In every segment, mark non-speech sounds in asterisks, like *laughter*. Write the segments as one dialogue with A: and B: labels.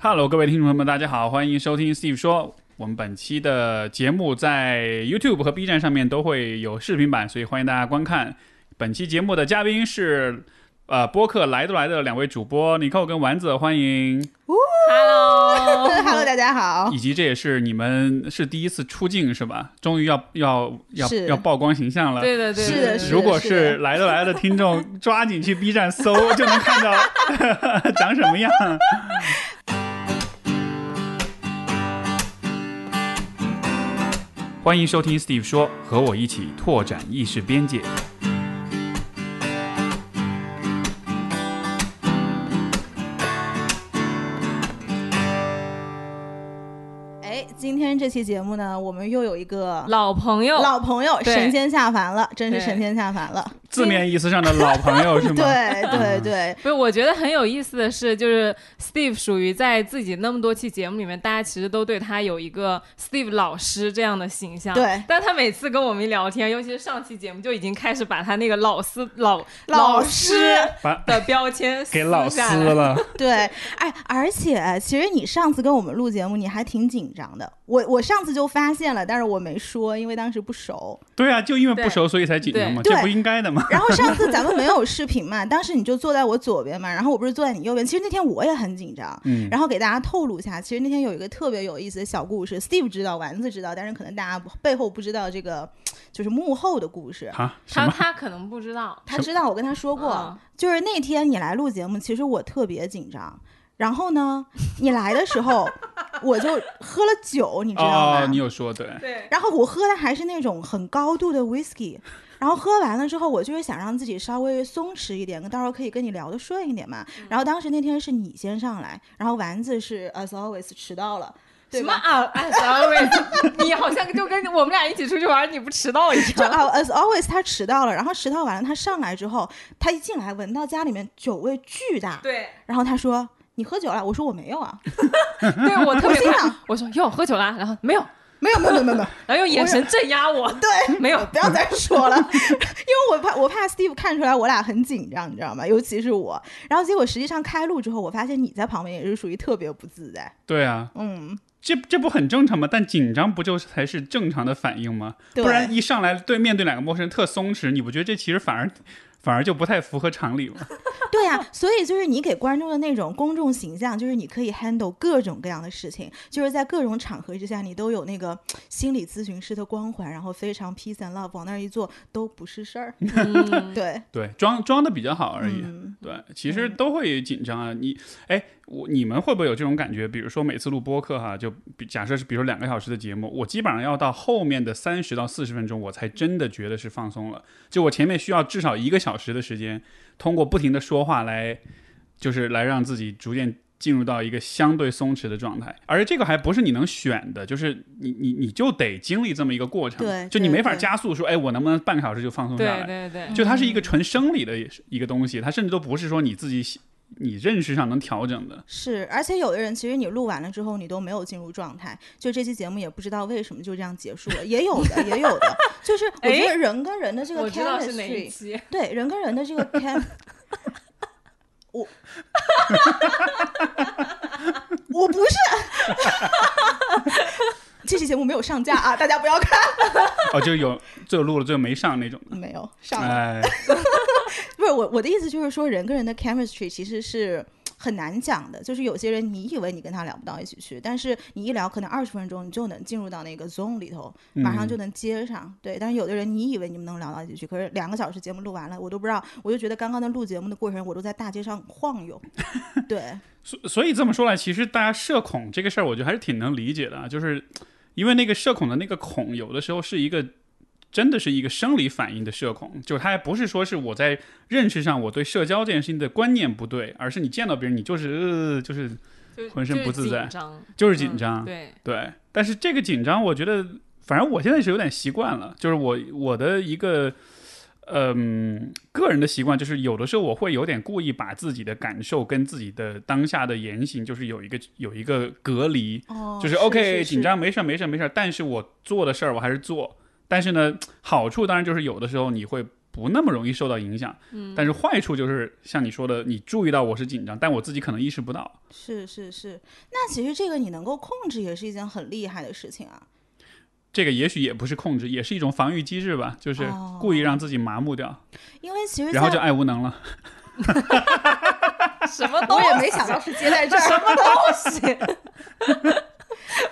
A: Hello，各位听众朋友们，大家好，欢迎收听 Steve 说。我们本期的节目在 YouTube 和 B 站上面都会有视频版，所以欢迎大家观看。本期节目的嘉宾是呃播客来都来的两位主播 n i c o 跟丸子，欢迎。
B: Hello，
C: *laughs* Hello，大家好
A: 以。及这也是你们是第一次出镜是吧？终于要要要
C: 是
A: 要曝光形象了。
B: 对的，对
C: 是
B: 的
C: 的，是的
A: 如果
C: 是
A: 是来都来的听众，抓紧去 B 站搜，就能看到 *laughs* 长什么样。欢迎收听 Steve 说，和我一起拓展意识边界。
C: 哎，今天这期节目呢，我们又有一个
B: 老朋友，
C: 老朋友
B: 对
C: 神仙下凡了，真是
B: 对
C: 神仙下凡了。
A: 字面意思上的老朋友是吗？
C: 对对对，
B: 不是，我觉得很有意思的是，就是 Steve 属于在自己那么多期节目里面，大家其实都对他有一个 Steve 老师这样的形象。
C: 对
B: 但他每次跟我们一聊天，尤其是上期节目，就已经开始把他那个老师老
C: 老
B: 师
A: 把
B: 的标签
A: 给老撕
B: 撕下来。
A: 了。
C: 对，哎，而且其实你上次跟我们录节目，你还挺紧张的。我我上次就发现了，但是我没说，因为当时不熟。
A: 对啊，就因为不熟所以才紧张嘛，
C: 对
A: 这不应该的嘛。
C: 然后上次咱们没有视频嘛，当时你就坐在我左边嘛，然后我不是坐在你右边。其实那天我也很紧张。
A: 嗯，
C: 然后给大家透露一下，其实那天有一个特别有意思的小故事，Steve 知道，丸子知道，但是可能大家不背后不知道这个就是幕后的故事。
A: 啊，什
B: 他
A: 么？
B: 他可能不知道，
C: 他知道我跟他说过，
B: 嗯
C: 就是那天你来录节目，其实我特别紧张。然后呢，你来的时候我就喝了酒，你知道吗？
A: 哦，你有说对，
B: 对，
C: 然后我喝的还是那种很高度的 whisky，然后喝完了之后，我就是想让自己稍微松弛一点，到时候可以跟你聊得顺一点嘛。然后当时那天是你先上来，然后丸子是 as always 迟到了，对
B: 什么
C: 吧？
B: 啊啊，sorry，你好像就跟我们俩一起出去玩，你不迟到一
C: 就
B: 样。
C: 啊，as always，他迟到了，然后迟到完了，他上来之后，他一进来闻到家里面酒味巨大，
B: 对，
C: 然后他说：“你喝酒了？”我说：“我没有啊，
B: *laughs* 对我特
C: 我
B: 别
C: 心
B: 快
C: 想，
B: 我说哟喝酒啦，然后没有，
C: 没有，没有，没有，没有，没有。
B: 然后用眼神镇压我，
C: 对，*laughs*
B: 没有
C: 不要再
A: *laughs*
C: 说了，因为我怕我怕 Steve 看出来我俩很紧张，你知道吗？尤其是我。然后结果实际上开录之后，我发现你在旁边也是属于特别不自在，
A: 对啊，
C: 嗯，
A: 这这不很正常吗？但紧张不就是才是正常的反应吗？
C: 对
A: 不然一上来对面对两个陌生人特松弛，你不觉得这其实反而反而就不太符合常理吗？
C: 对啊，所以就是你给观众的那种公众形象，就是你可以 handle 各种各样的事情，就是在各种场合之下，你都有那个心理咨询师的光环，然后非常 peace and love，往那儿一坐都不是事儿，
B: 嗯，
C: 对，
A: 对，装装的比较好而已。
C: 嗯
A: 对，其实都会紧张啊。你哎，我你们会不会有这种感觉？比如说每次录播客哈，就比假设是比如两个小时的节目，我基本上要到后面的三十到四十分钟，我才真的觉得是放松了。就我前面需要至少一个小时的时间，通过不停的说话来，就是来让自己逐渐。进入到一个相对松弛的状态，而这个还不是你能选的，就是你你你就得经历这么一个过程，
C: 对
A: 就你
C: 对
A: 没法
C: 对
A: 加速说，哎，我能不能半个小时就放松下来？
B: 对对对，
A: 就它是一个纯生理的一个东西，它甚至都不是说你自己喜你认识上能调整的。
C: 是，而且有的人其实你录完了之后，你都没有进入状态，就这期节目也不知道为什么就这样结束了，也有的，也有的，
B: *laughs*
C: 就是我觉得人跟人的这个
B: 我知道是哪
C: chemistry，
B: 一期，
C: 对人跟人的
B: *laughs*
C: 这个 chem，我，我不是， *laughs* 这期节目没有上架啊，大家不要看，
A: 哦，就有最后录了最后没上
B: *laughs*
A: 那种的。
C: 没有上了，
A: 哎，
C: 不是我我的意思就是说，人跟人的 chemistry 其实是很难讲的，就是有些人你以为你跟他聊不到一起去，但是你一聊可能二十分钟你就能进入到那个 zone 里头，
A: 嗯
C: 马上就能接上。对，但是有的人你以为你们能聊到一起去，可是两个小时节目录完了，我都不知道，我就觉得刚刚的录节目的过程，我都在大街上晃
A: *laughs*
C: 悠。对，
A: 所所以这么说来，其实大家社恐这个事儿，我觉得还是挺能理解的啊，就是因为那个社恐的那个恐，有的时候是一个。真的是一个生理反应的社恐，就是它还不是说是我在认识上我对社交这件事情的观念不对，而是你见到别人你就是呃就是
B: 就是
A: 浑身不自在
B: 就是紧张，
A: 就是紧张，
C: *laughs*
B: 嗯对，
A: 对，但是这个紧张，我觉得，反正我现在是有点习惯了，就是我我的一个，嗯、个人的习惯，就是有的时候我会有点故意把自己的感受跟自己的当下的言行，就是有一个有一个隔离，
C: 哦，
A: 就是
C: 是
A: OK，
C: 是
A: 紧张没事儿没事儿没事儿，但是我做的事儿我还是做，但是呢，好处当然就是有的时候你会不那么容易受到影响。嗯，但是坏处就是像你说的，你注意到我是紧张，但我自己可能意识不到。
C: 是是是，那其实这个你能够控制也是一件很厉害的事情啊。
A: 这个也许也不是控制，也是一种防御机制吧，就是
C: 哦
A: 故意让自己麻木掉，
C: 因为其实
A: 然后就
C: 在
A: 爱无能了。
B: 什么东
C: 我
B: 西？
C: 也没想到是接在这儿，什么东西？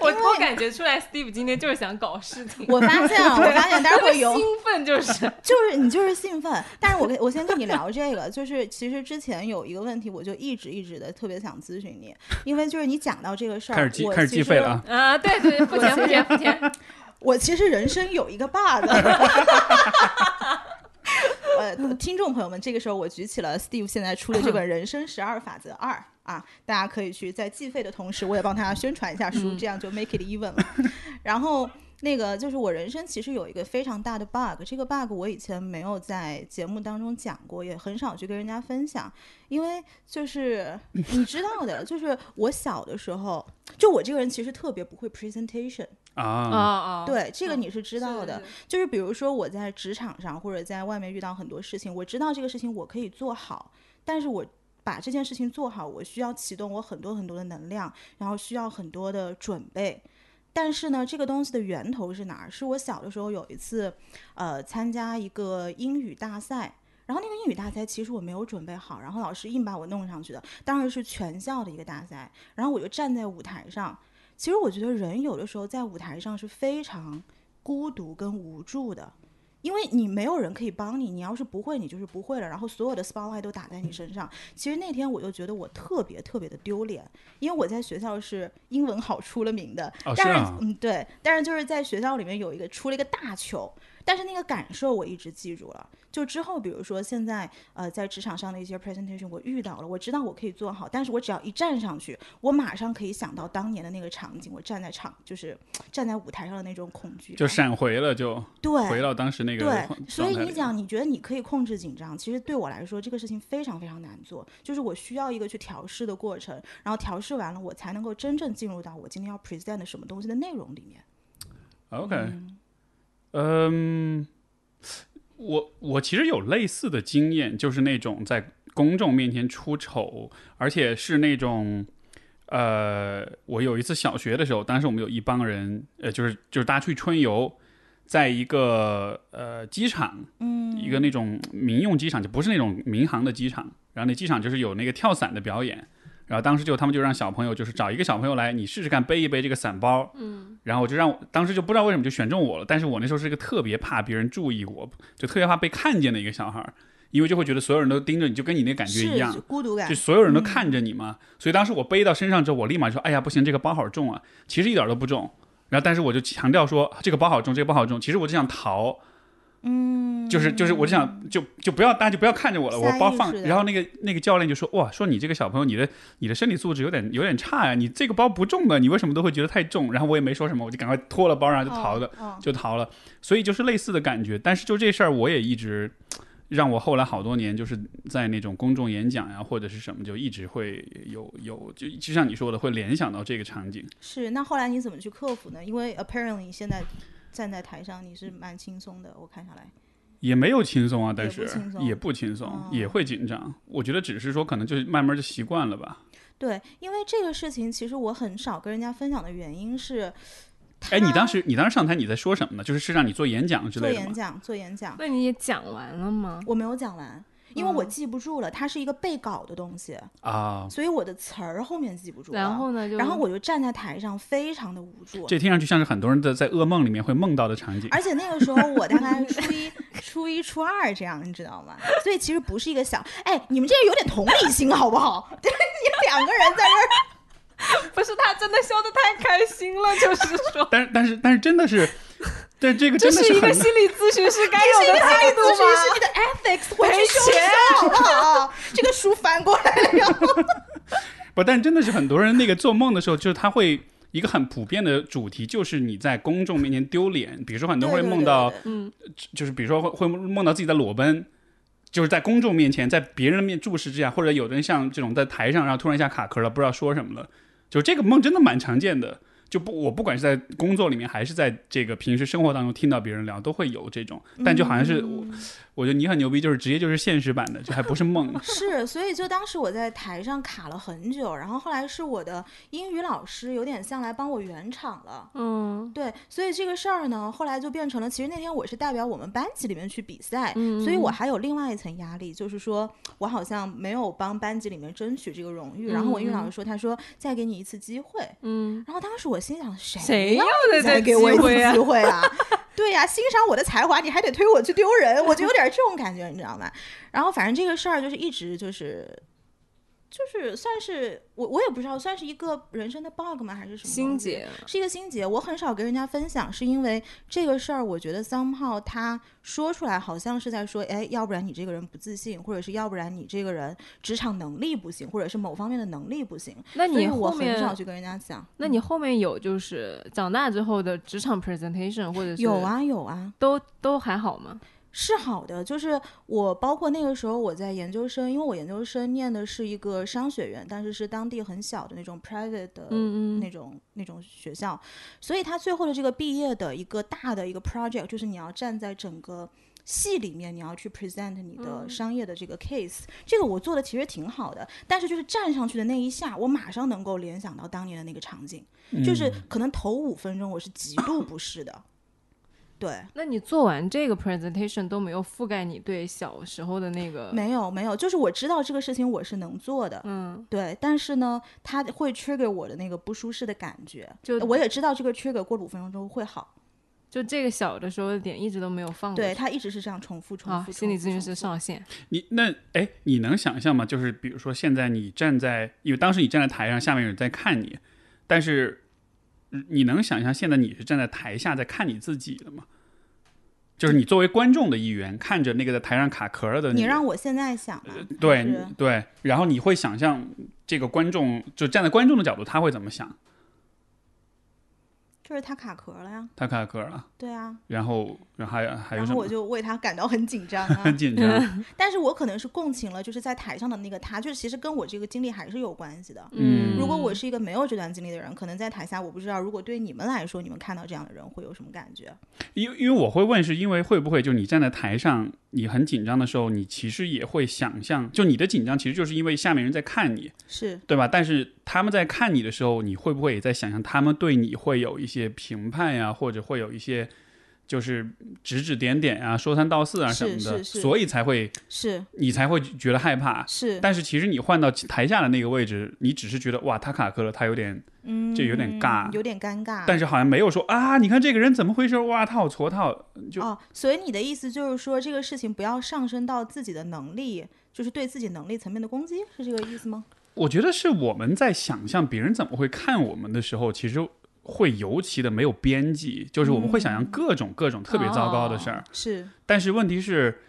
B: 我我感觉出来，Steve 今天就是想搞事
C: *laughs*
B: 情。
C: 我发现啊，我发现待会儿有
B: 兴奋
C: *laughs*
B: 就是，
C: 就是你就是兴奋，但是我跟我先跟你聊这个，就是其实之前有一个问题，我就一直一直的特别想咨询你，因为就是你讲到这个事儿，
A: 开始计
C: 我
A: 开始
C: 其
A: 计
C: 实
A: 费了啊！
B: 啊，对对，付钱付钱付钱，
C: 我其实人生有一个 bug。呃，听众朋友们，这个时候我举起了 Steve 现在出的这本《人生十二法则二》啊，大家可以去在计费的同时，我也帮大家宣传一下书，这样就 make it even 了。然后那个就是我人生其实有一个非常大的 bug，这个 bug 我以前没有在节目当中讲过，也很少去跟人家分享，因为就是你知道的，就是我小的时候，就我这个人其实特别不会 presentation，
B: 哦
A: 啊，
B: 哦，
C: 嗯对这个
B: 嗯
C: 你是知道的。
B: 是，是
C: 就是比如说我在职场上或者在外面遇到很多事情，我知道这个事情我可以做好，但是我把这件事情做好，我需要启动我很多很多的能量，然后需要很多的准备。但是呢，这个东西的源头是哪儿？是我小的时候有一次，呃，参加一个英语大赛。然后那个英语大赛其实我没有准备好，然后老师硬把我弄上去的，当然是全校的一个大赛。然后我就站在舞台上，其实我觉得人有的时候在舞台上是非常孤独跟无助的，因为你没有人可以帮你，你要是不会，你就是不会了，然后所有的 spotlight 都打在你身上。其实那天我就觉得我特别特别的丢脸，因为我在学校是英文好出了名的，
A: 哦
C: 但
A: 是啊
C: 嗯对，但是就是在学校里面有一个出了一个大糗。但是那个感受我一直记住了，就之后比如说现在呃在职场上的一些 presentation 我遇到了，我知道我可以做好，但是我只要一站上去，我马上可以想到当年的那个场景，我站在场就是站在舞台上的那种恐惧，
A: 就
C: 然后
A: 闪回了，就
C: 对
A: 回到当时那个
C: 对
A: 状，
C: 所以
A: 态
C: 你
A: 里
C: 讲，你觉得你可以控制紧张，其实对我来说，这个事情非常非常难做，就是我需要一个去调试的过程，然后调试完了，我才能够真正进入到我今天要 present 的什么东西的内容里面。
A: OK，嗯，我我其实有类似的经验，就是那种在公众面前出丑，而且是那种。呃，我有一次小学的时候，当时我们有一帮人，呃，就是就是大家去春游，在一个呃机场，嗯，一个那种民用机场，就不是那种民航的机场。然后那机场就是有那个跳伞的表演，然后当时就他们就让小朋友就是找一个小朋友来，你试试看背一背这个伞包，然后我就让我当时就不知道为什么就选中我了，但是我那时候是一个特别怕别人注意我，就特别怕被看见的一个小孩儿，因为就会觉得所有人都盯着你，就跟你那感觉一
C: 是
A: 样
C: 就，孤独感
A: 就，所有人都看着你嘛。所以当时我背到身上之后，我立马就说：“哎呀，不行，这个包好重啊！”其实一点都不重。然后，但是我就强调说这个包好重，这个包好重。其实我就想逃，嗯，就是就是我就想就就不要大家就不要看着我了，我
C: 下意
A: 包放
C: 识。的
A: 然后那个那个教练就说：“哇，说你这个小朋友，你的你的身体素质有点有点差啊呀、你这个包不重的，你为什么都会觉得太重？”然后我也没说什么，我就赶快脱了包，然后就逃的。
C: 哦。
A: 就逃了。所以就是类似的感觉，但是就这事儿，我也一直让我后来好多年就是在那种公众演讲呀、或者是什么，就一直会有有就就像你说的，会联想到这个场景。
C: 是，那后来你怎么去克服呢？因为 apparently 现在站在台上你是蛮轻松的，我看下来。
A: 也没有轻松啊，但
C: 也
A: 是
C: 不轻松
A: 也不轻松，
C: 哦
A: 也会紧张。我觉得只是说，可能就是慢慢就习惯了吧。
C: 对，因为这个事情其实我很少跟人家分享的原因是，
A: 哎，你当
C: 他
A: 时你当时上台你在说什么呢？就是是让你做演讲之
C: 做
A: 类的
C: 演
A: 吗？
C: 讲，做演讲，
B: 那你也讲完了吗？
C: 我没有讲完，因为我
B: 嗯
C: 记不住了，它是一个背稿的东西，
A: 啊，
C: 所以我的词儿后面记不住了。
B: 然后呢？就
C: 啊然后我就站在台上，非常的无助。
A: 这听上去像是很多人的在噩梦里面会梦到的场景。，
C: 而且那个时候我大概初一、初一、初二这样，你知道吗？所以其实不是一个小，哎，你们这个有点同理心好不好？ *laughs* 你两个人在这儿，
B: 不是他真的笑得太开心了，就是说
A: 但是但是但是真的是，但这个
B: 这
A: *laughs* 真的
B: 是一
A: 很
B: 个心理咨询师该
C: 这是一
B: 有的
C: 个心
B: 态
C: 理
B: 度
C: 咨询
B: 吗？
C: 师，你的 ethics 回去
B: 赔
C: 修一
B: 钱
C: 修好不好？ *laughs* 这个书翻过来了哟。
A: 不，但真的是很多人那个做梦的时候，就是他会一个很普遍的主题，就是你在公众面前丢脸。比如说，很多人
C: 对
A: 会
C: 对
A: 梦
C: 对
A: 到，
C: 对。
B: 嗯，
A: 就是比如说会会梦到自己在裸奔，就是在公众面前，在别人的面注视之下，或者有的人像这种在台上，然后突然一下卡壳了，不知道说什么了。就这个梦真的蛮常见的。就不，我不管是在工作里面，还是在这个平时生活当中听到别人聊，都会有这种，但就好像是我，我觉得你很牛逼，就是直接就是现实版的，就还不是梦
C: 是，所以就当时我在台上卡了很久，然后后来是我的英语老师有点像来帮我圆场了。
B: 嗯，
C: 对，所以这个事儿呢，后来就变成了，其实那天我是代表我们班级里面去比赛，所以
B: 嗯
C: 我还有另外一层压力，就是说我好像没有帮班级里面争取这个荣誉。然后我英语老师说，他说再给你一次机会，
B: 嗯，
C: 然后当时我心想，嗯谁
B: 谁
C: 要
B: 要的
C: 再
B: 这
C: 给我一
B: 机
C: 次 *laughs*
B: 会啊
C: 机？会
B: *laughs*
C: 啊？对呀、欣赏我的才华，你还得推我去丢人，我就有点这种感觉，你知道吗？然后反正这个事儿就是一直就是。就是算是我，我也不知道，算是一个人生的 bug 吗，还是什么？
B: 心，结，
C: 是一个心结。我很少跟人家分享，是因为这个事儿，我觉得 somehow 他说出来好像是在说，哎，要不然你这个人不自信，或者是要不然你这个人职场能力不行，或者是某方面的能力不行。
B: 那
C: 所
B: 你
C: 以我
B: 后
C: 很少
B: 面，
C: 去跟人家讲。
B: 那你后面有就是长大之后的职场 presentation 或者是
C: 有，啊有啊，
B: 都都还好吗？
C: 是好的。就是我包括那个时候我在研究生，因为我研究生念的是一个商学院，但是是当地很小的那种 private 的
B: 嗯嗯
C: 那种、那种学校，所以他最后的这个毕业的一个大的一个 project 就是你要站在整个。系里面你要去 present 你
B: 嗯
C: 的商业的这个 case，、这个我做的其实挺好的，但是就是站上去的那一下，我马上能够联想到当年的那个场景，
A: 嗯
C: 就是可能头五分钟我是极度不适的，对，
B: 那你做完这个 presentation 都没有覆盖你对小时候的那个，
C: 没有没有，就是我知道这个事情我是能做的，
B: 嗯，
C: 对，但是呢，它会 trigger 我的那个不舒适的感觉，
B: 就
C: 我也知道这个 trigger 过了五分钟之后会好，
B: 就这个小的时候的点一直都没有放过
C: 对，
B: 去。
C: 它一直是这样重复重
B: 好
C: 复，，
B: 嗯啊心理咨
C: 重复
B: 询师，
C: 重复
B: 上线，
A: 你那哎，你能想象吗？就是比如说现在你站在，因为当时你站在台上，下面有人在看你，但是嗯你能想象现在你是站在台下在看你自己的吗？就是你作为观众的一员，看着那个在台上卡壳儿的
C: 你
A: 个
C: 让我现在想吧，还
A: 呃对
C: 是
A: 你对，然后你会想象这个观众，就站在观众的角度，他会怎么想？
C: 就是他卡壳了呀，
A: 他卡壳儿了，
C: 对啊，
A: 然后然后还还有
C: 然
A: 什
C: 后我
A: 么？
C: 就为他感到很
A: *laughs*
C: 紧张啊，
A: 很紧
C: *laughs*
A: 张，
C: 但是我可能是共情了，就是在台上的那个他，就是其实跟我这个经历还是有关系的，
A: 嗯
C: 如果我是一个没有这段经历的人，可能在台下我不知道，如果对你们来说，你们看到这样的人会有什么感觉？
A: 因为因为我会问，是因为会不会就你站在台上，你很紧张的时候，你其实也会想象，就你的紧张其实就是因为下面人在看你，
C: 是
A: 对吧？但是他们在看你的时候，你会不会也在想象他们对你会有一些评判呀、或者会有一些就是指指点点啊、说三道四啊什么的，
C: 是是是
A: 所以才会
C: 是
A: 你才会觉得害怕。
C: 是，
A: 但是其实你换到台下的那个位置，你只是觉得哇，他卡壳了，他有点，
C: 嗯，
A: 这有点尬
C: 有点尴尬。
A: 但是好像没有说啊，你看这个人怎么回事？哇，他好矬，他好就
C: 哦，所以你的意思就是说，这个事情不要上升到自己的能力，就是对自己能力层面的攻击，是这个意思吗？
A: 我觉得是我们在想象别人怎么会看我们的时候，其实会尤其的没有边际，就是我们会想象各种各种特别糟糕的事儿。
C: 是
A: 但是问题是，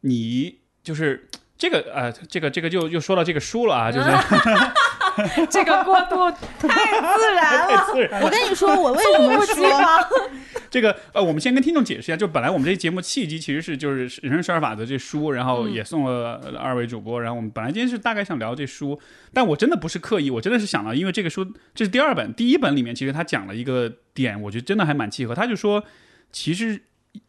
A: 你就是这个呃，这个这个就又说到这个书了啊，就是
B: *laughs* 这个过
C: *laughs*
B: 渡太自
A: *laughs*
B: 然了，
A: 自然
C: 我跟你说， *laughs* 我为什么说
A: 这个呃，我们先跟听众解释一下，就本来我们这节目契机其实是就是《人生十二法则》这书，然
C: 嗯
A: 后也送了呃二位主播，然后我们本来今天是大概想聊这书，但我真的不是刻意，我真的是想到，因为这个书这是第二本，第一本里面其实他讲了一个点，我觉得真的还蛮契合，他就说其实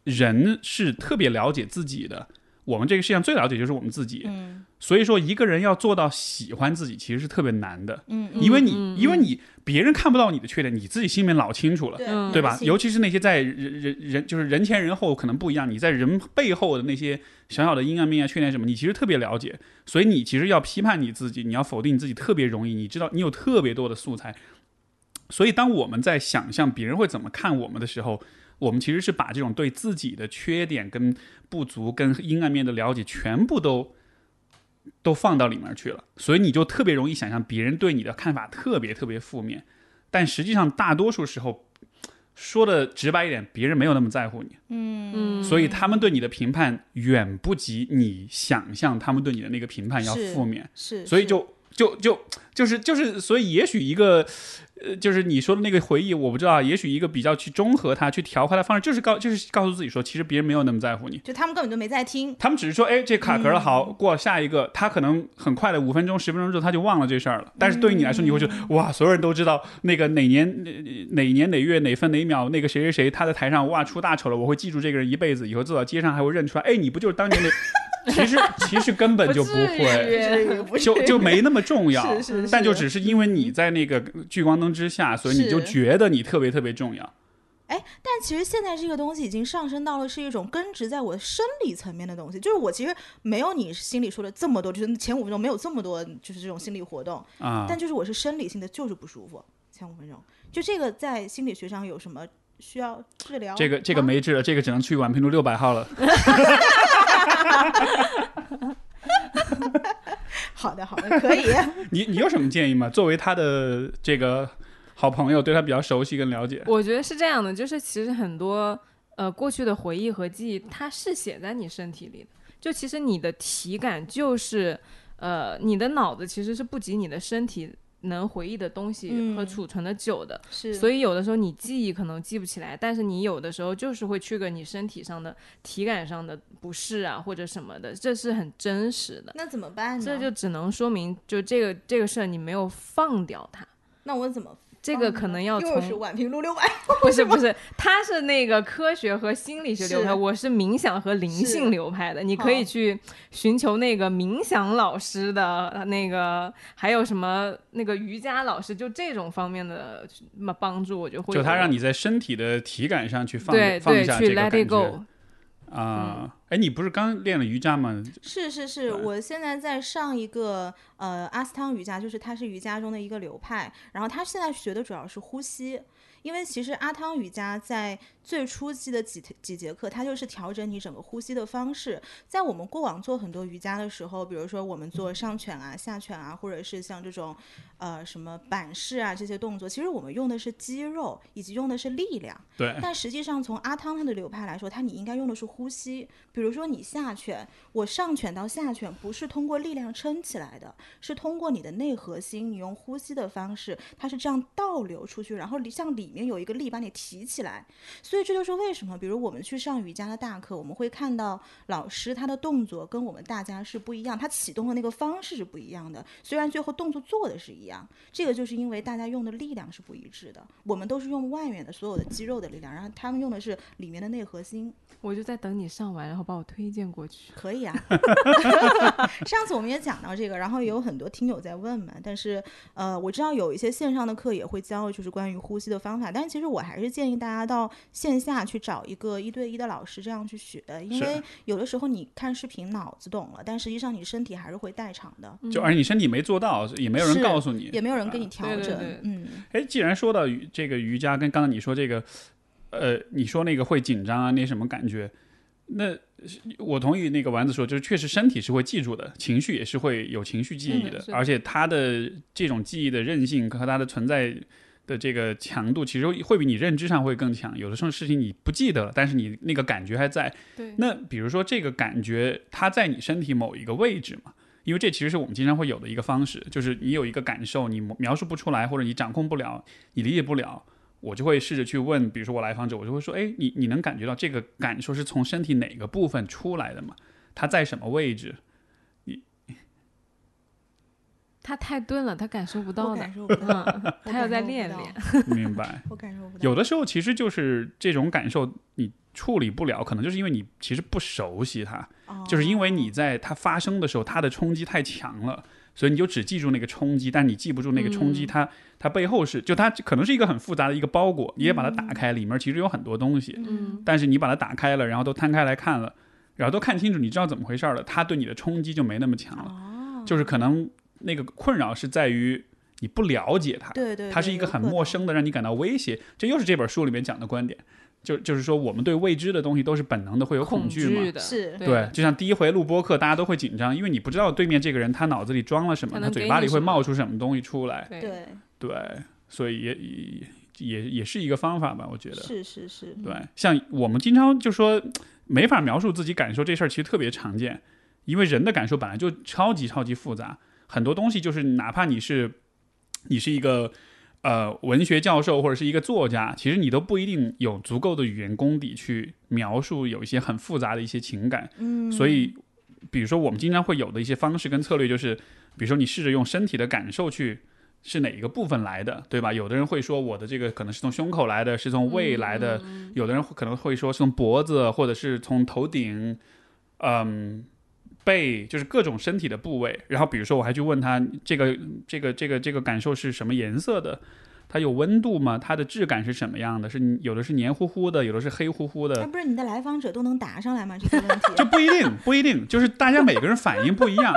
A: 人是特别了解自己的。我们这个世界上最了解就是我们自己，
C: 嗯
A: 所以说一个人要做到喜欢自己，其实是特别难的，
C: 嗯嗯，
A: 因为你因为你别人看不到你的缺点，你自己心里面老清楚了，
B: 嗯
A: 对吧？
C: 信
A: 尤其是那些在人人人就是人前人后可能不一样，你在人背后的那些小小的阴暗面啊、缺点什么，你其实特别了解，所以你其实要批判你自己，你要否定你自己特别容易，你知道你有特别多的素材，所以当我们在想象别人会怎么看我们的时候。我们其实是把这种对自己的缺点、跟不足、跟阴暗面的了解，全部都都放到里面去了，所以你就特别容易想象别人对你的看法特别特别负面，但实际上大多数时候说的直白一点，别人没有那么在乎你，
B: 嗯，
A: 所以他们对你的评判远不及你想象他们对你的那个评判要
C: 是
A: 负面，
C: 是，
A: 所以
C: 是
A: 就就就就是就是，所以也许一个。呃，就是你说的那个回忆，我不知道啊。也许一个比较去中和它、去调和它的方式，就是告就是告诉自己说，其实别人没有那么在乎你。
C: 就他们根本就没
A: *laughs*
C: 在听。
A: 他们只是说，哎，这卡壳了，好过下一个。他可能很快的五分钟、十分钟之后他就忘了这事儿了。但是对于你来说，你会觉得哇，所有人都知道那个哪年哪哪年哪月哪分哪秒那个谁谁谁他在台上哇出大丑了，我会记住这个人一辈子，以后走到街上还会认出来，哎，你不就是当年那？其实其实根本就不会，
B: 会。
C: 不是
A: 就就没那么重要。
C: 是是是，
A: 但就只是因为你在那个聚光灯之下，所以你就是觉得你特别特别重要。
C: 但其实现在这个东西已经上升到了是一种根植在我生理层面的东西，就是我其实没有你心里说的这么多，就是前五分钟没有这么多，就是这种心理活动，
A: 啊
C: 但就是我是生理性的，就是不舒服。前五分钟，就这个在心理学上有什么需要治疗吗？啊
A: 这个这个没治了，这个只能去宛平路六百号了。
C: 好的好的，
A: *laughs*
C: 可以。
A: 你你有什么建议吗？作为他的这个好朋友，对他比较熟悉跟了解，
B: 我觉得是这样的，就是其实很多呃过去的回忆和记忆，它是写在你身体里的。就其实你的体感就是呃你的脑子其实是不及你的身体能回忆的东西
C: 嗯
B: 和储存的久的。
C: 是
B: 所
C: 以
B: 以有的时候你记忆可能记不起来，但是你有的时候就是会 trigger 你身体上的体感上的不适啊或者什么的，这是很真实的。
C: 那怎么办呢？
B: 这就只能说明，就这个这个事儿你没有放掉它，
C: 那我怎么
B: 这个可能要从
C: 又是宛平路六百，
B: 不是不是，他是那个科学和心理学流派，
C: 是
B: 我是冥想和灵性
C: 是哦
B: 流派的。你可以
C: 好
B: 去寻求那个冥想老师的呃那个，还有什么那个瑜伽老师，就这种方面的呃帮助，我觉得会
A: 就他
B: 有
A: 让你在身体的体感上去放
B: 对
A: 放
B: 对
A: 下这
B: 去
A: 个感
B: let it
A: 觉
B: go。嗯
A: 啊。哎，你不是刚练了瑜伽吗？
C: *laughs* 是是是，
A: 对
C: 我现在在上一个呃阿斯汤瑜伽，就是它是瑜伽中的一个流派，然后它现在学的主要是呼吸，因为其实阿汤瑜伽在最初期的几几节课，它就是调整你整个呼吸的方式。在我们过往做很多瑜伽的时候，比如说我们做上犬啊、下犬啊，或者是像这种呃什么板式啊这些动作，其实我们用的是肌肉，以及用的是力量。
A: 对，
C: 但实际上，从阿汤他的流派来说，他你应该用的是呼吸。比如说，你下犬，我上犬到下犬不是通过力量撑起来的，是通过你的内核心，你用呼吸的方式，它是这样倒流出去，然后里向里面有一个力把你提起来。所以这就是为什么，比如我们去上瑜伽的大课，我们会看到老师他的动作跟我们大家是不一样，他启动的那个方式是不一样的。虽然最后动作做的是一样，这个就是因为大家用的力量是不一致的，我们都是用外面的所有的肌肉的力量，然后他们用的是里面的内核心。
B: 我就在等你上完，然后把我推荐过去。
C: 可以啊， *laughs* 上次我们也讲到这个，然后也有很多听友在问嘛，但是呃，我知道有一些线上的课也会教，就是关于呼吸的方法，但是其实我还是建议大家到线下去找一个一对一的老师这样去学，因
A: 是
C: 为有的时候你看视频脑子懂了，但实际上你身体还是会代偿的，
A: 就而你身体没做到，也没有人
C: 是
A: 告诉你
C: 也。没有人给你调
B: 对对
C: 整，
B: 对
C: 嗯，
A: 哎，既然说到瑜这个瑜伽，跟刚才你说这个，呃，你说那个会紧张啊，那什么感觉？那我同意那个丸子说，就是确实身体是会记住的，情绪也是会有情绪记忆
B: 嗯
A: 的，
B: 是的
A: 而且它的这种记忆的韧性和它的存在的这个强度，其实会比你认知上会更强。有的时候事情你不记得了，但是你那个感觉还在。
B: 对，
A: 那比如说这个感觉，它在你身体某一个位置嘛，因为这其实是我们经常会有的一个方式，就是你有一个感受，你描述不出来，或者你掌控不了，你理解不了，我就会试着去问，比如说我来访者，我就会说，哎，你你能感觉到这个感受是从身体哪个部分出来的吗？它在什么位置？
B: *laughs* 他太钝了，他感受不到
C: 我
B: 的
C: 感。受不到，
B: 嗯，
C: 我
B: 他要
C: 感受
B: 再
C: 不
B: 练
C: 到
B: 练。
A: 明白？
C: 我感受不到，
A: 有的时候其实就是这种感受，你处理不了，可能就是因为你其实不熟悉它。
C: 哦
A: 就是因为你在它发生的时候，它的冲击太强了，所以你就只记住那个冲击，但你记不住那个冲击
B: 嗯
A: 它、它背后是就它可能是一个很复杂的一个包裹，你也把它
C: 嗯
A: 打开，里面其实有很多东西，
B: 嗯，
A: 但是你把它打开了，然后都摊开来看了，然后都看清楚，你知道怎么回事儿了，它对你的冲击就没那么
B: 嗯
A: 强了，
C: 哦，
A: 就是可能那个困扰是在于你不了解它，
C: 对对，
A: 它
C: 对
A: 是一个
C: 有
A: 很
C: 可
A: 陌
C: 能
A: 生的，让你感到威胁。这又是这本书里面讲的观点，就就是说我们对未知的东西都是本能的，会有恐惧嘛。
B: 惧的，
C: 是
B: 对
A: 对，就像第一回录播课，大家都会紧张，因为你不知道对面这个人他脑子里装了什么，
B: 他
A: 他
B: 能
A: 嘴
B: 给
A: 巴
B: 你
A: 里会
B: 什么
A: 冒出什么东西出来。
B: 对
C: 对，
A: 对，所以也也也也是一个方法吧，我觉得。
C: 是是是，
A: 对，像我们经常就说没法描述自己感受这事儿，其实特别常见，因为人的感受本来就超级超级复杂。很多东西就是哪怕你是你是一个。呃，文学教授或者是一个作家，其实你都不一定有足够的语言功底去描述有一些很复杂的一些情感。
C: 嗯，
A: 所以，比如说我们经常会有的一些方式跟策略，就是比如说你试着用身体的感受去是哪一个部分来的，对吧？有的人会说我的这个可能是从胸口来的，是从胃来的；有的人可能会说是从脖子或者是从头顶，嗯。背就是各种身体的部位，然后比如说我还去问他这个这个这个这个感受是什么颜色的，它有温度吗？它的质感是什么样的？是有的是黏糊糊的，有的是黑乎乎的，
C: 那不是你的来访者都能答上来吗？这些问题
A: 就不一定，不一定，就是大家每个人反应不一样，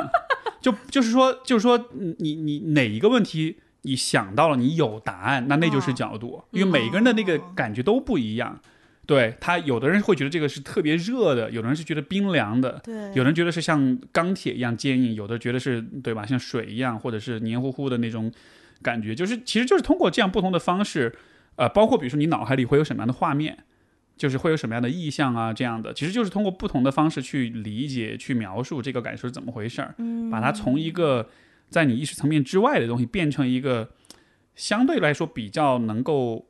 A: 就就是说，就是说，你你哪一个问题你想到了，你有答案，那那就是角度，因为每个人的那个感觉都不一样。对他，有的人会觉得这个是特别热的，有的人是觉得冰凉的，
C: 对，
A: 有人觉得是像钢铁一样坚硬，有的觉得是对吧，像水一样，或者是黏糊糊的那种感觉，就是其实就是通过这样不同的方式，呃，包括比如说你脑海里会有什么样的画面，就是会有什么样的意象啊这样的，其实就是通过不同的方式去理解、去描述这个感受是怎么回事儿，
C: 嗯
A: 把它从一个在你意识层面之外的东西变成一个相对来说比较能够。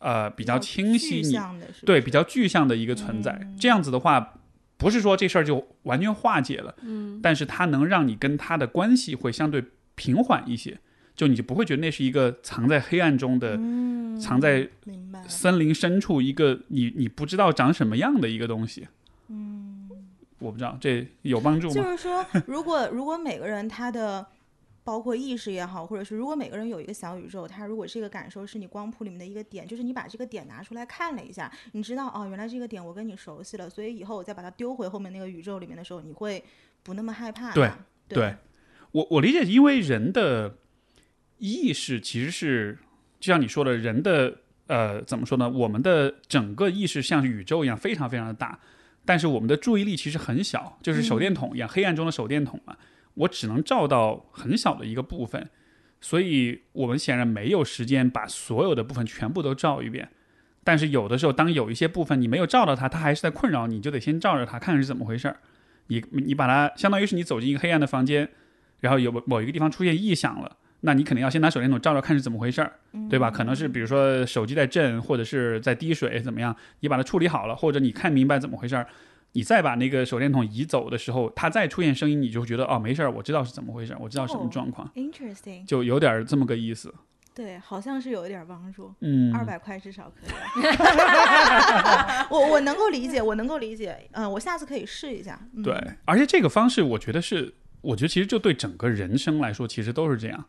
A: 呃，比较清晰
C: 嗯具
A: 你
C: 象的是不
A: 对
C: 是
A: 比较具象的一个存在。
C: 嗯
A: 这样子的话，不是说这事儿就完全化解了，嗯，但是它能让你跟他的关系会相对平缓一些，就你就不会觉得那是一个藏在黑暗中的、
C: 嗯
A: 藏在
C: 明白了
A: 森林深处一个你你不知道长什么样的一个东西。
C: 嗯。
A: 我不知道这有帮助
C: 就
A: 吗？ *laughs*
C: 是说，如果如果每个人他的包括意识也好，或者是如果每个人有一个小宇宙，他如果这个感受是你光谱里面的一个点，就是你把这个点拿出来看了一下，你知道哦，原来这个点我跟你熟悉了，所以以后我再把它丢回后面那个宇宙里面的时候，你会不那么害怕了。
A: 对
C: 对
A: 对我我理解，因为人的意识其实是就像你说的，人的呃怎么说呢？我们的整个意识像宇宙一样非常非常的大，但是我们的注意力其实很小，就是手电筒一样，黑暗中的手电筒嘛，我只能照到很小的一个部分，所以我们显然没有时间把所有的部分全部都照一遍。但是有的时候，当有一些部分你没有照到它，它还是在困扰你，你就得先照着它看看是怎么回事儿。你你把它相当于是你走进一个黑暗的房间，然后有某某一个地方出现异响了，那你肯定要先拿手电筒照照看是怎么回事儿，
C: 嗯
A: 对吧？可能是比如说手机在震，或者是在滴水，怎么样？你把它处理好了，或者你看明白怎么回事儿，你再把那个手电筒移走的时候，它再出现声音，你就会觉得哦，没事儿，我知道是怎么回事儿，我知道什么
C: 哦
A: 状况，
C: ，interesting，
A: 就有点儿这么个意思。
C: 对，好像是有一点帮助。
A: 嗯，
C: 二百块至少可以， *laughs* 我我能够理解，我能够理解，嗯、我下次可以试一下。嗯、
A: 对，而且这个方式，我觉得是，我觉得其实就对整个人生来说，其实都是这样。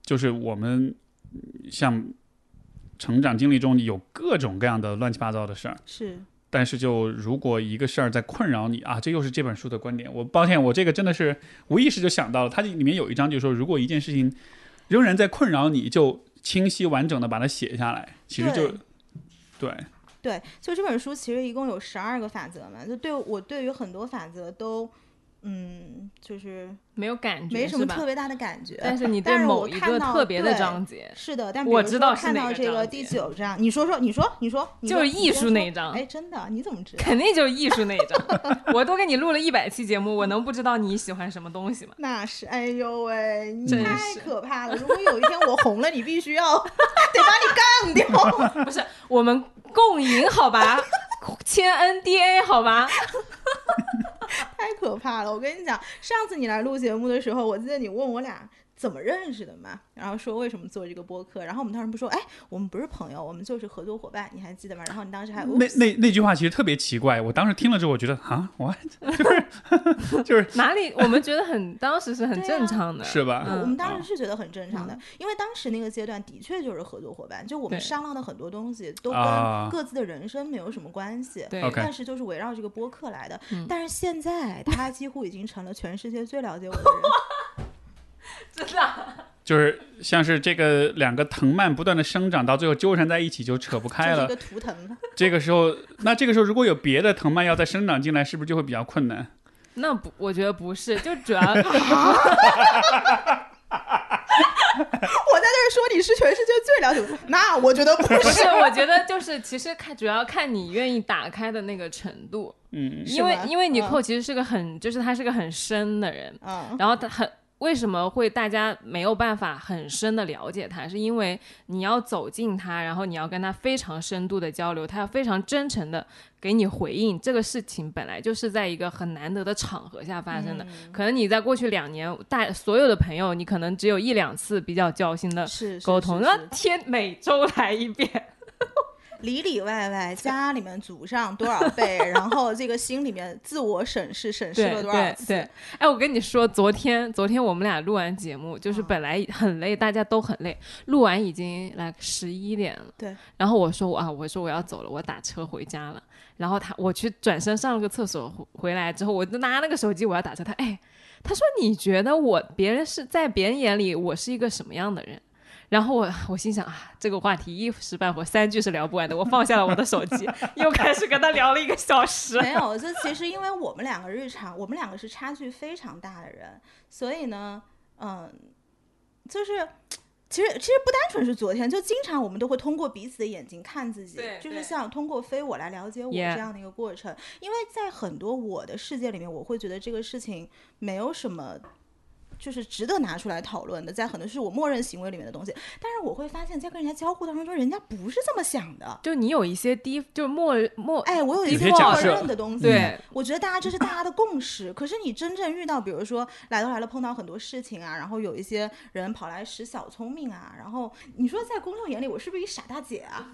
A: 就是我们嗯像成长经历中有各种各样的乱七八糟的事儿，
C: 是，
A: 但是就如果一个事儿在困扰你啊，这又是这本书的观点。我抱歉，我这个真的是无意识就想到了，它里面有一章就说，如果一件事情仍然在困扰你，就清晰完整的把它写下来。其实就
C: 对
A: 对，
C: 对，就这本书其实一共有十二个法则嘛，就对我对于很多法则都，嗯，就是
B: 没有感觉，
C: 没什么
B: 是吧
C: 特别大的感觉。
B: 但是你
C: 但
B: 对
C: 是我
B: 某一
C: 看
B: 个
C: 到
B: 特别的
C: 对
B: 章节，
C: 是的，但比
B: 我
C: 如
B: 知
C: 说
B: 道是
C: 看
B: 哪
C: 到
B: 个
C: 这个
B: 章
C: 第
B: 节
C: 九章，你说说，你说，你说，你
B: 就
C: 说
B: 是
C: 你
B: 艺
C: 先
B: 术那
C: 说
B: 一章
C: 哎，真的，你怎么知道？
B: *laughs* 肯定就是艺术那一章。 *laughs* 我都给你录了一百期节目，我能不知道你喜欢什么东西吗？
C: 那是，哎呦喂，你
B: 真
C: 太
B: 是
C: 可怕了！如果有一天我红了，你必须要 *laughs* 得把你干掉。
B: 不是，我们共赢好吧， *laughs* 签 NDA 好吧？
C: 太可怕了！我跟你讲，上次你来录节目的时候，我记得你问我俩怎么认识的嘛，然后说为什么做这个播客，然后我们当时不说，哎，我们不是朋友，我们就是合作伙伴，你还记得吗？然后你当时还
A: 那
C: oops，
A: 那那句话其实特别奇怪，我当时听了之后，我觉得啊，我就是就是
B: 哪里？我们觉得很，当时是很
C: 对啊
B: 正常的，
A: 是吧？
B: 嗯
C: 我们当
A: 啊
C: 时是觉得很正常的，因为当时那个阶段的确就是合作伙伴，就我们
B: 对
C: 商量的很多东西都
A: 啊
C: 跟各自的人生没有什么关系。
B: 对
A: OK
C: 但是就是围绕这个播客来的，
B: 嗯
C: 但是现在他几乎已经成了全世界最了解我的人。
B: 真的啊。
A: 就是像是这个两个藤蔓不断的生长，到最后纠缠在一起就扯不开
C: 就是一
A: 了。
C: 个图腾，
A: 这个时候，那这个时候如果有别的藤蔓要再生长进来，是不是就会比较困难？
B: 那不，我觉得不是，就主要
C: *laughs* 我在这儿说你是全世界最了解我，那我觉得不
B: 不
C: 是 *laughs*
B: 是，我觉得就是其实看主要看你愿意打开的那个程度，
A: 嗯，
C: 是
B: 因为
C: 吗
B: 因为
C: 嗯
B: Nicole 其实是个很，就是他是个很深的人，
C: 啊。
B: 然后他很为什么会大家没有办法很深的了解他，是因为你要走近他，然后你要跟他非常深度的交流，他要非常真诚的给你回应。这个事情本来就是在一个很难得的场合下发生的，
C: 嗯
B: 可能你在过去两年大所有的朋友，你可能只有一两次比较交心的
C: 是
B: 沟通，那天每周来一遍。
C: 里里外外，家里面祖上多少
B: *laughs*
C: 辈，然后这个心里面自我审视，审视了多少次？
B: 对对对，哎，我跟你说，昨天昨天我们俩录完节目，
C: 嗯
B: 就是本来很累，大家都很累，录完已经来十一点了。
C: 对。
B: 然后我说我啊，我说我要走了，我打车回家了。然后他，我去转身上了个厕所，回回来之后，我就拿那个手机我要打车，他哎，他说你觉得我别人是在别人眼里我是一个什么样的人？然后我我心想啊，这个话题一时半会儿三句是聊不完的。我放下了我的手机， *laughs* 又开始跟他聊了一个小 *laughs* 时。
C: 没有，这其实因为我们两个日常，我们两个是差距非常大的人，所以呢，嗯，就是。其实其实不单纯是昨天，就经常我们都会通过彼此的眼睛看自己
B: 对，
C: 就是
B: 对
C: 像通过非我来了解我
B: Yeah
C: 这样的一个过程。因为在很多我的世界里面，我会觉得这个事情没有什么就是值得拿出来讨论的，在很多是我默认行为里面的东西。但是我会发现，在跟人家交互当中，人家不是这么想的。
B: 就你有一些低，就是默默
C: 哎，我有一
A: 有
C: 些
A: 些假
C: 默
A: 设
C: 认的东西，
A: 嗯
B: 对
C: 我觉得大家这是大家的共识。可是你真正遇到，比如说来都来了，碰到很多事情啊，然后有一些人跑来使小聪明啊，然后你说在公众眼里，我是不是一傻大姐
B: *laughs*
C: 啊？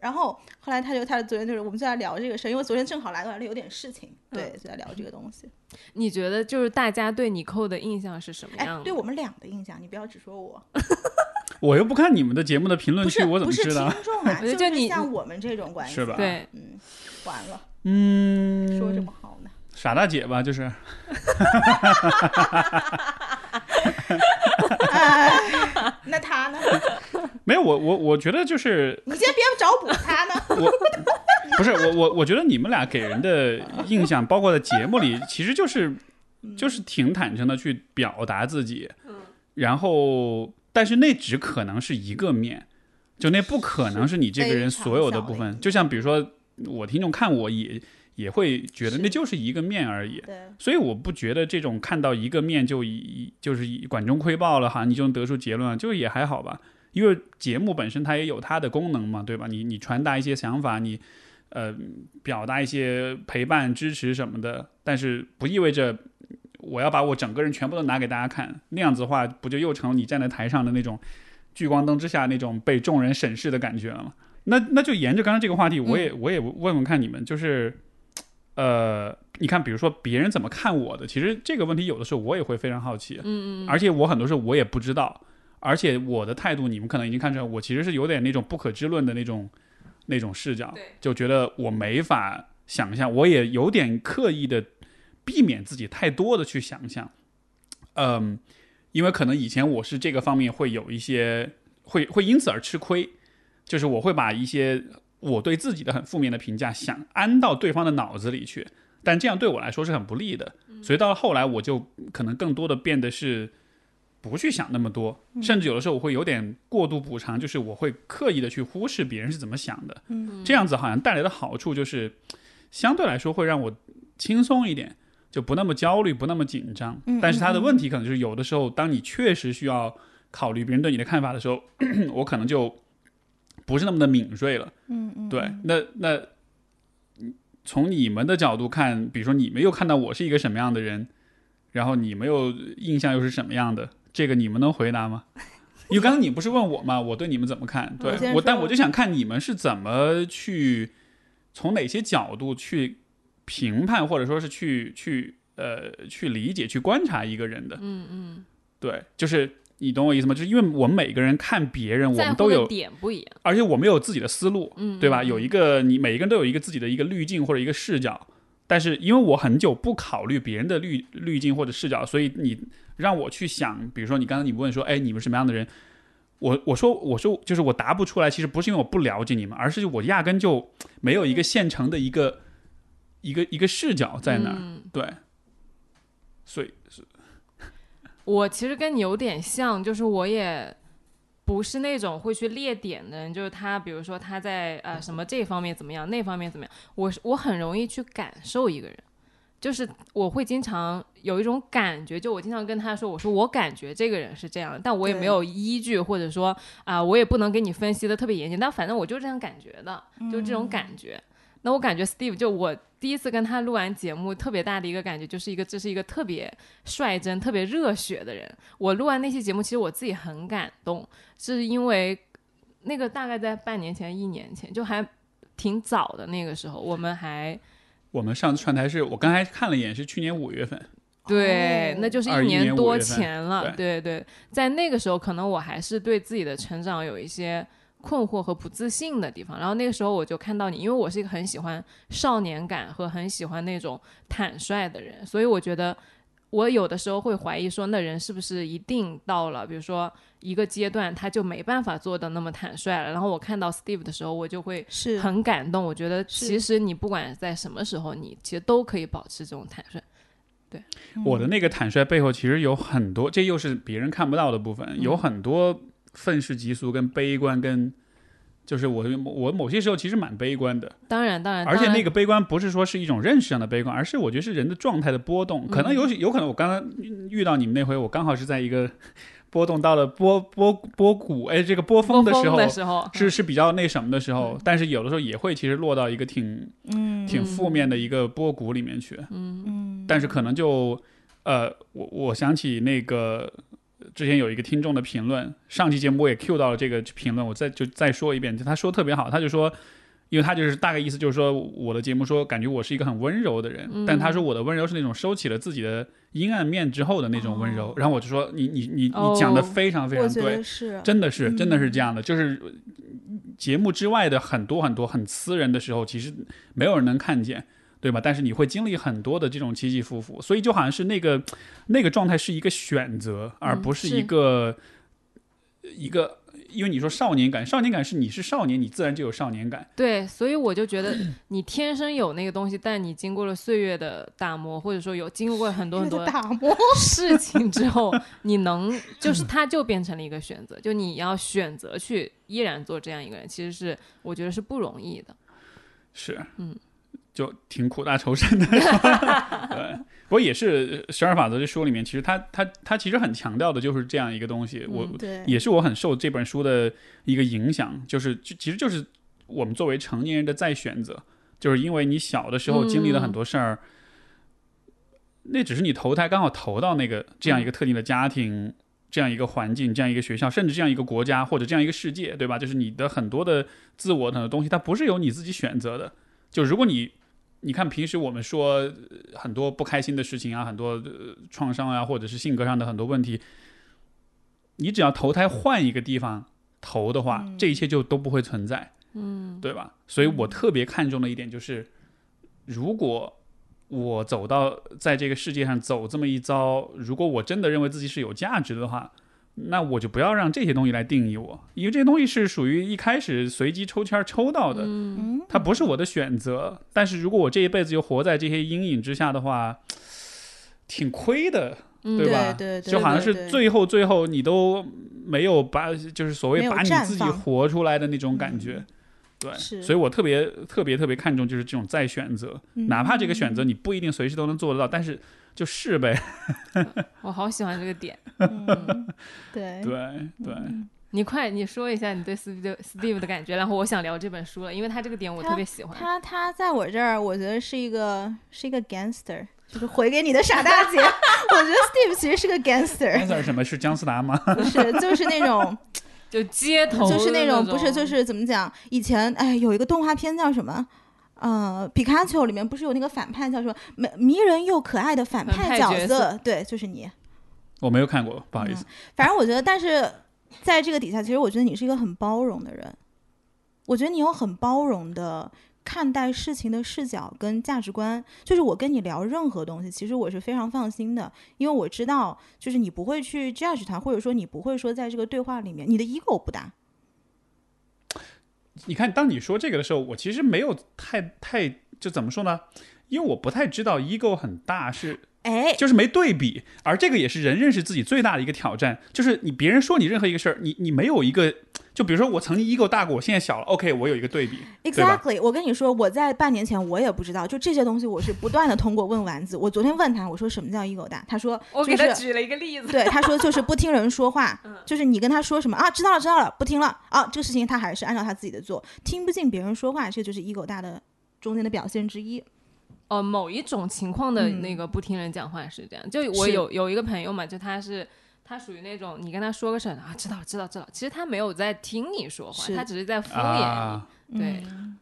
C: 然后后来他就他昨天就是我们就在聊这个事儿，因为昨天正好来都来了有点事情，对，
B: 嗯
C: 就在聊这个东西。
B: 你觉得就是大家对你扣的印象是什么样
C: 哎，
B: 的？
C: 对我们俩的印象，你不要只说我。
A: 我又不看你们的节目的评论
C: 不
A: 区，
C: 是
A: 我怎
C: 不
A: 么
C: 是
A: 知
C: 听
A: 道？
C: 众
B: *laughs*
C: 啊，
B: 不是
C: 就
B: 就你
C: 像我们这种关系
A: 是吧
B: 对
C: 嗯，完了，
A: 嗯，
C: 说这么好呢？ *laughs*
A: 傻大姐吧，就是
C: 哎那他呢？ *laughs*
A: 没有我我我觉得就是
C: 你先别找补他呢。
A: 我 *laughs* 不是我我我觉得你们俩给人的印象，包括在节目里，其实就是就是挺坦诚的去表达自己，然后但是那只可能是一个面，就那不可能是你这个人所有的部
C: 非常
A: 分。
C: 小的一面
A: 就像比如说我听众看我也也会觉得
C: 是
A: 那就是一个面而已。
C: 对，
A: 所以我不觉得这种看到一个面就以就是以管中窥豹了哈，你就能得出结论了，就也还好吧。因为节目本身它也有它的功能嘛，对吧？你你传达一些想法，你呃表达一些陪伴、支持什么的，但是不意味着我要把我整个人全部都拿给大家看，那样子的话，不就又成你站在台上的那种聚光灯之下那种被众人审视的感觉了吗？那那就沿着刚刚这个话题，我也、我也问问看你们，就是呃，你看，比如说别人怎么看我的，其实这个问题有的时候我也会非常好奇，嗯嗯，而且我很多时候我也不知道，而且我的态度你们可能已经看出来，我其实是有点那种不可知论的那种那种视角
B: 对，
A: 就觉得我没法想象，我也有点刻意的避免自己太多的去想象，嗯，因为可能以前我是这个方面会有一些会会因此而吃亏，就是我会把一些我对自己的很负面的评价想安到对方的脑子里去，但这样对我来说是很不利的。
C: 嗯
A: 所以到了后来，我就可能更多的变得是不去想那么多，
C: 嗯
A: 甚至有的时候我会有点过度补偿，就是我会刻意的去忽视别人是怎么想的。
C: 嗯
A: 这样子好像带来的好处就是，相对来说会让我轻松一点，就不那么焦虑，不那么紧张。
C: 嗯
A: 但是它的问题可能就是，有的时候当你确实需要考虑别人对你的看法的时候，我可能就不是那么的敏锐了。
C: 嗯嗯，
A: 对，那那从你们的角度看，比如说你们又看到我是一个什么样的人，然后你们又印象又是什么样的，这个你们能回答吗？因为刚刚你不是问我嘛，我对你们怎么看？对
C: 我先
A: 我，
C: 说
A: 但我就想看你们是怎么去从哪些角度去评判，或者说是去去呃去理解、去观察一个人的。
B: 嗯嗯，
A: 对，就是你懂我意思吗？就是因为我们每个人看别人，我
B: 在
A: 们
B: 乎
A: 都有
B: 的点不一样。
A: 而且我们有自己的思路，
B: 嗯
A: 对吧？有一个你每一个人都有一个自己的一个滤镜或者一个视角，但是因为我很久不考虑别人的滤滤镜或者视角，所以你让我去想，比如说你刚才你问说，哎，你们什么样的人？我我说我说就是我答不出来，其实不是因为我不了解你们，而是我压根就没有一个现成的一个一个一个视角在那儿，
B: 嗯
A: 对，所以
B: 我其实跟你有点像，就是我也不是那种会去列点的人，就是他，比如说他在呃什么这方面怎么样，那方面怎么样，我是我很容易去感受一个人。就是我会经常有一种感觉，就我经常跟他说，我说我感觉这个人是这样的，但我也
C: 对
B: 没有依据，或者说啊、我也不能给你分析的特别严谨，但反正我就这样感觉的，就
C: 嗯
B: 这种感觉。那我感觉 Steve 就我第一次跟他录完节目，特别大的一个感觉就是一个这是一个特别率真、特别热血的人。我录完那期节目，其实我自己很感动，是因为那个大概在半年前、一年前，就还挺早的那个时候，我们还
A: 我们上次串台是我刚才看了一眼，是去年五月份，
C: 哦
B: 对，那就是
A: 21
B: 一
A: 年5
B: 多
A: 月份
B: 前了。对对，在那个时候，可能我还是对自己的成长有一些困惑和不自信的地方。然后那个时候我就看到你，因为我是一个很喜欢少年感和很喜欢那种坦率的人，所以我觉得我有的时候会怀疑说，那人是不是一定到了，比如说一个阶段，他就没办法做的那么坦率了。然后我看到 Steve 的时候，我就会
C: 是
B: 很感动。我觉得
C: 是
B: 其实你不管在什么时候，你其实都可以保持这种坦率。嗯
A: 我的那个坦率背后其实有很多，这又是别人看不到的部
B: 嗯
A: 分，有很多愤世嫉俗跟悲观跟。就是我，我某些时候其实蛮悲观的，
B: 当然，当然，
A: 而且
B: 嗯当然
A: 那个悲观不是说是一种认识上的悲观，而是我觉得是人的状态的波动。可能
B: 嗯
A: 有有可能我刚刚遇到你们那回，我刚好是在一个波动到了波波波谷，哎，这个波峰的时候，
B: 的时嗯候
A: 是是比较那什么的时候，但是有的时候也会其实落到一个挺
C: 嗯
A: 挺负面的一个波谷里面去。
B: 嗯
A: 但是可能就呃，我我想起那个之前有一个听众的评论，上期节目我也 Q 到了这个评论，我再就再说一遍，就他说得特别好，他就说。因为他就是大概意思就是说，我的节目说感觉我是一个很温柔的人，
C: 嗯
A: 但他说我的温柔是那种收起了自己的阴暗面之后的那种温柔。然后我就说你你你你讲的
B: 哦
A: 非常非常
C: 哦我觉
A: 对，
C: 得是
A: 真的
B: 嗯
A: 是，真的是这样的，就是呃节目之外的很多很多很私人的时候，其实没有人能看见，对吧？但是你会经历很多的这种起起伏伏，所以就好像是那个那个状态是一个选择，而不是
B: 是
A: 一个、
B: 嗯
A: 一个。因为你说少年感，少年感是你是少年，你自然就有少年感。
B: 对，所以我就觉
A: *clears throat*
B: 得你天生有那个东西，但你经过了岁月的打磨，或者说有经过很多很
C: 因 *laughs* 为
B: 多
C: 它打
A: *laughs*
C: 磨，
B: 事情之后，你能就是它就变成了一个选择，就你要选择去依然做这样一个人，其实是我觉得是不容易的。
A: 是，
B: 嗯，
A: 就挺苦大仇深的。 *laughs* 对，我也是《呃十二法则》这书里面，其实他他他其实很强调的就是这样一个东西。我
B: 嗯
C: 对，
A: 也是我很受这本书的一个影响，就是就其实就是我们作为成年人的再选择，就是因为你小的时候经历了很多事儿，那只是你投胎刚好投到那个这样一个特定的家庭、这样一个环境、这样一个学校，甚至这样一个国家或者这样一个世界，对吧？就是你的很多的自我的东西，它不是由你自己选择的。就如果你你看平时我们说呃很多不开心的事情啊，很多、呃创伤啊，或者是性格上的很多问题，你只要投胎换一个地方投的话，这一切就都不会存在，嗯，对吧？所以我特别看重的一点就是，如果我走到在这个世界上走这么一遭，如果我真的认为自己是有价值的话，那我就不要让这些东西来定义我，因为这些东西是属于一开始随机抽签儿抽到的，
C: 嗯
A: 它不是我的选择。但是如果我这一辈子就活在这些阴影之下的话，挺亏的，
B: 嗯，
A: 对吧？
C: 对对对
A: 就好像是
C: 对
A: 最后最后你都没有把，就是所
C: 没
A: 谓
C: 有
A: 把你
C: 绽
A: 自己
C: 放嗯
A: 活出来的那种感觉。对，
C: 是
A: 所以我特别特别特别看重就是这种再选择，
C: 嗯
A: 哪怕这个选择你不一定随时都能做得到，但是就试呗。
B: 我好喜欢这个点。
C: 嗯
A: *laughs*
C: 对
A: 对对，
C: 嗯
B: 你快你说一下你对 Steve Steve 的感觉，然后我想聊这本书了，因为他这个点我特别喜欢。
C: 他他在我这儿，我觉得是一个是一个 gangster，就是回给你的傻大姐。 *laughs* 我觉得 Steve 其实是个
A: *laughs*
C: gangster，
A: answer 是什么是姜思达吗？ *laughs*
C: 不是就是那种
B: 就街头
C: 就是
B: 的
C: 那
B: 那
C: 种不是就是怎么讲？以前哎有一个动画片叫什么？呃，皮卡丘里面不是有那个反派叫什么迷迷人又可爱的反
B: 反
C: 派
B: 派
C: 角
B: 角
C: 色？对，就是你。
A: 我没有看过，不好意思。
C: 反正我觉得，但是在这个底下，其实我觉得你是一个很包容的人。我觉得你有很包容的看待事情的视角跟价值观。就是我跟你聊任何东西，其实我是非常放心的，因为我知道，就是你不会去 judge 他，或者说你不会说在这个对话里面，你的 ego 不大。
A: 你看，当你说这个的时候，我其实没有太太就怎么说呢？因为我不太知道 ego 很大是
C: 哎，
A: 就是没对比，而这个也是人认识自己最大的一个挑战，就是你别人说你任何一个事儿，你你没有一个，就比如说我曾经 ego 大过，我现在小了，OK，我有一个对比，对吧？
C: Exactly，我跟你说，我在半年前我也不知道，就这些东西我是不断的通过问丸子。我昨天问他，我说什么叫 ego 大，他说
B: 我
C: 就
B: 给他嗯
C: 是
B: 举了一个例子，
C: 对，他说就是不听人说
B: *laughs*
C: 话，就是你跟他说什么啊，知道了知道了，不听了啊，这个事情他还是按照他自己的做，听不进别人说话，这就是 ego 大的中间的表现之一。
B: 呃，某一种情况的
C: 嗯
B: 那个不听人讲话是这样。就我
C: 是
B: 有有一个朋友嘛，就他是他属于那种你跟他说个事儿啊，知道了知道了知道了，其实他没有在听你说话，
C: 是
B: 他只是在敷衍你。
A: 啊，
B: 对
C: 嗯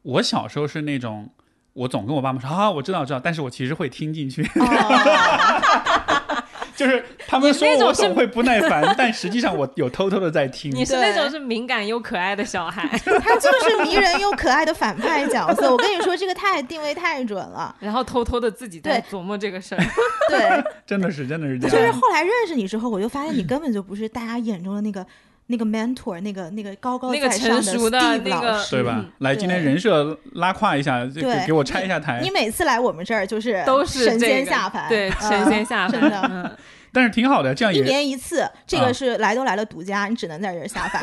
A: 我小时候是那种，我总跟我爸妈说啊，我知道知道，但是我其实会听进去， *laughs*
C: 哦，
A: 就是他们
B: 你
A: 说
B: 那种
A: 我
B: 是
A: 总会不耐烦，但实际上我有偷偷的在听。
B: 你是那
C: 对
B: 种是敏感又可爱的
C: *laughs*
B: 小孩，
C: 他就是迷人又可爱的反派角色。我跟你说，这个太定位太准了。
B: 然后偷偷的自己在
C: 对
B: 琢磨这个
C: *laughs*
B: 事儿。
C: 对，
A: 真的是，真的是这
C: 就是
A: 样。
C: 后来认识你之后，我就发现你根本就不是大家眼中的那个那个 mentor，那个那个高高
B: 那个
C: 在上
B: 成熟的
C: Steve
B: 那
C: 老
B: 个
C: 师。
A: 对吧
B: 嗯？
A: 来，
C: 对
A: 今天人设拉胯一下，这
C: 对
A: 给给我拆一下台
C: 你。每次来我们这儿就是
B: 都是
C: 神
B: 这
C: 仙
B: 个
C: 下凡，
B: 对，
C: 嗯
B: 神仙下凡，
C: 真的
B: 嗯，
A: 但是挺好的，这样
C: 一
A: 也
C: 年一次，这
A: 啊
C: 个是来都来了独家，你只能在这儿下
B: *laughs*
C: 凡，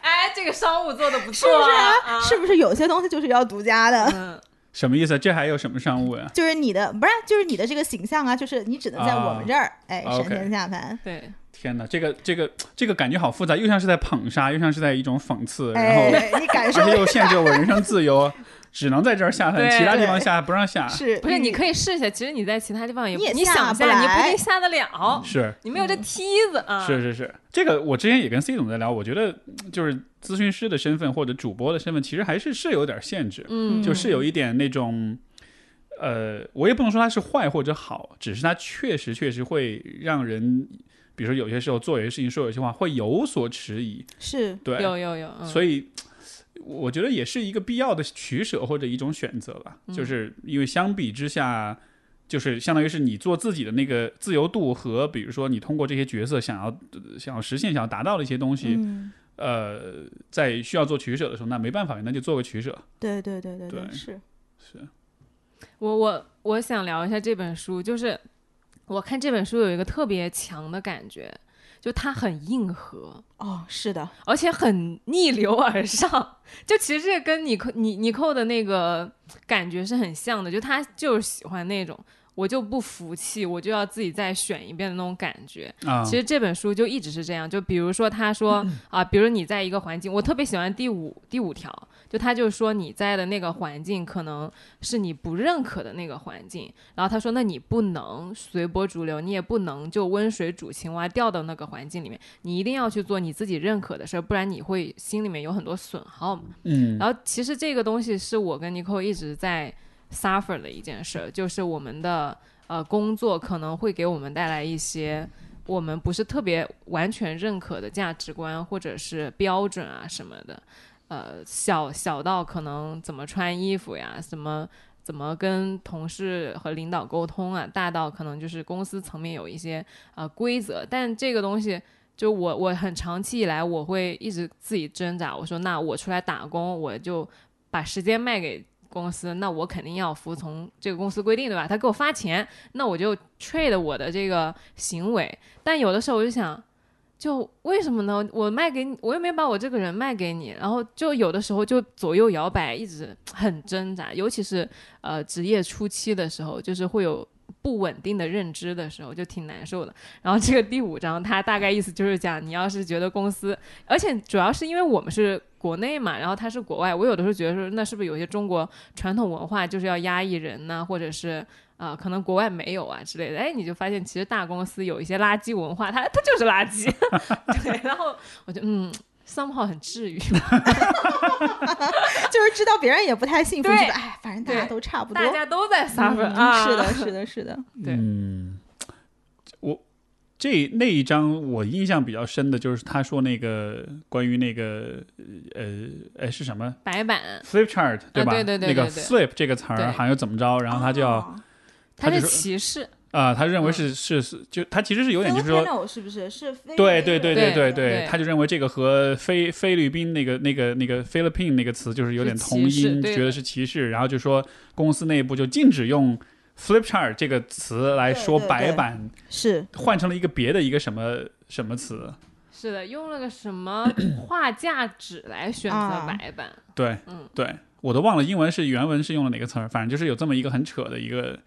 B: 哎，这个商务做的不
C: 是
B: 错
C: 不是
B: 啊、
C: 啊？是不是有些东西就是要独家的？ *laughs*
B: 嗯，
A: 什么意思？这还有什么商务呀？
C: 就是你的，不是，就是你的这个形象啊，就是你只能在我们这儿，哎，
A: OK
C: 神仙下凡。 *laughs*
B: 对，
A: 天哪，这个这个这个感觉好复杂，又像是在捧杀，又像是在一种讽刺，然后
C: 哎，你
A: *laughs*
C: 感受
A: 而且又限制我人身自
C: *laughs*
A: 由，只能在这儿下凡，
B: 对
A: 其他地方下不让下。
C: 是
B: 不是，你可以试一下，其实你在其他地方也
C: 你也
B: 你
C: 下嗯
B: 想一
C: 不
B: 下，你不
C: 来
B: 一定下得了，
A: 是
B: 你没有这梯子啊，
A: 是是是，这个我之前也跟 C 总在聊，我觉得嗯就是咨询师的身份或者主播的身份，其实还是是有点限制，
B: 嗯，
A: 就是有一点那种。呃，我也不能说它是坏或者好，只是它确实确实会让人，比如说有些时候做有些事情说有些话会有所迟疑，
C: 是，
A: 对，
B: 有有有，嗯、
A: 所以我觉得也是一个必要的取舍或者一种选择吧，
B: 嗯
A: 就是因为相比之下。就是相当于是你做自己的那个自由度和，比如说你通过这些角色想要、呃想要实现、想要达到的一些东西，
C: 嗯，
A: 呃，在需要做取舍的时候，那没办法，那就做个取舍。
C: 对对对对
A: 对
C: 是，
A: 是，
B: 我我我想聊一下这本书，就是我看这本书有一个特别强的感觉，就它很硬核，
C: 哦，是的，
B: 而且很逆流而上，就其实这跟你扣你你扣的那个感觉是很像的，就他就是喜欢那种我就不服气，我就要自己再选一遍的那种感觉。
A: 啊，
B: 其实这本书就一直是这样，就比如说他说啊，比如你在一个环境，我特别喜欢第五第五条，就他就说你在的那个环境可能是你不认可的那个环境，然后他说那你不能随波逐流，你也不能就温水煮青蛙掉到那个环境里面，你一定要去做你自己认可的事儿，不然你会心里面有很多损耗嘛。
A: 嗯，
B: 然后其实这个东西是我跟 Nico 一直在 suffer 的一件事儿，就是我们的呃工作可能会给我们带来一些我们不是特别完全认可的价值观或者是标准啊什么的，呃，小小到可能怎么穿衣服呀，怎么。怎么跟同事和领导沟通啊？大到可能就是公司层面有一些呃规则，但这个东西就我我很长期以来我会一直自己挣扎，我说那我出来打工，我就把时间卖给公司，那我肯定要服从这个公司规定，对吧？他给我发钱，那我就 trade 我的这个行为。但有的时候我就想，就为什么呢？我卖给你，我又没把我这个人卖给你，然后就有的时候就左右摇摆，一直很挣扎，尤其是呃职业初期的时候，就是会有不稳定的认知的时候，就挺难受的。然后这个第五章，它大概意思就是讲，你要是觉得公司，而且主要是因为我们是国内嘛，然后它是国外，我有的时候觉得说，那是不是有些中国传统文化就是要压抑人呐、或者是啊、呃可能国外没有啊之类的？哎，你就发现其实大公司有一些垃圾文化，它它就是垃圾。 *laughs* 对，然后我就嗯。somehow 很治愈，
C: 就是知道别人也不太幸福，
B: 对
C: 觉得哎，反正大家
B: 对
C: 都差不多
B: 大。家都在 suffer
C: 嗯
B: 啊，
C: 是的，是的，是的，
B: 对
A: 嗯，我这那一章我印象比较深的就是他说那个关于那个呃哎是什么
B: 白板，
A: flip chart 对吧？
B: 啊对对对
A: 那个
B: 对对
A: flip 这个词
B: 对
A: 儿好像又怎么着，然后他就要
C: 哦
B: 它
A: 它就是是
B: 歧视，
A: 啊、他
B: 嗯
A: 认为是是是，就他其实是有
C: 哦
A: 点就是说，
C: Filipino 是不是是菲律宾
A: 对对对对对
B: 对对
A: 他就认为这个和菲菲律宾那个那个那个 Philippine 那个词就是有点
B: 是
A: 同
B: 歧视
A: 音，
B: 对
A: 觉得是歧视，然后就说公司内部就禁止用 flip chart 这个词来说
C: 对对
A: 白
C: 对
A: 板，
C: 是
A: 换成了一个别的一个什么什么词？
B: 是的，用了个
A: *clears throat*
B: 什么画价值来选择
C: 啊
B: 白板？
A: 对，
B: 嗯
A: 对，我都忘了英文是原文是用了哪个词儿，反正就是有这么一个很扯的一个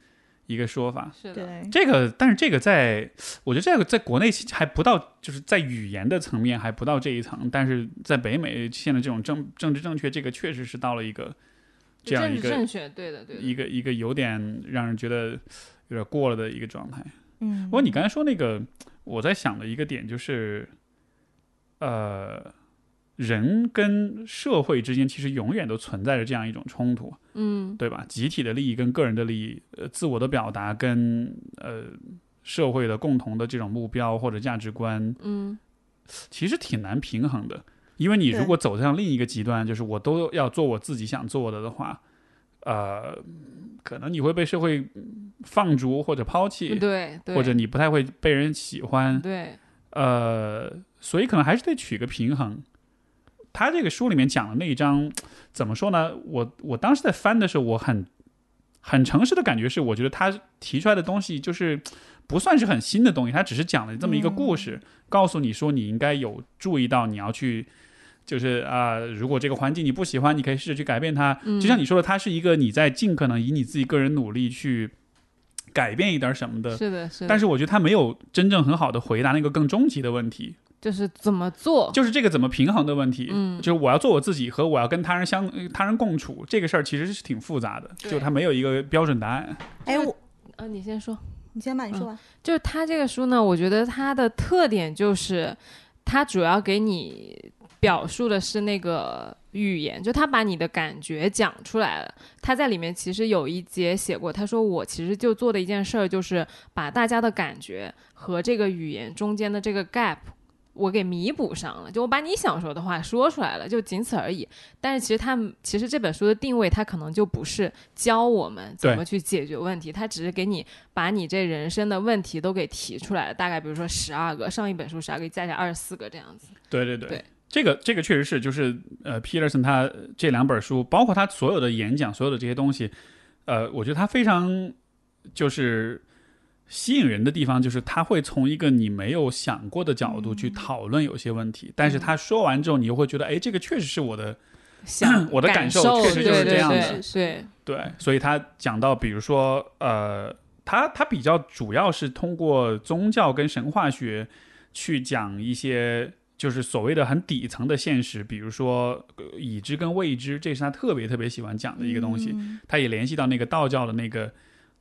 A: 一个说法。
B: 是的，
C: 对，
A: 这个，但是这个在，我觉得这个在国内其实还不到，就是在语言的层面还不到这一层，但是在北美现在这种政政治正确，这个确实是到了一个这样
B: 政
A: 一
B: 治
A: 个
B: 正确，对的，对的。
A: 一个一个有点让人觉得有点过了的一个状态。
C: 嗯，
A: 不过你刚才说那个，我在想的一个点就是，呃，人跟社会之间其实永远都存在着这样一种冲突，
B: 嗯，
A: 对吧？集体的利益跟个人的利益，呃，自我的表达跟呃社会的共同的这种目标或者价值观，
B: 嗯，
A: 其实挺难平衡的。因为你如
C: 对
A: 果走向另一个极端，就是我都要做我自己想做的的话，呃，可能你会被社会嗯放逐或者抛弃，
B: 对对，
A: 或者你不太会被人喜欢，
B: 对，
A: 呃，所以可能还是得取个平衡。他这个书里面讲的那一章，怎么说呢？我我当时在翻的时候，我很很诚实的感觉是，我觉得他提出来的东西就是不算是很新的东西，他只是讲了这么一个故事，
B: 嗯
A: 告诉你说你应该有注意到你要去。就是啊、如果这个环境你不喜欢，你可以试着去改变它。
B: 嗯
A: 就像你说的，它是一个你在尽可能以你自己个人努力去改变一点什么的
B: 是的，是的，
A: 嗯但是我觉得他没有真正很好的回答那个更终极的问题，
B: 就是怎么做？
A: 就是这个怎么平衡的问题。
B: 哦嗯
A: 就是我要做我自己和我要跟他人相呃他人共处这个事儿其实是挺复杂的，
B: 对
A: 就他没有一个标准答案。
C: 哎，我
B: 呃，你先说。
C: 你先吧，你说吧。
B: 就是它这个书呢，我觉得它的特点就是，它主要给你表述的是那个语言，就它把你的感觉讲出来了。他在里面其实有一节写过，他说我其实就做的一件事儿，就是把大家的感觉和这个语言中间的这个 gap。我给弥补上了，就我把你想说的话说出来了，就仅此而已。但是其实他其实这本书的定位，它可能就不是教我们怎
A: 对
B: 么去解决问题，它只是给你把你这人生的问题都给提出来了，大概比如说十二个，上一本书十二个，再加二十四个这样子。
A: 对对对，
B: 对
A: 这个这个确实是，就是呃，Peterson 他这两本书，包括他所有的演讲，所有的这些东西，呃，我觉得他非常就是吸引人的地方，就是他会从一个你没有想过的角度去
B: 嗯
A: 讨论有些问题，但是他说完之后，你又会觉得，哎，这个确实是我的。
B: 想
A: 嗯我的感受
B: 受
A: 确实就是这
B: 对
A: 样
B: 对
A: 的
B: 对
C: 是是
B: 对
A: 对，所以他讲到，比如说，呃，他他比较主要是通过宗教跟神话学去讲一些就是所谓的很底层的现实，比如说、呃已知跟未知，这是他特别特别喜欢讲的一个东西。
C: 嗯
A: 他也联系到那个道教的那个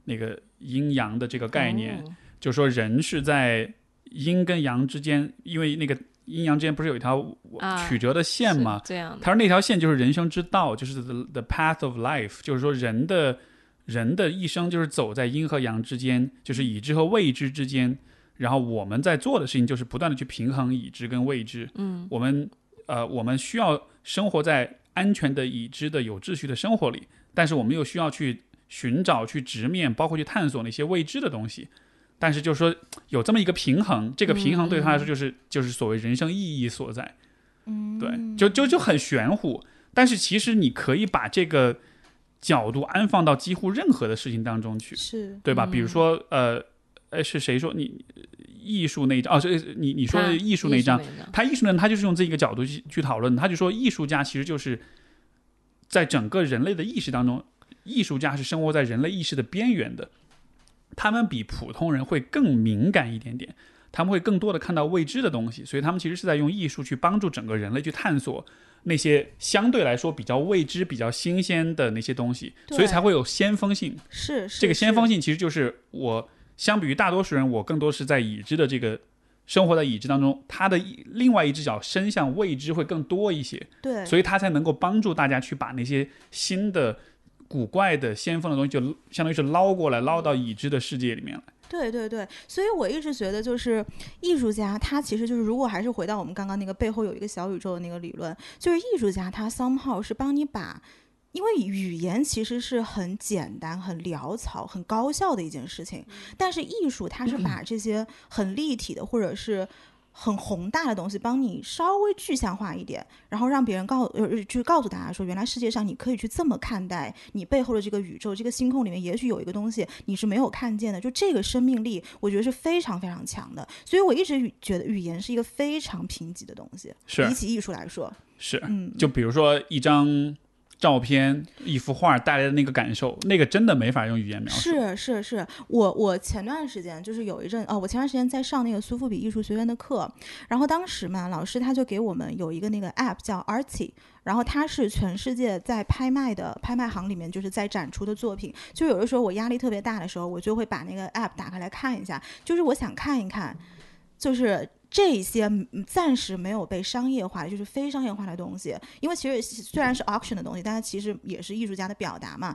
A: 那个阴阳的这个概念，
B: 哦
A: 就说人是在阴跟阳之间，因为那个阴阳之间不是有一条
B: 啊
A: 曲折的线
B: 是
A: 吗？
B: 这样的，
A: 他说那条线就是人生之道，就是 the the path of life，就是说人的人的一生就是走在阴和阳之间，就是已知和未知之间。然后我们在做的事情就是不断的去平衡已知跟未知。
B: 嗯，
A: 我们呃，我们需要生活在安全的、已知的、有秩序的生活里，但是我们又需要去寻找、去直面，包括去探索那些未知的东西。但是就是说有这么一个平衡，这个平衡对他来说就是、就是所谓人生意义所在。
C: 嗯，
A: 对，就就就很玄乎。但是其实你可以把这个角度安放到几乎任何的事情当中去，
C: 是
A: 对吧？比如
B: 嗯
A: 说，呃，呃，是谁说你艺术那一章？哦，是你你说
B: 他
A: 的艺术那一
B: 一
A: 章，他艺术呢，他就是用这个角度去去讨论，他就说艺术家其实就是在整个人类的意识当中，艺术家是生活在人类意识的边缘的，他们比普通人会更敏感一点点，他们会更多的看到未知的东西，所以他们其实是在用艺术去帮助整个人类去探索。那些相对来说比较未知、比较新鲜的那些东西，
C: 对
A: 所以才会有先锋性。
C: 是是
A: 这个先锋
C: 是
A: 性其实就是我相比于大多数人，我更多是在已知的这个生活在已知当中，他的一另外一只脚伸向未知会更多一些，
C: 对，
A: 所以他才能够帮助大家去把那些新的。古怪的先锋的东西就相当于是捞过来，捞到已知的世界里面来。
C: 对对对，所以我一直觉得，就是艺术家，他其实就是，如果还是回到我们刚刚那个背后有一个小宇宙的那个理论，就是艺术家他 somehow 是帮你把，因为语言其实是很简单、很潦草、很高效的一件事情，但是艺术它是把这些很立体的，或者是很宏大的东西，帮你稍微具象化一点，然后让别人告呃去告诉大家说，原来世界上你可以去这么看待你背后的这个宇宙，这个星空里面也许有一个东西你是没有看见的，就这个生命力，我觉得是非常非常强的。所以我一直语觉得语言是一个非常贫瘠的东西，
A: 是
C: 比起艺术来说，
A: 是，
C: 嗯，
A: 就比如说一张照片、一幅画带来的那个感受，那个真的没法用语言描述。
C: 是是是，我我前段时间就是有一阵哦，我前段时间在上那个苏富比艺术学院的课，然后当时嘛，老师他就给我们有一个那个 app 叫 Artsy，然后它是全世界在拍卖的拍卖行里面就是在展出的作品，就有的时候我压力特别大的时候，我就会把那个 app 打开来看一下，就是我想看一看，就是。这些嗯暂时没有被商业化，就是非商业化的东西，因为其实虽然是 auction 的东西，但它其实也是艺术家的表达嘛。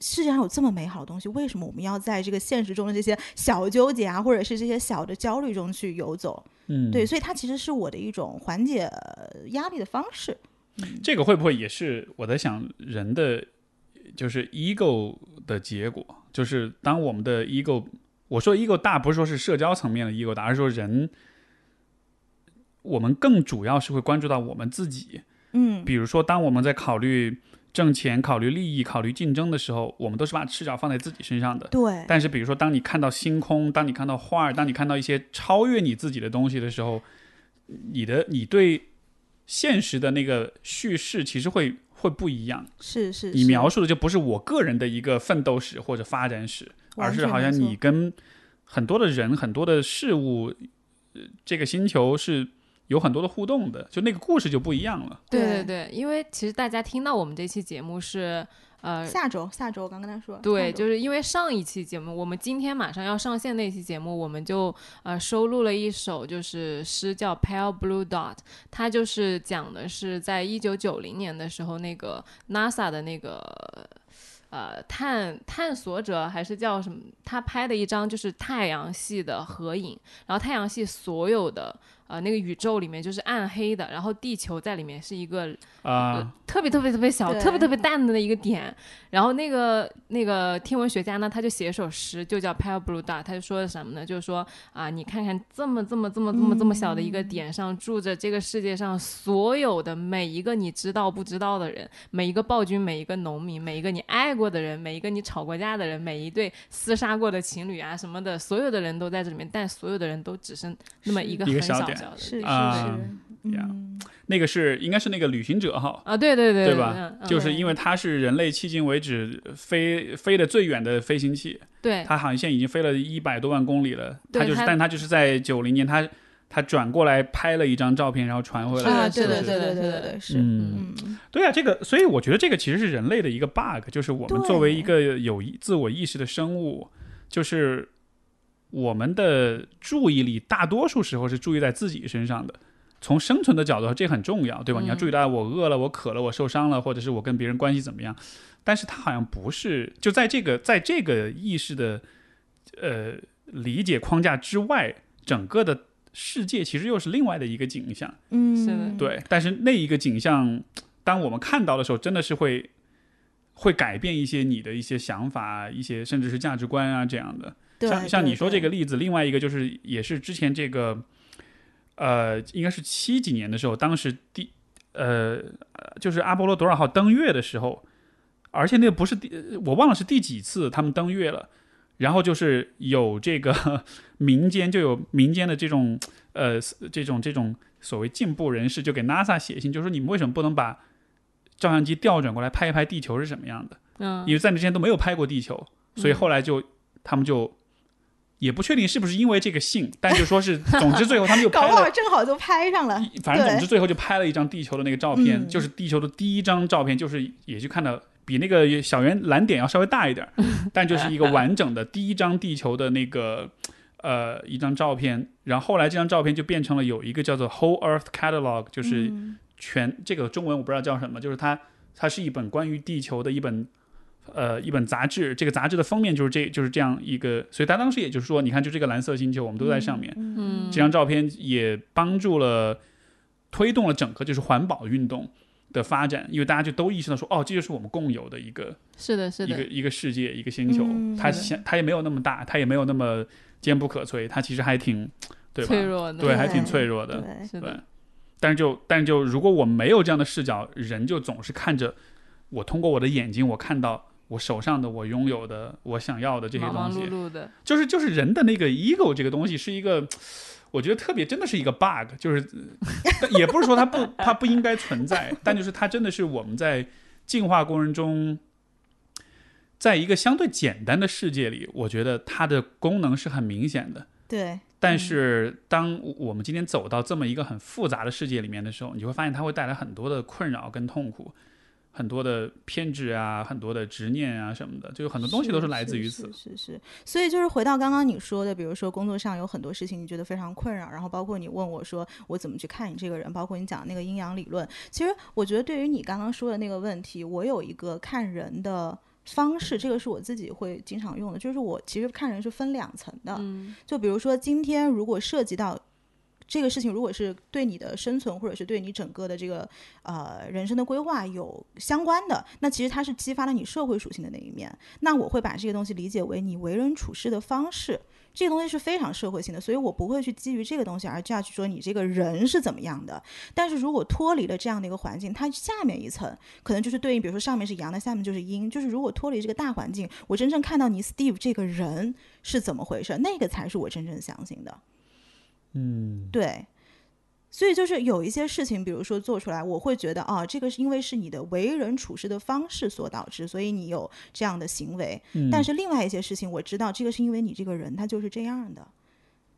C: 世界上有这么美好的东西，为什么我们要在这个现实中的这些小纠结啊，或者是这些小的焦虑中去游走？
A: 嗯，
C: 对，所以它其实是我的一种缓解呃压力的方式。
A: 这个会不会也是我在想人的就是 ego 的结果？就是当我们的 ego，我说 ego 大不是说是社交层面的 ego 大，而是说人，我们更主要是会关注到我们自己。
C: 嗯，
A: 比如说，当我们在考虑挣钱、考虑利益、考虑竞争的时候，我们都是把视角放在自己身上的。
C: 对，
A: 但是，比如说，当你看到星空，当你看到画儿，当你看到一些超越你自己的东西的时候，你的你对现实的那个叙事其实会会不一样。
C: 是是
A: 你
C: 是
A: 描述的就不是我个人的一个奋斗史或者发展史，而
C: 完
A: 是
C: 全
A: 好
C: 没
A: 像
C: 错
A: 你跟很多的人、很多的事物，呃这个星球是有很多的互动的，就那个故事就不一样了。
B: 对对
C: 对
B: 对，因为其实大家听到我们这期节目是呃
C: 下周下周我刚跟他说，下
B: 对，
C: 周
B: 就是因为上一期节目，我们今天马上要上线那期节目，我们就呃收录了一首就是诗叫《Pale Blue Dot》，它就是讲的是在一九九零年的时候，那个 NASA 的那个呃探探索者还是叫什么，他拍的一张就是太阳系的合影，然后太阳系所有的呃那个宇宙里面就是暗黑的，然后地球在里面是一个
A: 啊、
B: 呃特别特别特别小、
C: 对
B: 特别特别淡的一个点。然后那个那个天文学家呢，他就写一首诗，就叫《Pale Blue Dot》，他就说什么呢？就是说啊，你看看这么这么这么这么这么小的一
C: 嗯
B: 个点上，住着这个世界上所有的每一个你知道不知道的人，每一个暴君，每一个农民，每一个你爱过的人，每一个你吵过架的人，每一对厮杀过的情侣啊什么的，所有的人都在这里面，但所有的人都只是那么一个
A: 一个
B: 很
A: 小
B: 小
A: 点
B: 小的
C: 是是是，
B: 点
A: 啊呀
C: 嗯，
A: 那个是应该是那个旅行者号。
B: 啊，对对对
A: 对吧
B: 嗯嗯
A: 就是因为它是人类迄今为止飞飞的最远的飞行器，
B: 对
A: 它航线已经飞了一百多万公里了。
B: 对
A: 它就是，
B: 它
A: 但它就是在九零年，它它转过来拍了一张照片，然后传回来。
C: 啊，
B: 是
C: 对
B: 的
C: 对对
B: 是
C: 对
B: 的是
C: 对
B: 的
C: 对对是，
A: 嗯，
C: 嗯，
A: 对啊，这个，所以我觉得这个其实是人类的一个 bug，就是我们
C: 对
A: 作为一个有意自我意识的生物，就是我们的注意力大多数时候是注意在自己身上的。从生存的角度，这很重要，对吧？
B: 嗯
A: 你要注意到我饿了、我渴了、我受伤了，或者是我跟别人关系怎么样。但是它好像不是，就在这个在这个意识的呃理解框架之外，整个的世界其实又是另外的一个景象。
C: 嗯，
B: 是的，
A: 对，但是那一个景象，当我们看到的时候，真的是会会改变一些你的一些想法，啊一些甚至是价值观啊这样的。
C: 对，
A: 像像
C: 对
A: 你说这
C: 对
A: 个例子，另外一个就是也是之前这个，呃，应该是七几年的时候，当时第呃就是阿波罗多少号登月的时候，而且那个不是第我忘了是第几次他们登月了，然后就是有这个 *laughs* 民间就有民间的这种呃这种这种所谓进步人士就给 NASA 写信，就说你们为什么不能把照相机调转过来拍一拍地球是什么样的？
C: 啊
B: 嗯，
A: 因为在那之前都没有拍过地球，所
C: 嗯
A: 以后来就、他们就也不确定是不是因为这个信，但就
C: *laughs*
A: 说是，总之最后他们就
C: 搞
A: 拍
C: 不好
A: 了，
C: 正好就拍上了，
A: 反正
C: 对
A: 总之最后就拍了一张地球的那个照片，
C: 嗯
A: 就是地球的第一张照片，就是也就看到比那个小圆蓝点要稍微大
C: *laughs*
A: 一点儿，但就是一个完整的第一张地球的那个。呃，一张照片，然后后来这张照片就变成了有一个叫做 Whole Earth Catalog，就是
C: 嗯
A: 全这个中文我不知道叫什么，就是它它是一本关于地球的一本呃一本杂志，这个杂志的封面就是这就是这样一个，所以它当时也就是说，你看就这个蓝色星球，我们都在上面，
B: 嗯
A: 这张照片也帮助了推动了整个就是环保运动。的发展，因为大家就都意识到说，哦，这就是我们共有的一个
B: 是的，是
A: 一个
B: 的，
A: 一个世界，一个星球。
C: 嗯
A: 它
C: 是的
A: 想，它也没有那么大，它也没有那么坚不可摧，它其实还挺对
B: 脆
A: 吧？
B: 弱的，
A: 对，还挺
C: 对
A: 脆弱的。
C: 对，
B: 是
A: 对
B: 的，，
A: 但是就但是就如果我没有这样的视角，人就总是看着我通过我的眼睛，我看到我手上的我拥有的我想要的这些
B: 忙
A: 东
B: 忙
A: 西，
B: 碌碌的，
A: 就是就是人的那个 ego 这个东西是一个。我觉得特别真的是一个 bug，就是呃也不是说它不它不应该存在，但就是它真的是我们在进化过程中，在一个相对简单的世界里，我觉得它的功能是很明显的。
C: 对，
A: 但
C: 嗯
A: 是，当我我们今天走到这么一个很复杂的世界里面的时候，你就会发现它会带来很多的困扰跟痛苦，很多的偏执啊，很多的执念啊什么的，就有很多东西都是来自于此。
C: 是是是是，所以就是回到刚刚你说的，比如说工作上有很多事情你觉得非常困扰，然后包括你问我说我怎么去看你这个人，包括你讲那个阴阳理论，其实我觉得对于你刚刚说的那个问题，我有一个看人的。方式，这个是我自己会经常用的，就是我其实看人是分两层的，
B: 嗯，
C: 就比如说，今天如果涉及到这个事情，如果是对你的生存或者是对你整个的这个呃人生的规划有相关的，那其实它是激发了你社会属性的那一面。那我会把这个东西理解为你为人处事的方式。这个东西是非常社会性的，所以我不会去基于这个东西而 judge 说你这个人是怎么样的。但是如果脱离了这样的一个环境，它下面一层可能就是对应，比如说上面是阳的，下面就是阴。就是如果脱离这个大环境，我真正看到你 Steve 这个人，是怎么回事，那个才是我真正相信的。
A: 嗯，
C: 对，所以就是有一些事情，比如说做出来，我会觉得啊，这个是因为是你的为人处事的方式所导致，所以你有这样的行为。但是另外一些事情，我知道这个是因为你这个人他就是这样的。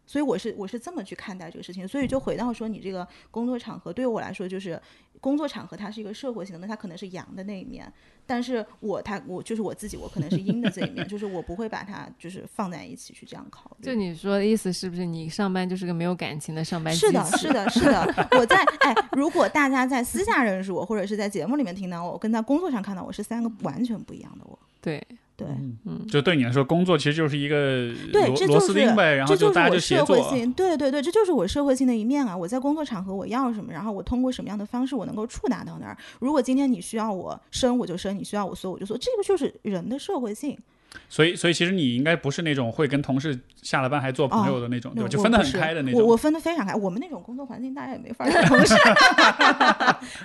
C: 所以我是我是这么去看待这个事情，所以就回到说你这个工作场合对我来说就是工作场合，它是一个社会性的，那它可能是阳的那一面，但是我它我就是我自己，我可能是阴的这一面，就是我不会把它就是放在一起去这样考虑。
B: 就你说的意思是不是你上班就是个没有感情的上班？
C: 是的，是，的，是
B: *laughs*
C: 的。我在哎，如果大家在私下认识我，或者是在节目里面听到我，跟在工作上看到我是三个完全不一样的我。
B: 对，
C: 对，
B: 嗯
A: 就对你来说，工作其实就是一个
C: 对
A: 螺
C: 这
A: 螺
C: 就
A: 丝
C: 是
A: 钉呗，然后
C: 这就是
A: 大家
C: 我
A: 就协
C: 社会
A: 作。
C: 性，对对对，这就是我社会性的一面啊！我在工作场合我要什么，然后我通过什么样的方式我能够触达到那儿。如果今天你需要我生我就生，你需要我缩我就缩，这个就是人的社会性。
A: 所以，所以其实你应该不是那种会跟同事下了班还做朋友的那种，对吧，
C: 哦我
A: 就分得
C: 不
A: 很
C: 是
A: 开的那
C: 我
A: 种。
C: 我分得非常开，我们那种工作环境大家也没
B: *laughs*
C: 法儿同事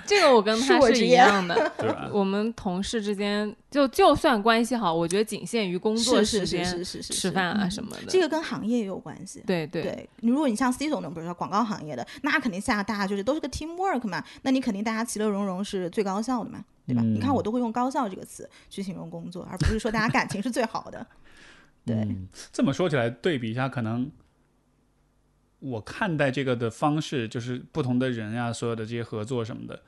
B: 这个我跟
C: 恕
B: 他
C: 我
B: 是
C: 直
B: 一
C: 言
B: 样的，
A: *laughs* 对吧？
B: *laughs* 我们同事之间，就就算关系好，我觉得仅限于工作
C: 是是
B: 时间、
C: 是是是
B: 吃饭啊
C: 嗯
B: 什么的。
C: 这个跟行业也有关系。
B: 对对
C: 对，你如果你像 C 总那种，比如说广告行业的，那肯定下大家就是都是个 team work 嘛，那你肯定大家其乐融融是最高效的嘛，对
A: 嗯
C: 吧？你看我都会用高效这个词去形容工作，而不是说
A: *laughs*
C: 大家感情是最好的。对
A: 嗯，这么说起来，对比一下，可能我看待这个的方式，就是不同的人啊，所有的这些合作什么的，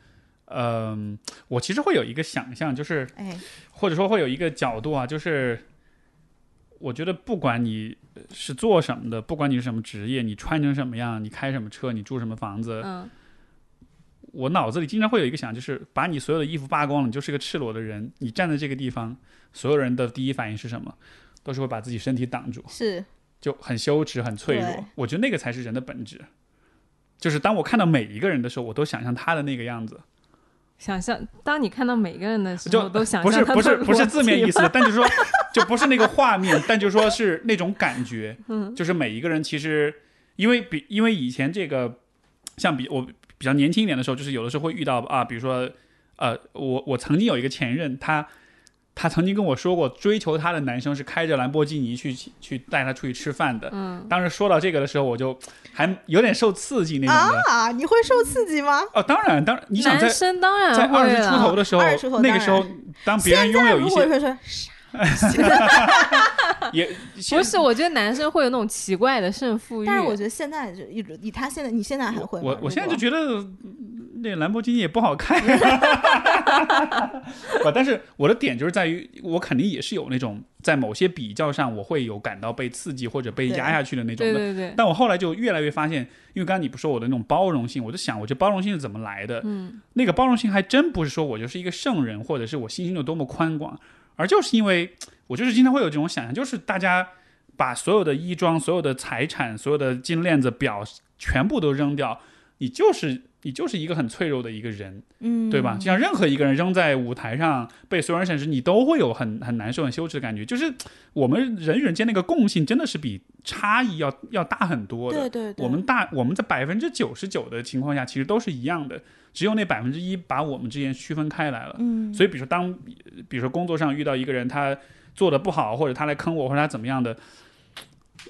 A: 嗯、我其实会有一个想象，就是
C: 哎，
A: 或者说会有一个角度啊，就是我觉得不管你呃是做什么的，不管你是什么职业，你穿成什么样，你开什么车，你住什么房子，
B: 嗯，
A: 我脑子里经常会有一个想，就是把你所有的衣服扒光了，你就是个赤裸的人，你站在这个地方，所有人的第一反应是什么？都是会把自己身体挡住。
C: 是
A: 就很羞耻、很脆
C: 对
A: 弱。我觉得那个才是人的本质。就是当我看到每一个人的时候，我都想象他的那个样子，
B: 想象当你看到每个人的时
A: 就
B: 候，都想
A: 不是
B: 象他
A: 不是
B: 的
A: 不是
B: 裸
A: 字面
B: 体
A: 意思
B: 吧
A: 的，但就是说，就不是那个画面，但就是说是那种感
B: *laughs*
A: 觉，嗯，就是每一个人其实，因为比因为以前这个，像比我比较年轻一点的时候，就是有的时候会遇到啊，比如说，呃，我我曾经有一个前任，他他曾经跟我说过，追求他的男生是开着兰博基尼去去带他出去吃饭的，
B: *laughs* 嗯，
A: 当时说到这个的时候，我就还有点受刺激那种的。
C: 啊，你会受刺激吗？
A: 哦，当然，当然，你想在
B: 男生啊当然
A: 在二
B: 会
A: 十出头
B: 了，
A: 的时候
C: 20出头，
A: 那
C: 当
A: 个时候，当别人拥
C: 那
A: 有
C: 如
A: 一
C: 果
A: 些
C: 说说
A: 也，
B: 不是？我觉得男生会有那种奇怪的胜负欲。
C: 但是我觉得现在就一直以他现在，你现在还会吗
A: 我
C: 如
A: 我现在
C: 果
A: 就觉得嗯那兰博基尼也不好看。 *laughs* 不，但是我的点就是在于，我肯定也是有那种在某些比较上，我会有感到被刺激或者被压下去的那种
B: 对
A: 的。
B: 对对，
A: 但我后来就越来越发现，因为刚刚你不说我的那种包容性，我就想，我这包容性是怎么来的？
C: *laughs*
A: 嗯，那个包容性还真不是说我就是一个圣人，或者是我心胸有多么宽广，而就是因为我就是经常会有这种想象，就是大家把所有的衣装、所有的财产、所有的金链子、表全部都扔掉，你就是你就是一个很脆弱的一个人，
C: 嗯，
A: 对吧？就像任何一个人扔在舞台上被所有人审视，你都会有很很难受、很羞耻的感觉。就是我们人与人间那个共性，真的是比差异要要大很多的
C: 对。对对，
A: 我们大我们在百分之九十九的情况下，其实都是一样的，只有那百分之一把我们之间区分开来了。
C: 嗯，
A: 所以，比如说当，比如说工作上遇到一个人，他做的不好，或者他来坑我，或者他怎么样的，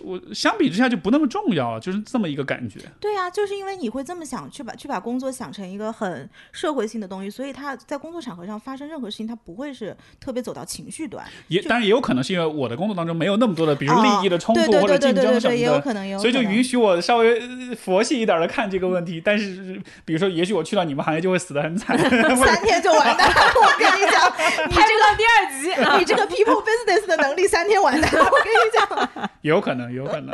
A: 我相比之下就不那么重要了，就是这么一个感觉。
C: 对呀、就是因为你会这么想，去把去把工作想成一个很社会性的东西，所以他在工作场合上发生任何事情，他不会是特别走到情绪端，
A: 也
C: 就
A: 当然也有可能是因为我的工作当中没有那么多的，比如
C: 哦
A: 利益的冲
C: 对
A: 突
C: 对
A: 或者
C: 对对
A: 竞
C: 对对
A: 争什
C: 对，也有
A: 么的。
C: 可能，也有
A: 所以就
C: 可能
A: 允许我稍微呃佛系一点的看这个问题，但是比如说，也许我去到你们行业就会死得很惨，或者
C: *laughs* 三天就完蛋了。我跟你讲，你
A: *laughs*
B: 拍不到第二集啊！
C: 你这个 people business 的能力三天完蛋。我跟你讲，
A: 也有可能，也有可能。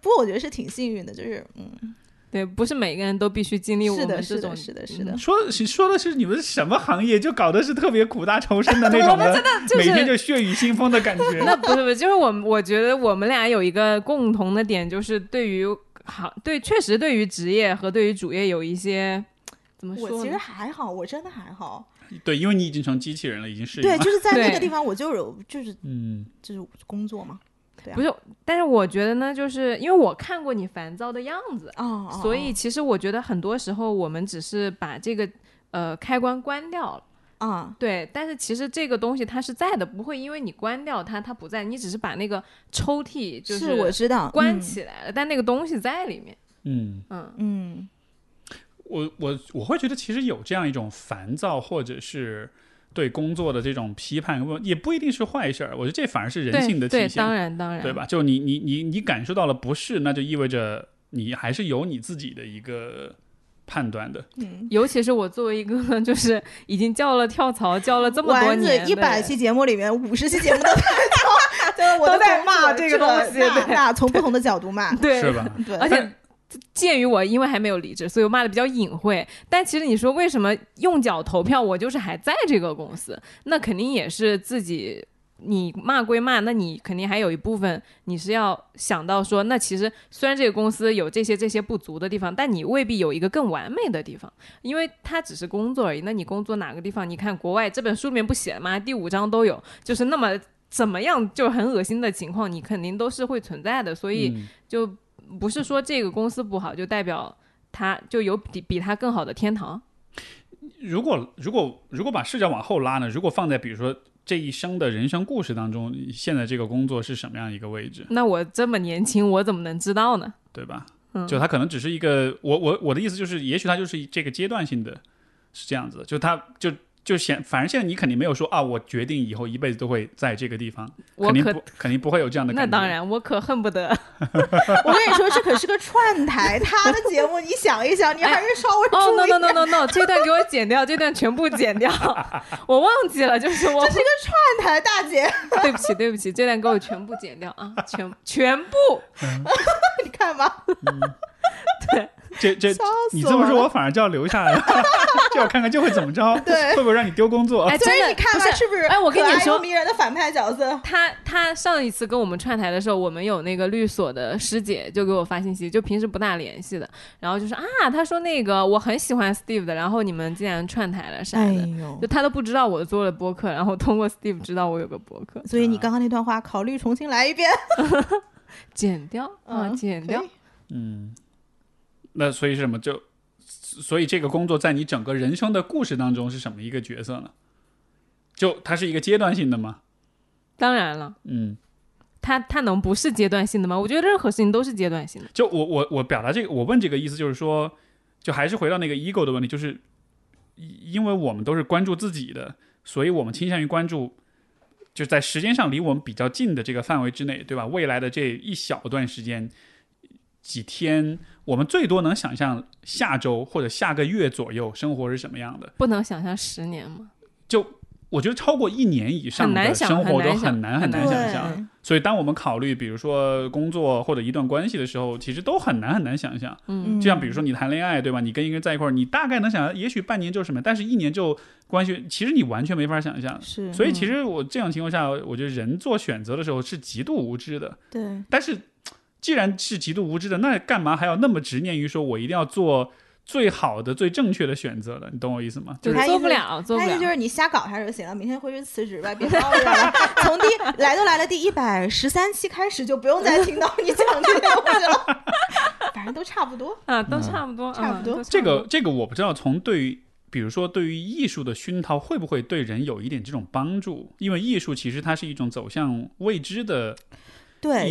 C: 不过我觉得是挺幸运的，就是嗯，
B: 对，不是每个人都必须经历我
C: 是
B: 们
C: 的，
B: 这
C: 是
B: 种嗯
C: 的，是的，是的。
A: 说说的是你们什么行业，就搞得是特别苦大仇深的那
B: *laughs* 我
A: 种
B: 们
A: 的
B: 真，的就
A: 每
B: 是
A: 天就血雨腥风的感觉。
B: *laughs* 那不是不是，就是我们我觉得我们俩有一个共同的点，就是对于行对，确实对于职业和对于主业有一些怎么
C: 我
B: 说
C: 其实
B: 呢？
C: 还好，我真的还好。
A: *laughs* 对，因为你已经成机器人了，已经是
C: 对，就是在那
B: 对
C: 个地方，我就有就是
A: 嗯，
C: 就是工作嘛。对啊
B: 不是，但是我觉得呢，就是因为我看过你烦躁的样子，
C: 哦，哦
B: 所以其实我觉得很多时候我们只是把这个呃开关关掉了，
C: 哦啊，
B: 对，但是其实这个东西它是在的，不会因为你关掉它，它不在，你只是把那个抽屉就是
C: 我知道
B: 关
C: 嗯
B: 起来了，但那个东西在里面，
A: 嗯，
B: 嗯，
C: 嗯，
A: 我我我会觉得其实有这样一种烦躁，或者是对工作的这种批判，我也不一定是坏事儿。我觉得这反而是人
B: 对
A: 性的体
B: 对，
A: 现
B: 当，然当然，
A: 对吧？就你你你你感受到了不适，那就意味着你还是有你自己的一个判断的。
C: 嗯。
B: 尤其是我作为一个 *laughs* 就是已经叫了跳槽叫了这么多
C: 丸子
B: 年，
C: 一百期，节目里面，五十期节目都在
B: *laughs*
C: 说，就是我
B: 都在骂
C: 这
B: 这个东西
C: 那
B: 对
C: 那从不同的角度
B: *laughs*
C: 骂，
B: 对，
A: 是吧？
C: 对，
B: 而且。鉴于我因为还没有离职，所以我骂的比较隐晦。但其实你说为什么用脚投票，我就是还在这个公司，那肯定也是自己。你骂归骂，那你肯定还有一部分你是要想到说，那其实虽然这个公司有这些这些不足的地方，但你未必有一个更完美的地方，因为它只是工作而已。那你工作哪个地方？你看国外这本书里面不写吗？第五章都有，就是那么怎么样就很恶心的情况，你肯定都是会存在的。所以
A: 嗯
B: 就不是说这个公司不好，就代表它就有比比它更好的天堂。
A: 如果如果如果把视角往后拉呢？如果放在比如说这一生的人生故事当中，你现在这个工作是什么样一个位置，
B: 那我这么年轻，我怎么能知道呢？
A: 对吧？
B: 嗯，
A: 就它可能只是一个，我我我的意思就是，也许它就是这个阶段性的，是这样子的，就它就就显，反正现在你肯定没有说啊，我决定以后一辈子都会在这个地方，
B: 我
A: 肯定
B: 可
A: 不肯定不会有这样的
B: 那
A: 感觉。
B: 当，然，我可恨
C: *laughs*
B: 不得。
C: 我跟你说，这可是个串台，他的节目你想一想，你还是稍微注
B: 哦、
C: 意
B: no
C: 一
B: no
C: 下。
B: no no no，这段给我剪掉，这段全部剪
A: *laughs*
B: 掉，我忘记了，就是我 *laughs*
C: 这是个串台大姐，
B: 对不起对不起，这段给我全部剪掉啊，全全部
C: 你看吧，
A: 这这
C: 笑死
A: 你这么
C: 我
A: 说，
C: 了
A: 我反而就要留下来了， *laughs* 就要看看就会怎么着，
C: 对
A: 会不会让你丢工作？
B: 哎，
C: 所
B: 真
C: 以
B: 的
C: 你看
B: 不
C: 吧，是不是？
B: 哎我跟你说
C: 迷人的反派角
B: *laughs*
C: 色，
B: 他他上一次跟我们串台的时候，我们有那个律所的师姐就给我发信息，就平时不大联系的，然后就说啊，他说那个我很喜欢 Steve 的，然后你们竟然串台了啥的，
C: 哎呦
B: 就！他都不知道我做了播客，然后通过 Steve 知道我有个播客，
C: 所以你刚刚那段话，考虑重新来一遍。
B: 剪掉啊，
C: 嗯
B: 剪掉
C: 可以，
A: 嗯，那所以是什么？就所以这个工作在你整个人生的故事当中是什么一个角色呢？就它是一个阶段性的吗？
B: 当然了。
A: 嗯。
B: 他他能不是阶段性的吗？我觉得任何事情都是阶段性的。
A: 就我我我表达这个，我问这个意思就是说，就还是回到那个 ego 的问题，就是因因为我们都是关注自己的，所以我们倾向于关注就在时间上离我们比较近的这个范围之内，对吧？未来的这一小段时间。几天，我们最多能想象下周或者下个月左右生活是什么样的。
B: 不能想象十年吗？
A: 我觉得超过一年以上
B: 很难
A: 的
B: 想
A: 生活
B: 很
A: 都
B: 难想
A: 很难很
B: 很
A: 难
B: 难
A: 哎想
C: 对
A: 象。所以，当我们考虑比如说工作或者一段关系的时候，其实都很难很难想象。
B: 嗯，
A: 就像比如说你谈恋爱，对吧？你跟一个人在一块儿，你大概能想象，也许半年就是什么样，但是一年就关系，其实你完全没法想象。
C: 嗯是，
A: 所以其实我这种情况下，我觉得人做选择的时候是极度无知的。
C: 对，
A: 但是既然是极度无知的，那干嘛还要那么执念于说我一定要做最好的、最正确的选择了，你懂我意思吗？
C: 就
A: 就是
B: 做不了，做不
C: 他意
B: 了
C: 思。就是你瞎搞一下就行了，明天回去辞职吧，别叨叨了。 *laughs* 从第来都来了第一百十三期开始，就不用再听到你讲这些东西了， *laughs* 反正都差不多。
B: 啊，都差不多，
C: 差不
B: 嗯
C: 多
B: 都
A: 这
B: 差不
A: 个这个我不知道，从对于比如说对于艺术的熏陶，会不会对人有一点这种帮助？因为艺术其实它是一种走向未知的
C: 对，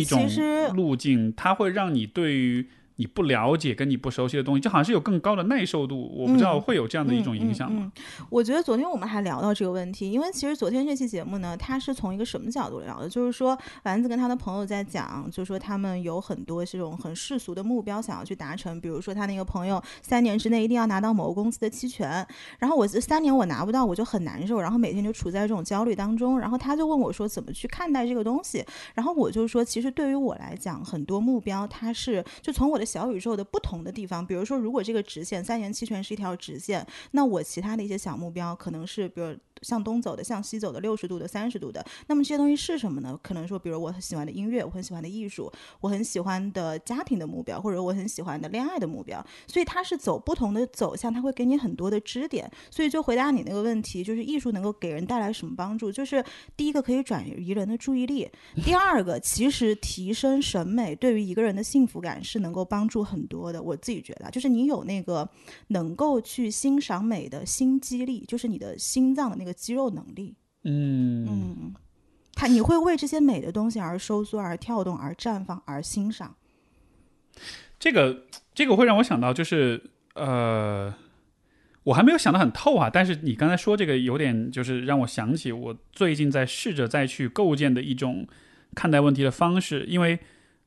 A: *laughs* 一种
C: 其实
A: 路径，它会让你对于你不了解跟你不熟悉的东西，就好像是有更高的耐受度。我不知道会有这样的一种影响吗？
C: 嗯嗯嗯。我觉得昨天我们还聊到这个问题，因为其实昨天这期节目呢，它是从一个什么角度聊的？就是说丸子跟他的朋友在讲，就说他们有很多这种很世俗的目标想要去达成，比如说他那个朋友三年之内一定要拿到某个公司的期权，然后我这三年我拿不到，我就很难受，然后每天就处在这种焦虑当中。然后他就问我说怎么去看待这个东西，然后我就说，其实对于我来讲，很多目标它是就从我的小宇宙的不同的地方，比如说如果这个直线三年期权是一条直线，那我其他的一些小目标可能是比如。向东走的，向西走的，六十度的，三十度的。那么这些东西是什么呢？可能说，比如我很喜欢的音乐，我很喜欢的艺术，我很喜欢的家庭的目标，或者我很喜欢的恋爱的目标。所以它是走不同的走向，它会给你很多的支点。所以就回答你那个问题，就是艺术能够给人带来什么帮助？就是第一个可以转移人的注意力，第二个，其实提升审美对于一个人的幸福感是能够帮助很多的。我自己觉得啊，就是你有那个能够去欣赏美的心肌力，就是你的心脏的那个肌肉能力。
A: 嗯
C: 嗯，它你会为这些美的东西而收缩、而跳动、而绽放、而欣赏。
A: 这个这个会让我想到，就是呃，我还没有想得很透啊。但是你刚才说这个，有点就是让我想起我最近在试着再去构建的一种看待问题的方式，因为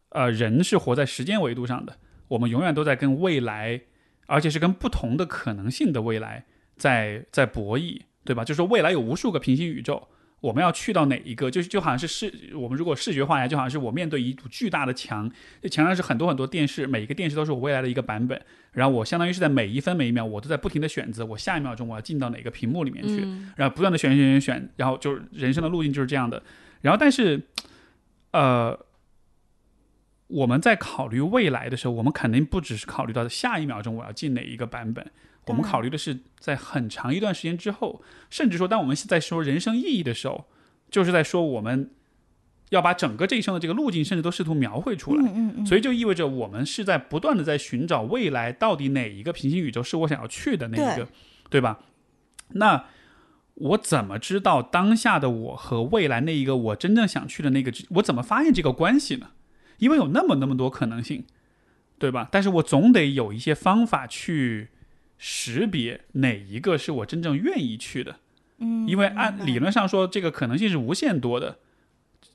A: 呃，人是活在时间维度上的，我们永远都在跟未来，而且是跟不同的可能性的未来在在博弈，对吧？就是说未来有无数个平行宇宙。我们要去到哪一个？就是就好像是视我们如果视觉化呀，就好像是我面对一堵巨大的墙，这墙上是很多很多电视，每一个电视都是我未来的一个版本。然后我相当于是在每一分每一秒，我都在不停的选择，我下一秒钟我要进到哪个屏幕里面去，
B: 嗯
A: 然后不断的选选选选，然后就是人生的路径就是这样的。然后但是，呃，我们在考虑未来的时候，我们肯定不只是考虑到下一秒钟我要进哪一个版本，我们
C: 当然
A: 考虑的是在很长一段时间之后，甚至说当我们在说人生意义的时候，就是在说我们要把整个这一生的这个路径，甚至都试图描绘出来。
C: 嗯嗯嗯。
A: 所以就意味着我们是在不断的在寻找未来到底哪一个平行宇宙是我想要去的那一个，
C: 对
A: 对吧？那我怎么知道当下的我和未来那一个我真正想去的那个之，我怎么发现这个关系呢？因为有那么那么多可能性，对吧？但是我总得有一些方法去识别哪一个是我真正愿意去的。
C: 嗯，
A: 因为按
C: 明
A: 理
C: 白
A: 论上说，这个可能性是无限多的。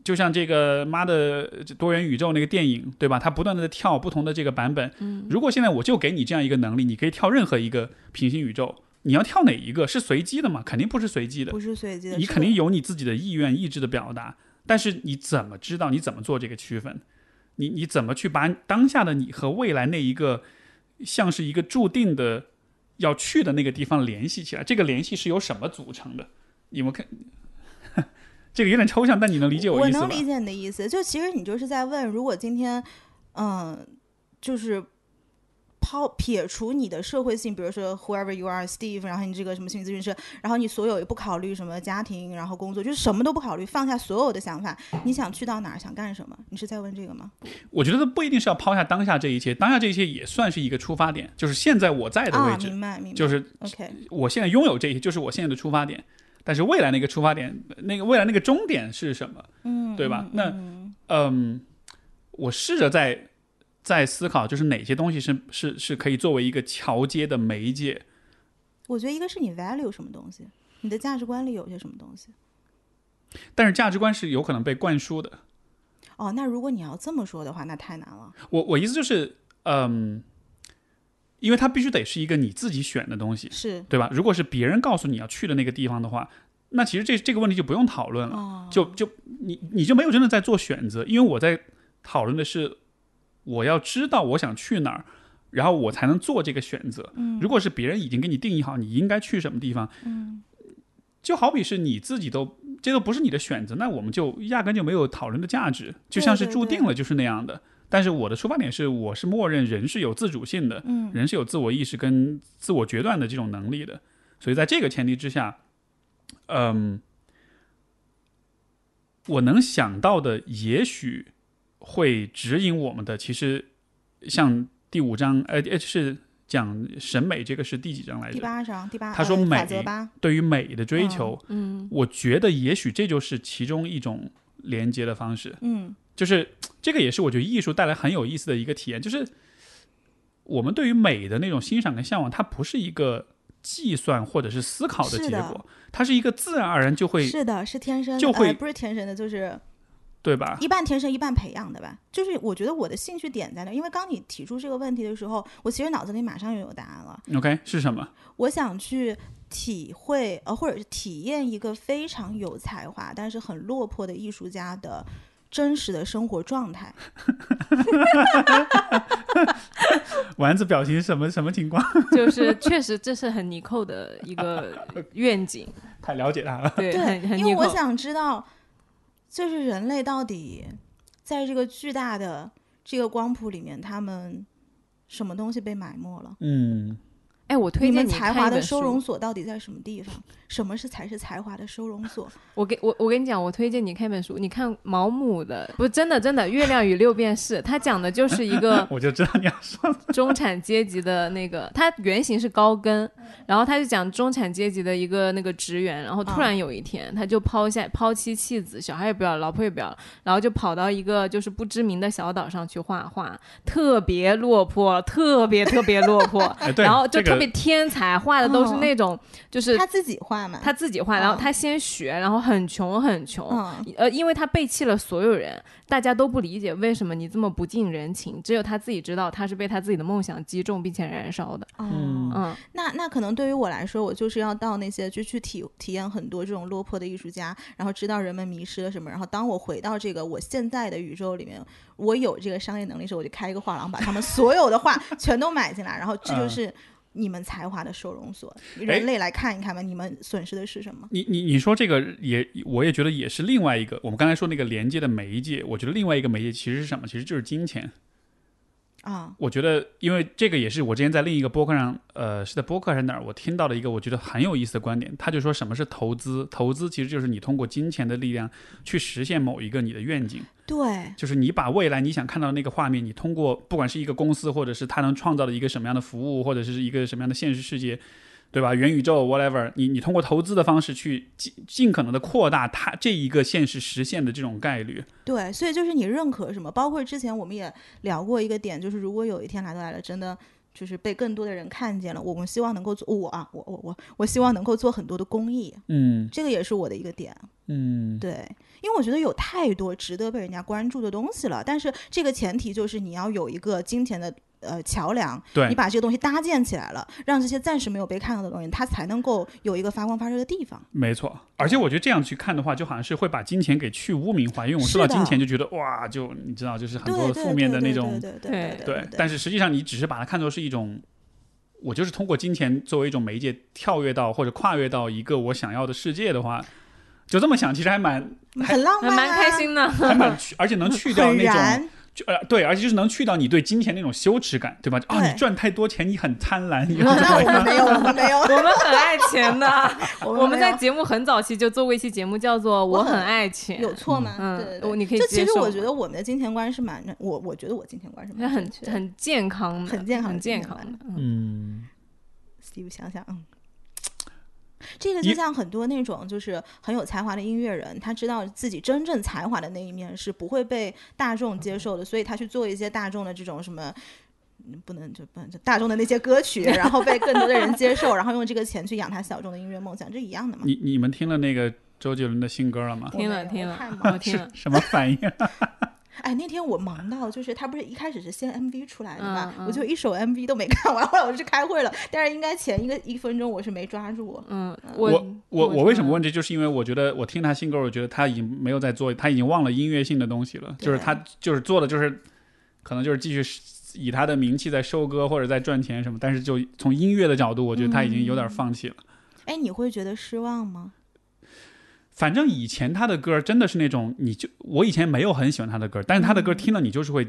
A: 就像这个妈的这多元宇宙那个电影，对吧？它不断的在跳不同的这个版本。
C: 嗯
A: 如果现在我就给你这样一个能力，你可以跳任何一个平行宇宙，你要跳哪一个是随机的嘛？肯定不是随机的
C: 不，是随机的，
A: 你
C: 是
A: 肯定
C: 我
A: 有你自己的意愿、意志的表达。但是你怎么知道？你怎么做这个区分？你你怎么去把当下的你和未来那一个像是一个注定的要去的那个地方联系起来？这个联系是由什么组成的？你们看， *laughs* 这个有点抽象，但你能理解
C: 我
A: 意思
C: 能
A: 吧？
C: 理解你的意思，就其实你就是在问，如果今天，嗯，就是抛撇除你的社会性，比如说 whoever you are Steve，然后你这个什么性咨询师，然后你所有也不考虑什么家庭，然后工作，就是什么都不考虑，放下所有的想法，你想去到哪儿，想干什么？你是在问这个吗？
A: 我觉得不一定是要抛下当下这一切，当下这一切也算是一个出发点，就是现在我在的位
C: 啊，
A: 置，
C: 明白明白，
A: 就是
C: OK，
A: 我现在拥有这些，就是我现在的出发点。但是未来那个出发点，那个未来那个终点是什么？
C: 嗯，
A: 对吧
C: 嗯
A: 那
C: 嗯
A: 嗯，我试着在在思考，就是哪些东西是是是可以作为一个桥接的媒介。
C: 我觉得一个是你 value 什么东西，你的价值观里有些什么东西。
A: 但是价值观是有可能被灌输的。
C: 哦，那如果你要这么说的话，那太难了。
A: 我我意思就是，嗯，因为它必须得是一个你自己选的东西，
C: 是，
A: 对吧？如果是别人告诉你要去的那个地方的话，那其实这这个问题就不用讨论了。
C: 哦，
A: 就就你你就没有真的在做选择，因为我在讨论的是我要知道我想去哪儿，然后我才能做这个选择。
C: 嗯
A: 如果是别人已经给你定义好你应该去什么地方，
C: 嗯，
A: 就好比是你自己都这都不是你的选择，那我们就压根就没有讨论的价值，就
C: 对
A: 像是
C: 对
A: 注
C: 对
A: 定了就是那样的。但是我的出发点是，我是默认人是有自主性的，
C: 嗯
A: 人是有自我意识跟自我决断的这种能力的。所以在这个前提之下，嗯，我能想到的也许会指引我们的，其实像第五章，呃，呃是讲审美这个是第几章来
C: 第
A: 着？
C: 八章，第八，
A: 他说
C: 呃
A: 美
C: 法则八，
A: 对于美的追求，
B: 嗯，
A: 我觉得也许这就是其中一种连接的方式。
C: 嗯
A: 就是这个也是我觉得艺术带来很有意思的一个体验，就是我们对于美的那种欣赏跟向往，它不是一个计算或者是思考的
C: 是的
A: 结果，它是一个自然而然就会
C: 是的，是天生的，
A: 就会啊
C: 呃、不是天生的，就是
A: 对吧？
C: 一半天生一半培养的吧。就是我觉得我的兴趣点在那儿，因为刚你提出这个问题的时候，我其实脑子里马上就有答案了。
A: OK 是什么？
C: 我想去体会，呃，或者是体验一个非常有才华但是很落魄的艺术家的真实的生活状态。
A: 丸子表情是什么什么情况？
C: *laughs*
B: 就是确实这是很尼寇的一个愿景，
A: 太了解他了。
B: 对，
C: *laughs*
B: 很很
C: 因
B: 尼
C: 为我
B: 寇。
C: 想知道，就是人类到底在这个巨大的这个光谱里面，他们什么东西被埋没了？
A: 嗯，
B: 哎，我推
C: 你
B: 荐
C: 们
B: 你
C: 才
B: 看
C: 华
B: 一
C: 的
B: 本
C: 收
B: 书
C: 容所到底在什么地方？什么是才是才华的收容所？
B: 我给我我跟你讲，我推荐你看一本书，你看毛姆的，不是真的真的《月亮与六便士》，它讲的就是
C: *laughs*
B: 一个
A: 我就知道你要说，
B: 中产阶级的那个，它原型是高跟，然后他就讲中产阶级的一个那个职员，然后
C: 嗯
B: 突然有一天他就抛下抛妻弃子，小孩也不要了，老婆也不要了，然后就跑到一个就是不知名的小岛上去画画，特别落魄，特别特别落魄
A: 哎，对，
B: 然后就
A: 这个
B: 特别天才，画的都是
C: 哦
B: 那种就是
C: 他自己画嘛？
B: 他哦自己画，然后
C: 嗯
B: 他先学，然后很穷很穷，
C: 嗯，
B: 呃，因为他背弃了所有人，大家都不理解为什么你这么不近人情，只有他自己知道，他是被他自己的梦想击中并且燃烧的。
A: 嗯
C: 哦，
B: 嗯，
C: 那那可能对于我来说，我就是要到那些就去体体验很多这种落魄的艺术家，然后知道人们迷失了什么，然后当我回到这个我现在的宇宙里面，我有这个商业能力的时候，我就开一个画廊，把他们所有
B: *laughs*
C: 的画全都买进来，然后这
A: 嗯
C: 就是你们才华的收容所，人类来看一看吧，你们损失的是什么？
A: 你你你说这个也，我也觉得也是另外一个，我们刚才说那个连接的媒介，我觉得另外一个媒介其实是什么？其实就是金钱。
C: 啊，
A: 我觉得，因为这个也是我之前在另一个播客上，呃，是在播客还是哪儿，我听到的一个我觉得很有意思的观点。他就说什么是投资？投资其实就是你通过金钱的力量去实现某一个你的愿景，
C: 对，
A: 就是你把未来你想看到的那个画面，你通过不管是一个公司，或者是它能创造的一个什么样的服务，或者是一个什么样的现实世界，对吧？元宇宙 whatever，你你通过投资的方式去尽尽可能的扩大它这一个现实实现的这种概率。
C: 对，所以就是你认可什么，包括之前我们也聊过一个点，就是如果有一天来都来了，真的就是被更多的人看见了，我们希望能够做我啊，我我我我希望能够做很多的公益，
A: 嗯
C: 这个也是我的一个点。
A: 嗯，
C: 对，因为我觉得有太多值得被人家关注的东西了，但是这个前提就是你要有一个金钱的。呃，桥梁，
A: 对
C: 你把这个东西搭建起来了，让这些暂时没有被看到的东西，它才能够有一个发光发热的地方。
A: 没错，而且我觉得这样去看的话，就好像是会把金钱给去污名化，因为我们
C: 是
A: 说到
C: 的
A: 金钱就觉得哇，就你知道，就是很
C: 对
A: 多
C: 对
A: 负面的那
C: 对
A: 种
C: 对对对
B: 对
A: 对
C: 对。
A: 但是实际上，你只是把它看作是一种，我就是通过金钱作为一种媒介跳跃到或者跨越到一个我想要的世界的话，就这么想，其实还
C: *laughs*
A: 蛮
C: 很浪
B: 还
C: 漫、啊，
B: 蛮开，心的。
A: 还蛮去，而且能去掉
C: 很
A: 那
C: 燃
A: 种，就呃对，而且就是能去掉你对金钱那种羞耻感，对吧？啊，
C: 对
A: 你赚太多钱，你很贪
C: *laughs*
A: 婪，你
C: 啊那我们没有， *laughs* 我们没有，
B: *laughs* 我们很爱钱的， *laughs* 我们
C: 没有
B: 在节目很早期就做过一期节目，叫做《
C: 我
B: 我
C: 很
B: 很爱钱
C: 有》，错吗？
B: 嗯
C: 对对
B: 我
C: 对，
B: 你可以
C: 就
B: 接
C: 其实
B: 受
C: 我
B: 吗
C: 觉得我们的金钱观是蛮，我我觉得我金钱观是
B: 那
C: 蛮
B: 很
C: 正确的
B: 很健康的，
C: 很健康的
B: 很健
C: 健
B: 康
C: 康
B: 的。嗯
A: *laughs* 嗯，
C: Steve 想想，嗯，这个
A: 一
C: 就像很多那种就是很有才华的音乐人，他知道自己真正才华的那一面是不会被大众接受的，所以他去做一些大众的这种什么。嗯不能就不能就大众的那些歌曲，然后被更多的人接受，然后用这个钱去养他小众的音乐梦想，这一样的嘛？
A: 你你们听了那个周杰伦的新歌了吗？
B: 听
C: 我
B: 了
C: 没有
B: 听
C: 我
B: 了
C: 太忙
B: 我
C: 了
B: 听了
A: 是什么反应？
C: 哎，那天我忙到，就是他不是一开始是先 MV 出来的嘛，
B: 嗯嗯
C: 我就一首 MV 都没看完，后来我去开会了，但是应该前一个一分钟我是没抓住。
B: 嗯，
A: 我我我为什么
B: 问？
A: 问这，就是因为我觉得我听他新歌，我觉得他已经没有在做，他已经忘了音乐性的东西了，
C: 对
A: 就是他就是做的就是，可能就是继续以他的名气在收割或者在赚钱什么，但是就从音乐的角度，我觉得他已经有点放弃了。
C: 哎，你会觉得失望吗？
A: 反正以前他的歌真的是那种，你就我以前没有很喜欢他的歌，但是他的歌听了你就是会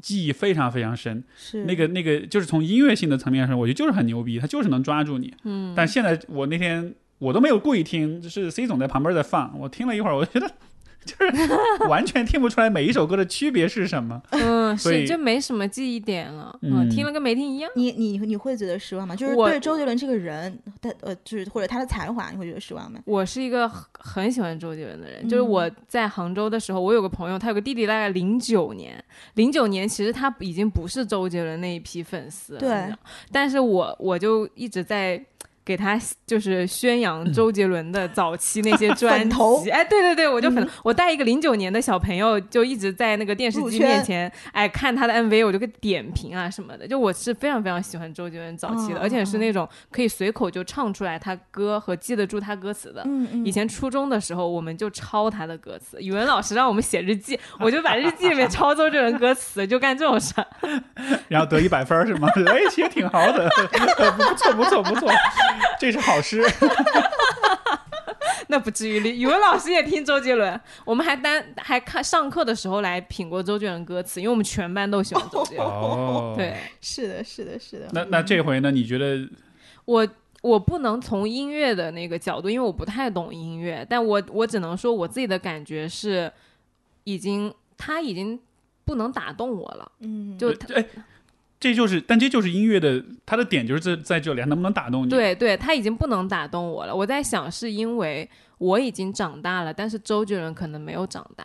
A: 记忆非常非常深。
C: 是
A: 那个那个，就是从音乐性的层面上，我觉得就是很牛逼，他就是能抓住你。嗯，但现在我那天我都没有故意听，就是 C 总在旁边在放，我听了一会儿，我觉得 *laughs* 就是完全听不出来每一首歌的区别是什么。
B: 嗯，
A: 所以
B: 是就没什么记忆点了，
A: 嗯
B: 听了跟没听一样。
C: 你你你会觉得失望吗？就是
B: 我
C: 对周杰伦这个人，他呃，就是或者他的才华，你会觉得失望吗？
B: 我是一个很很喜欢周杰伦的人，就是
C: 嗯
B: 我在杭州的时候，我有个朋友，他有个弟弟，大概零九年，零九年其实他已经不是周杰伦那一批粉丝了，
C: 对
B: 你知道，但是我我就一直在。给他就是宣扬
A: *clears throat*
B: 周杰伦的早期那些专
C: *laughs* 粉头嗯
B: 辑，哎，对对对，我就粉，我带一个零九年的小朋友，就一直在那个电视
C: 入
B: 机
C: 圈
B: 面前，哎，看他的 MV，我就给点评啊什么的，就我是非常非常喜欢周杰伦早期的，
C: 哦
B: 而且是
C: 哦
B: 那种可以随口就唱出来他歌和记得住他歌词的，
C: 嗯嗯
B: 以前初中的时候，我们就抄他的歌词。语文老师让我们写日记，我就把日记里面抄周杰伦歌词，就干这种事儿。
A: 然后得一百分儿是吗？ *laughs* 哎，其实挺好的，不错不错不错，这是好诗。
B: 那不至于，语文老师也听周杰伦。我们还单还看上课的时候来品过周杰伦歌词，因为我们全班都喜欢周杰伦。
A: 哦，
B: *laughs* 对
C: 是的，是的，是的。
A: 那那这回呢？你觉得
B: 我。我不能从音乐的那个角度，因为我不太懂音乐，但我我只能说我自己的感觉是，已经他已经不能打动我了，
C: 嗯，
B: 就
A: 呃哎，这就是，但这就是音乐的，它的点就是在在这里，它能不能打动你？，
B: 对对，他已经不能打动我了。我在想，是因为我已经长大了，但是周杰伦可能没有长大。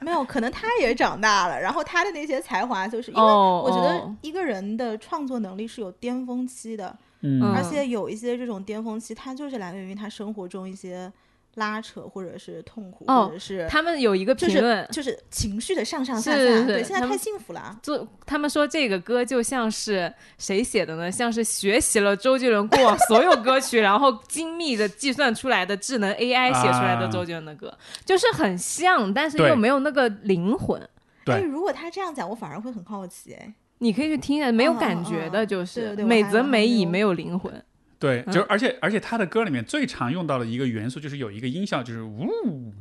C: 没有，可能他也长大了，然后他的那些才华，就是因为
B: 哦，
C: 我觉得
B: 哦
C: 一个人的创作能力是有巅峰期的，
A: 嗯
B: 嗯
C: 而且有一些这种巅峰期，它就是来源于他生活中一些拉扯，或者是痛苦，
B: 哦
C: 或者是
B: 他们有一个
C: 就
B: 评论
C: 是，就是情绪的上上下下。
B: 是是是
C: 对，现在
B: 他们
C: 太幸福了啊。
B: 就他们说这个歌就像是谁写的呢？像是学习了周杰伦过往所有歌曲， *laughs* 然后精密的计算出来的智能 AI 写出来的
A: 啊
B: 周杰伦的歌，就是很像，但是
A: 对
B: 又没有那个灵魂。
A: 对
C: 哎，如果他这样讲，我反而会很好奇。
B: *laughs*
C: 哎，
B: 你可以去听一下，没有
C: 哦
B: 感
C: 哦
B: 觉
C: 哦
B: 的，就是、
C: 对对对我
B: 美
C: 还
B: 则
C: 我还
B: 美
C: 没
B: 矣，
C: 有哦
B: 没有灵魂。
A: 对，
B: 嗯，
A: 就是而且而且他的歌里面最常用到的一个元素就是有一个音效，就是呜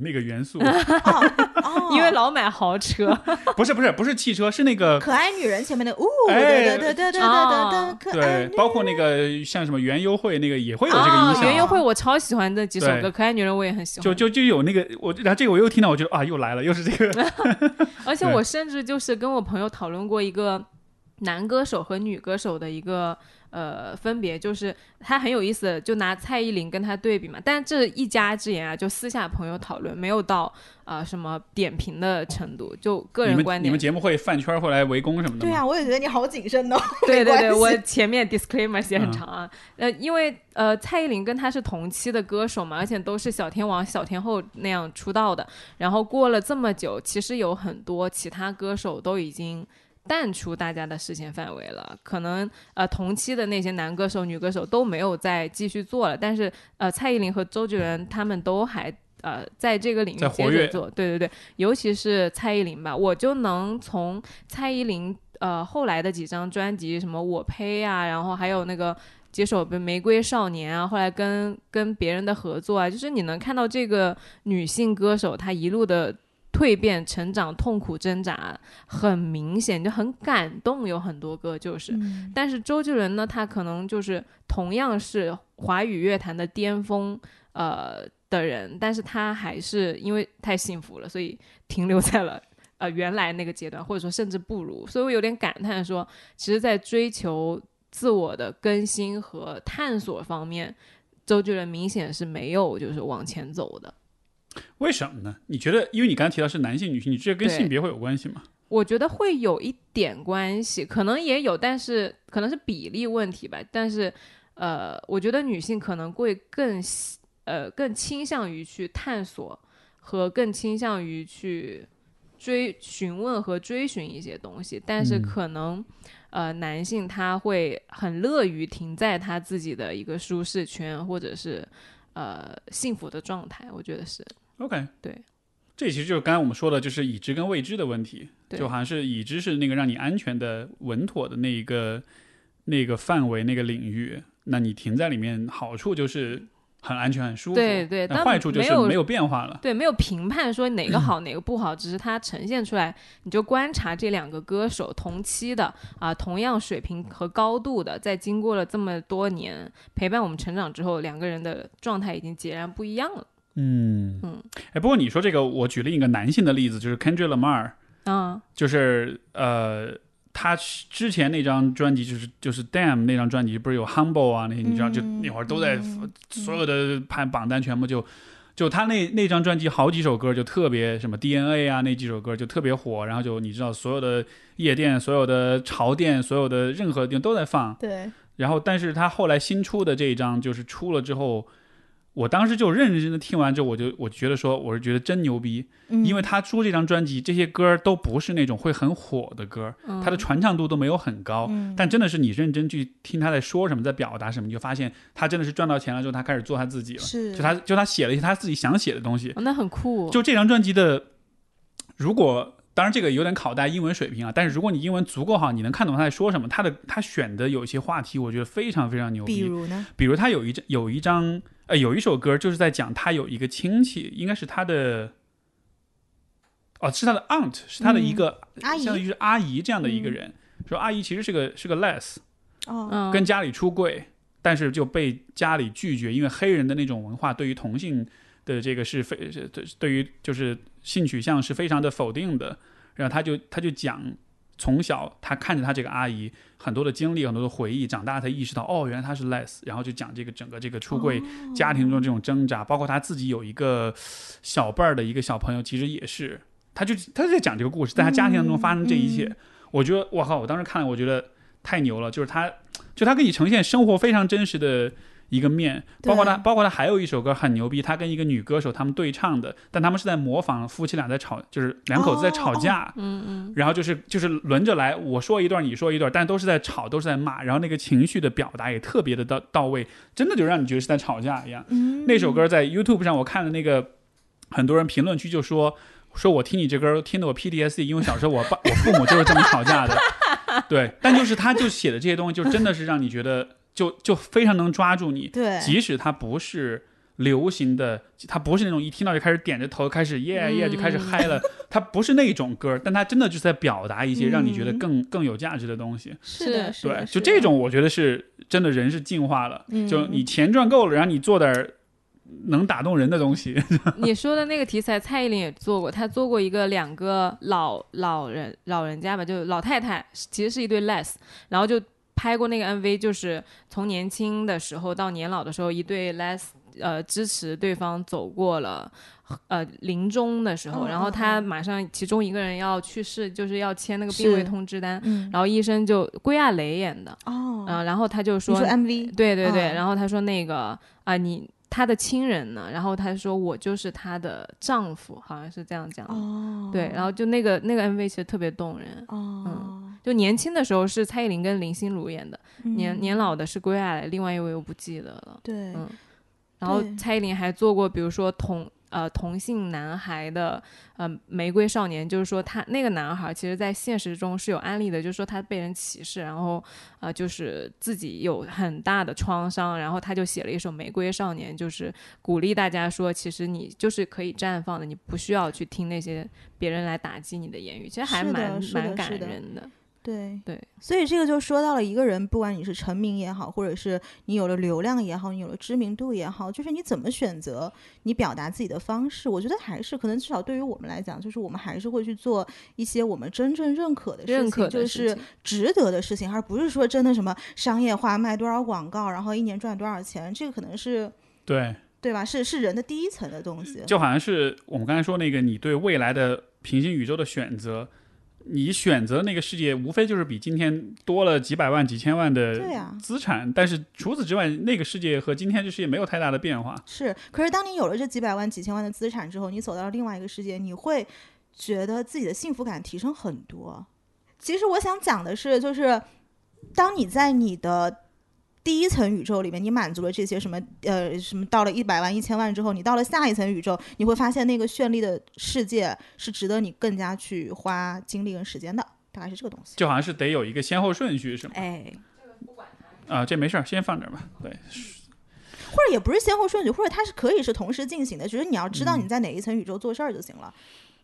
A: 那个元素， *laughs*
C: 哦
B: 因为老买豪车，
A: 不是不是不是汽车，是那个
C: 可爱女人前面的，呜，
A: 哎
C: 对对对对对
B: 哦 *laughs*
C: 对对，可爱
A: 对
C: 女，
A: 包括那个像什么园游会那个也会有这个
B: 啊
A: 音
B: 园
A: 效。
B: 游会我超喜欢的几首
A: 对
B: 歌，《可爱女人》我也很喜欢。
A: 就就就有那个我，然后这个我又听到，我觉得啊，又来了，又是这
B: *laughs*
A: 个，
B: 而且
A: 对
B: 我甚至就是跟我朋友讨论过一个男歌手和女歌手的一个呃分别，就是他很有意思，就拿蔡依林跟他对比嘛。但这一家之言啊，就私下朋友讨论，没有到啊什么点评的程度，就个
A: 你
B: 人观
A: 们你们
B: 点。
A: 节目会饭圈会来围攻什么的
C: 对
A: 吗？
C: 啊，我也觉得你好谨慎哦。
B: 对对对，
C: *laughs* 没关
B: 我
C: 系嗯
B: 前面 disclaimer 写很长啊，呃，因为呃，蔡依林跟她是同期的歌手嘛，而且都是小天王、小天后那样出道的。然后过了这么久，其实有很多其他歌手都已经淡出大家的视线范围了，可能呃同期的那些男歌手、女歌手都没有再继续做了，但是呃，蔡依林和周杰伦他们都还。呃，在这个领域
A: 在活
B: 接
A: 跃
B: 着做，对对对，尤其是蔡依林吧，我就能从蔡依林呃后来的几张专辑，什么我呸啊，然后还有那个几首《玫瑰少年》啊，后来跟跟别人的合作啊，就是你能看到这个女性歌手她一路的蜕变、成长、痛苦、挣扎，很明显，就很感动。有很多歌就是，但是周杰伦呢，他可能就是同样是华语乐坛的巅峰，呃的人，但是他还是因为太幸福了，所以停留在了。呃，原来那个阶段，或者说甚至不如，所以我有点感叹说，其实，在追求自我的更新和探索方面，周杰伦明显是没有就是往前走的。
A: 为什么呢？你觉得，因为你刚才提到是男性、女性，你这跟
B: 对
A: 性别会有关系吗？
B: 我觉得会有一点关系，可能也有，但是可能是比例问题吧。但是，呃，我觉得女性可能会更喜呃更倾向于去探索和更倾向于去追询问和追寻一些东西，但是
A: 嗯
B: 可能、呃男性他会很乐于停在他自己的一个舒适圈或者是呃幸福的状态，我觉得是
A: OK，
B: 对，
A: 这其实就是刚才我们说的，就是已知跟未知的问题，
B: 对
A: 就好像是已知是那个让你安全的、稳妥的那一个那个范围、那个领域，那你停在里面，好处就是。很安全、很舒服。
B: 对对
A: 但
B: 但
A: 坏处就
B: 没
A: 是
B: 有
A: 没有变化了。
B: 对，没有评判说哪个好哪个不好，只是它呈现出来，你就观察这两个歌手同期的啊、同样水平和高度的，在经过了这么多年陪伴我们成长之后，两个人的状态已经截然不一样了。
A: 嗯
B: 嗯，
A: 哎，不过你说这个，我举另一个男性的例子，就是 Kendrick Lamar，
B: 啊，
A: 就是呃，他之前那张专辑就是就是 Damn 那张专辑，不是有 Humble 啊那些，你知道，就
C: 嗯
A: 那会儿都在
C: 嗯
A: 所有的排榜单全部就。就他那那张专辑好几首歌就特别什么 DNA 啊那几首歌就特别火，然后就你知道所有的夜店、所有的潮店、所有的任何地方都在放，
C: 对，
A: 然后，但是他后来新出的这一张，就是出了之后，我当时就认认真真的听完之后，我就我觉得说，我是觉得真牛逼，
C: 嗯
A: 因为他出这张专辑，这些歌都不是那种会很火的歌，
B: 嗯、
A: 它的传唱度都没有很高，
C: 嗯
A: 但真的是你认真去听他在说什么，在表达什么，你就发现他真的是赚到钱了之后，他开始做他自己了，
C: 是
A: 就他就他写了一些他自己想写的东西，
B: 哦、那很酷，
A: 就这张专辑的，如果当然这个有点考大家英文水平啊，但是如果你英文足够好，你能看懂他在说什么，他的他选的有一些话题，我觉得非常非常牛
C: 比
A: 逼。
C: 如呢，
A: 比如他有一张有一张呃有一首歌就是在讲他有一个亲戚，应该是他的。哦，是他的 aunt，是他的一个、
C: 嗯阿姨嗯
A: 相当于是阿姨这样的一个人。说阿姨其实是个是个 less，
C: 哦，
B: 嗯
A: 跟家里出柜，但是就被家里拒绝，因为黑人的那种文化对于同性的这个是非是对对于就是性取向是非常的否定的。然后他就他就讲，从小他看着他这个阿姨很多的经历，很多的回忆，长大才意识到哦，原来他是 les，然后就讲这个整个这个出柜
C: 哦
A: 家庭中这种挣扎，包括他自己有一个小辈儿的一个小朋友，其实也是，他就他就在讲这个故事，在他家庭当中发生这一切。
C: 嗯
A: 我觉得我靠，我当时看了，我觉得太牛了，就是他，就他给你呈现生活非常真实的。一个面，
C: 对
A: 包括他，包括他还有一首歌很牛逼，他跟一个女歌手他们对唱的，但他们是在模仿夫妻俩在吵，就是两口子在吵
C: 哦哦
A: 架，
B: 嗯嗯，
A: 然后就是就是轮着来，我说一段，你说一段，但都是在吵，都是在骂，然后那个情绪的表达也特别的到到位，真的就让你觉得是在吵架一样。
C: 嗯
A: 那首歌在 YouTube 上，我看了那个很多人评论区就说说我听你这歌听得我 PTSD，因为小时候我爸我父母就是这么吵架的。对，但就是他就写的这些东西，就真的是让你觉得就就非常能抓住你，
C: 对，
A: 即使它不是流行的，它不是那种一听到就开始点着头开始耶耶
B: 嗯
A: 就开始嗨了，它不是那种歌，但它真的就是在表达一些让你觉得更更有价值的东西。
C: 是的，是
A: 对
C: 的，，
A: 就是这
C: 的，
A: 种我觉得是真的人是进化了，
C: 嗯
A: 就你钱赚够了，然后你做点儿能打动人的东
C: *laughs*
A: 西。
B: 你说的那个题材，蔡依林也做过，她做过一个两个老老人老人家吧，就老太太，其实是一对 less，然后就拍过那个 MV，就是从年轻的时候到年老的时候，一对 less 呃支持对方走过了。呃，临终的时候，
C: 哦
B: 然后
C: 哦
B: 他
C: 哦
B: 马上其中一个人要去世，就是要签那个病危
C: 是
B: 通知单，
C: 嗯
B: 然后医生就归亚蕾演的，
C: 哦，
B: 嗯、然后他就
C: 你
B: 说
C: 说 MV
B: 对对对，
C: 嗯
B: 然后他说那个啊、你他的亲人呢？然后他说我就是他的丈夫，好像是这样讲的。
C: 哦，
B: 对，然
C: 后
B: 后就那个那个 MV 其实特别动人。
C: 哦，
B: 就年轻的时候是蔡依林跟林心如演的，年
C: 嗯
B: 年老的是归亚蕾，另外一位我不记得了。
C: 对
B: 嗯然后
C: 对
B: 蔡依林还做过，比如说同呃同性男孩的呃玫瑰少年，就是说他那个男孩其实在现实中是有案例的，就是说他被人歧视，然后呃就是自己有很大的创伤，然后他就写了一首《玫瑰少年》，就是鼓励大家说，其实你就是可以绽放的，你不需要去听那些别人来打击你的言语，其实还
C: 是的
B: 蛮
C: 是的
B: 蛮
C: 是
B: 感
C: 的
B: 人的。
C: 对
B: 对，
C: 所以这个就说到了一个人，不管你是成名也好，或者是你有了流量也好，你有了知名度也好，就是你怎么选择你表达自己的方式。我觉得还是可能至少对于我们来讲，就是我们还是会去做一些我们真正认可的事情，
B: 认可的
C: 就
B: 事
C: 是
B: 情
C: 值得的事情，而不是说真的什么商业化卖多少广告，然后一年赚多少钱，这个可能是
A: 对，
C: 对吧？是是人的第一层的东西。
A: 就好像是我们刚才说那个，你对未来的平行宇宙的选择。你选择那个世界，无非就是比今天多了几百万、几千万的
C: 对啊呀
A: 资产，但是除此之外，那个世界和今天这世界没有太大的变化。
C: 是，可是当你有了这几百万、几千万的资产之后，你走到了另外一个世界，你会觉得自己的幸福感提升很多。其实我想讲的是，就是当你在你的第一层宇宙里面，你满足了这些什么呃什么，到了一百万、一千万之后，你到了下一层宇宙，你会发现那个绚丽的世界是值得你更加去花精力跟时间的，大概是这个东西。
A: 就好像是得有一个先后顺序，是吗？
C: 哎，
A: 啊、这没事儿，先放这儿吧。对，
C: 或者也不是先后顺序，或者它是可以是同时进行的，只是你要知道
A: 嗯
C: 你在哪一层宇宙做事儿就行了。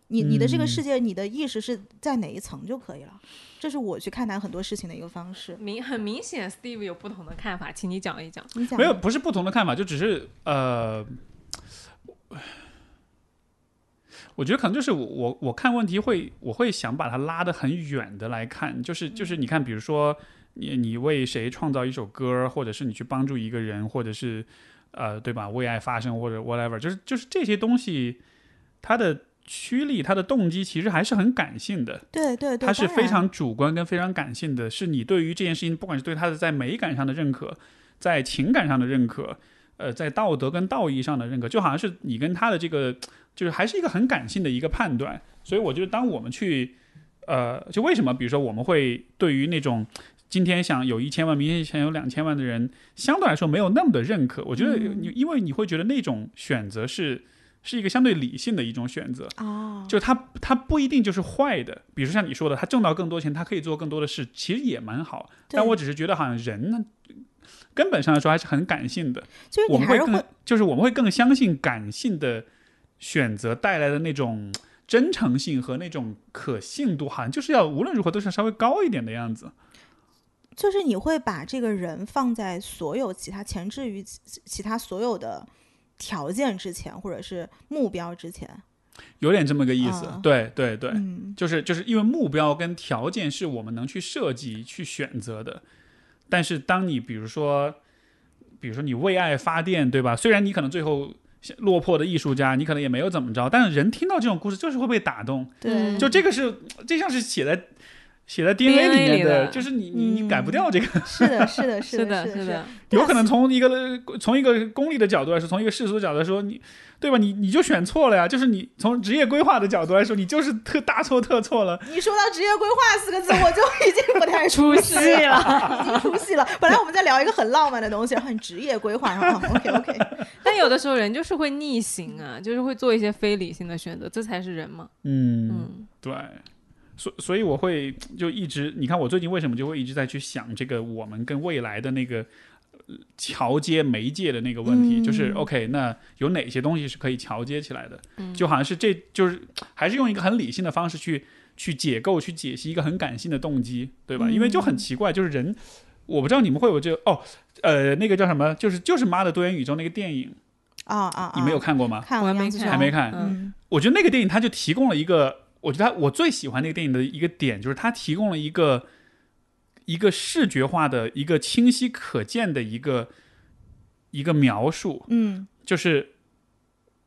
C: 你你的这个世界，你的意识是在哪一层就可以了。这是我去看待很多事情的一个方式。
B: 明很明显，Steve 有不同的看法，请你讲一讲。
C: 你讲
A: 没有，不是不同的看法，就只是呃，我觉得可能就是我我我看问题会我会想把它拉得很远的来看，就是就是你看，比如说你你为谁创造一首歌，或者是你去帮助一个人，或者是呃对吧为爱发声或者 whatever，就是就是这些东西，它的驱力、它的动机其实还是很感性的。
C: 对对对，
A: 它是
C: 当
A: 非
C: 然
A: 常主观跟非常感性的，是你对于这件事情，不管是对它的在美感上的认可，在情感上的认可，呃，在道德跟道义上的认可，就好像是你跟他的这个，就是还是一个很感性的一个判断。所以我觉得，当我们去，呃，就为什么，比如说我们会对于那种。今天想有一千万，明天想有两千万的人，相对来说没有那么的认可。我觉得
C: 嗯
A: 你，因为你会觉得那种选择是是一个相对理性的一种选择，
C: 啊，
A: 就它它不一定就是坏的，比如像你说的，他挣到更多钱，他可以做更多的事，其实也蛮好。
C: 对
A: 但我只是觉得，好像人呢，根本上来说还是很感性的，
C: 就
A: 我
C: 是你
A: 们
C: 还
A: 会
C: 是
A: 更就是我们会更相信感性的选择带来的那种真诚性和那种可信度，好像就是要无论如何都是要稍微高一点的样子。
C: 就是你会把这个人放在所有其他前置于其其他所有的条件之前，或者是目标之前。
A: 有点这么个意思，
C: 啊
A: 对对对，
C: 嗯，
A: 就是就是因为目标跟条件是我们能去设计、去选择的，但是当你比如说，比如说你为爱发电，对吧？虽然你可能最后像落魄的艺术家，你可能也没有怎么着，但是人听到这种故事就是会被打动。
C: 对，
B: 嗯
A: 就这个是这像是写在写
B: *laughs*
A: 在 DNA 里面
B: 里的嗯
A: 就是你你你改不掉这个。
C: 是的，是的， *laughs* 是
B: 是
C: 的，
B: 是
C: 是的，
B: 的，
A: 有可能从一个从一个功利的角度来说，从一个世俗的角度来说，你对吧？你你就选错了呀。就是你从职业规划的角度来说，你就是特大错特错了。
C: 你说到职业规划四个字，我就已经不太
B: 出
C: 出
B: 戏
C: 戏了，已经出戏了。本来我们在聊一个很浪漫的东西，很职业规划，然后 OK
B: *laughs*
C: OK，
B: 但有的时候人就是会逆行啊，就是会做一些非理性的选择，这才是人嘛。
A: 嗯
B: 嗯，
A: 对，所所以我会就一直，你看我最近为什么就会一直在去想这个我们跟未来的那个呃桥接媒介的那个问题，就是 OK，那有哪些东西是可以桥接起来的？就好像是这就是还是用一个很理性的方式去去解构、去解析一个很感性的动机，对吧？因为就很奇怪，就是人。我不知道你们会有这哦，呃，那个叫什么，就是就是《妈的多元宇宙》那个电影，
C: 啊啊啊！
A: 你们有看过吗？
C: 看
B: 我还
C: 过
B: 没
C: 杨紫
B: 看
C: 琼？
A: 还没看，
C: 嗯，
A: 我觉得那个电影它就提供了一个，我觉得它我最喜欢那个电影的一个点就是它提供了一个一个视觉化的一个清晰可见的一个一个描述，
C: 嗯
A: 就是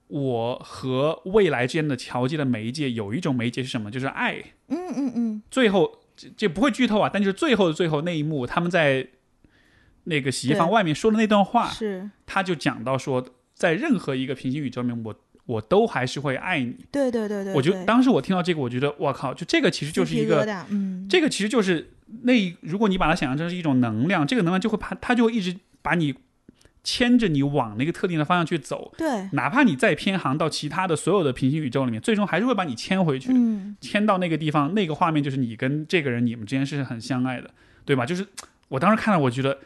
A: 我和未来之间的桥接的媒介有一种媒介是什么？就是爱。
C: 嗯嗯嗯，
A: 最后这这不会剧透啊，但就是最后的最后那一幕，他们在那个洗衣房
C: 对
A: 外面说的那段话，
C: 是
A: 他就讲到说，在任何一个平行宇宙里面，我我都还是会爱你。
C: 对对对对，
A: 我就
C: 对
A: 当时我听到这个，我觉得我靠，就这个其实就是一个
C: 鸡皮，疙瘩嗯，
A: 这个其实就是那一，如果你把它想象成是一种能量，这个能量就会把它就会一直把你牵着你往那个特定的方向去走，
C: 对，
A: 哪怕你再偏航到其他的所有的平行宇宙里面，最终还是会把你牵回去，
C: 嗯，
A: 牵到那个地方，那个画面就是你跟这个人你们之间是很相爱的，对吧？就是我当时看到，我觉得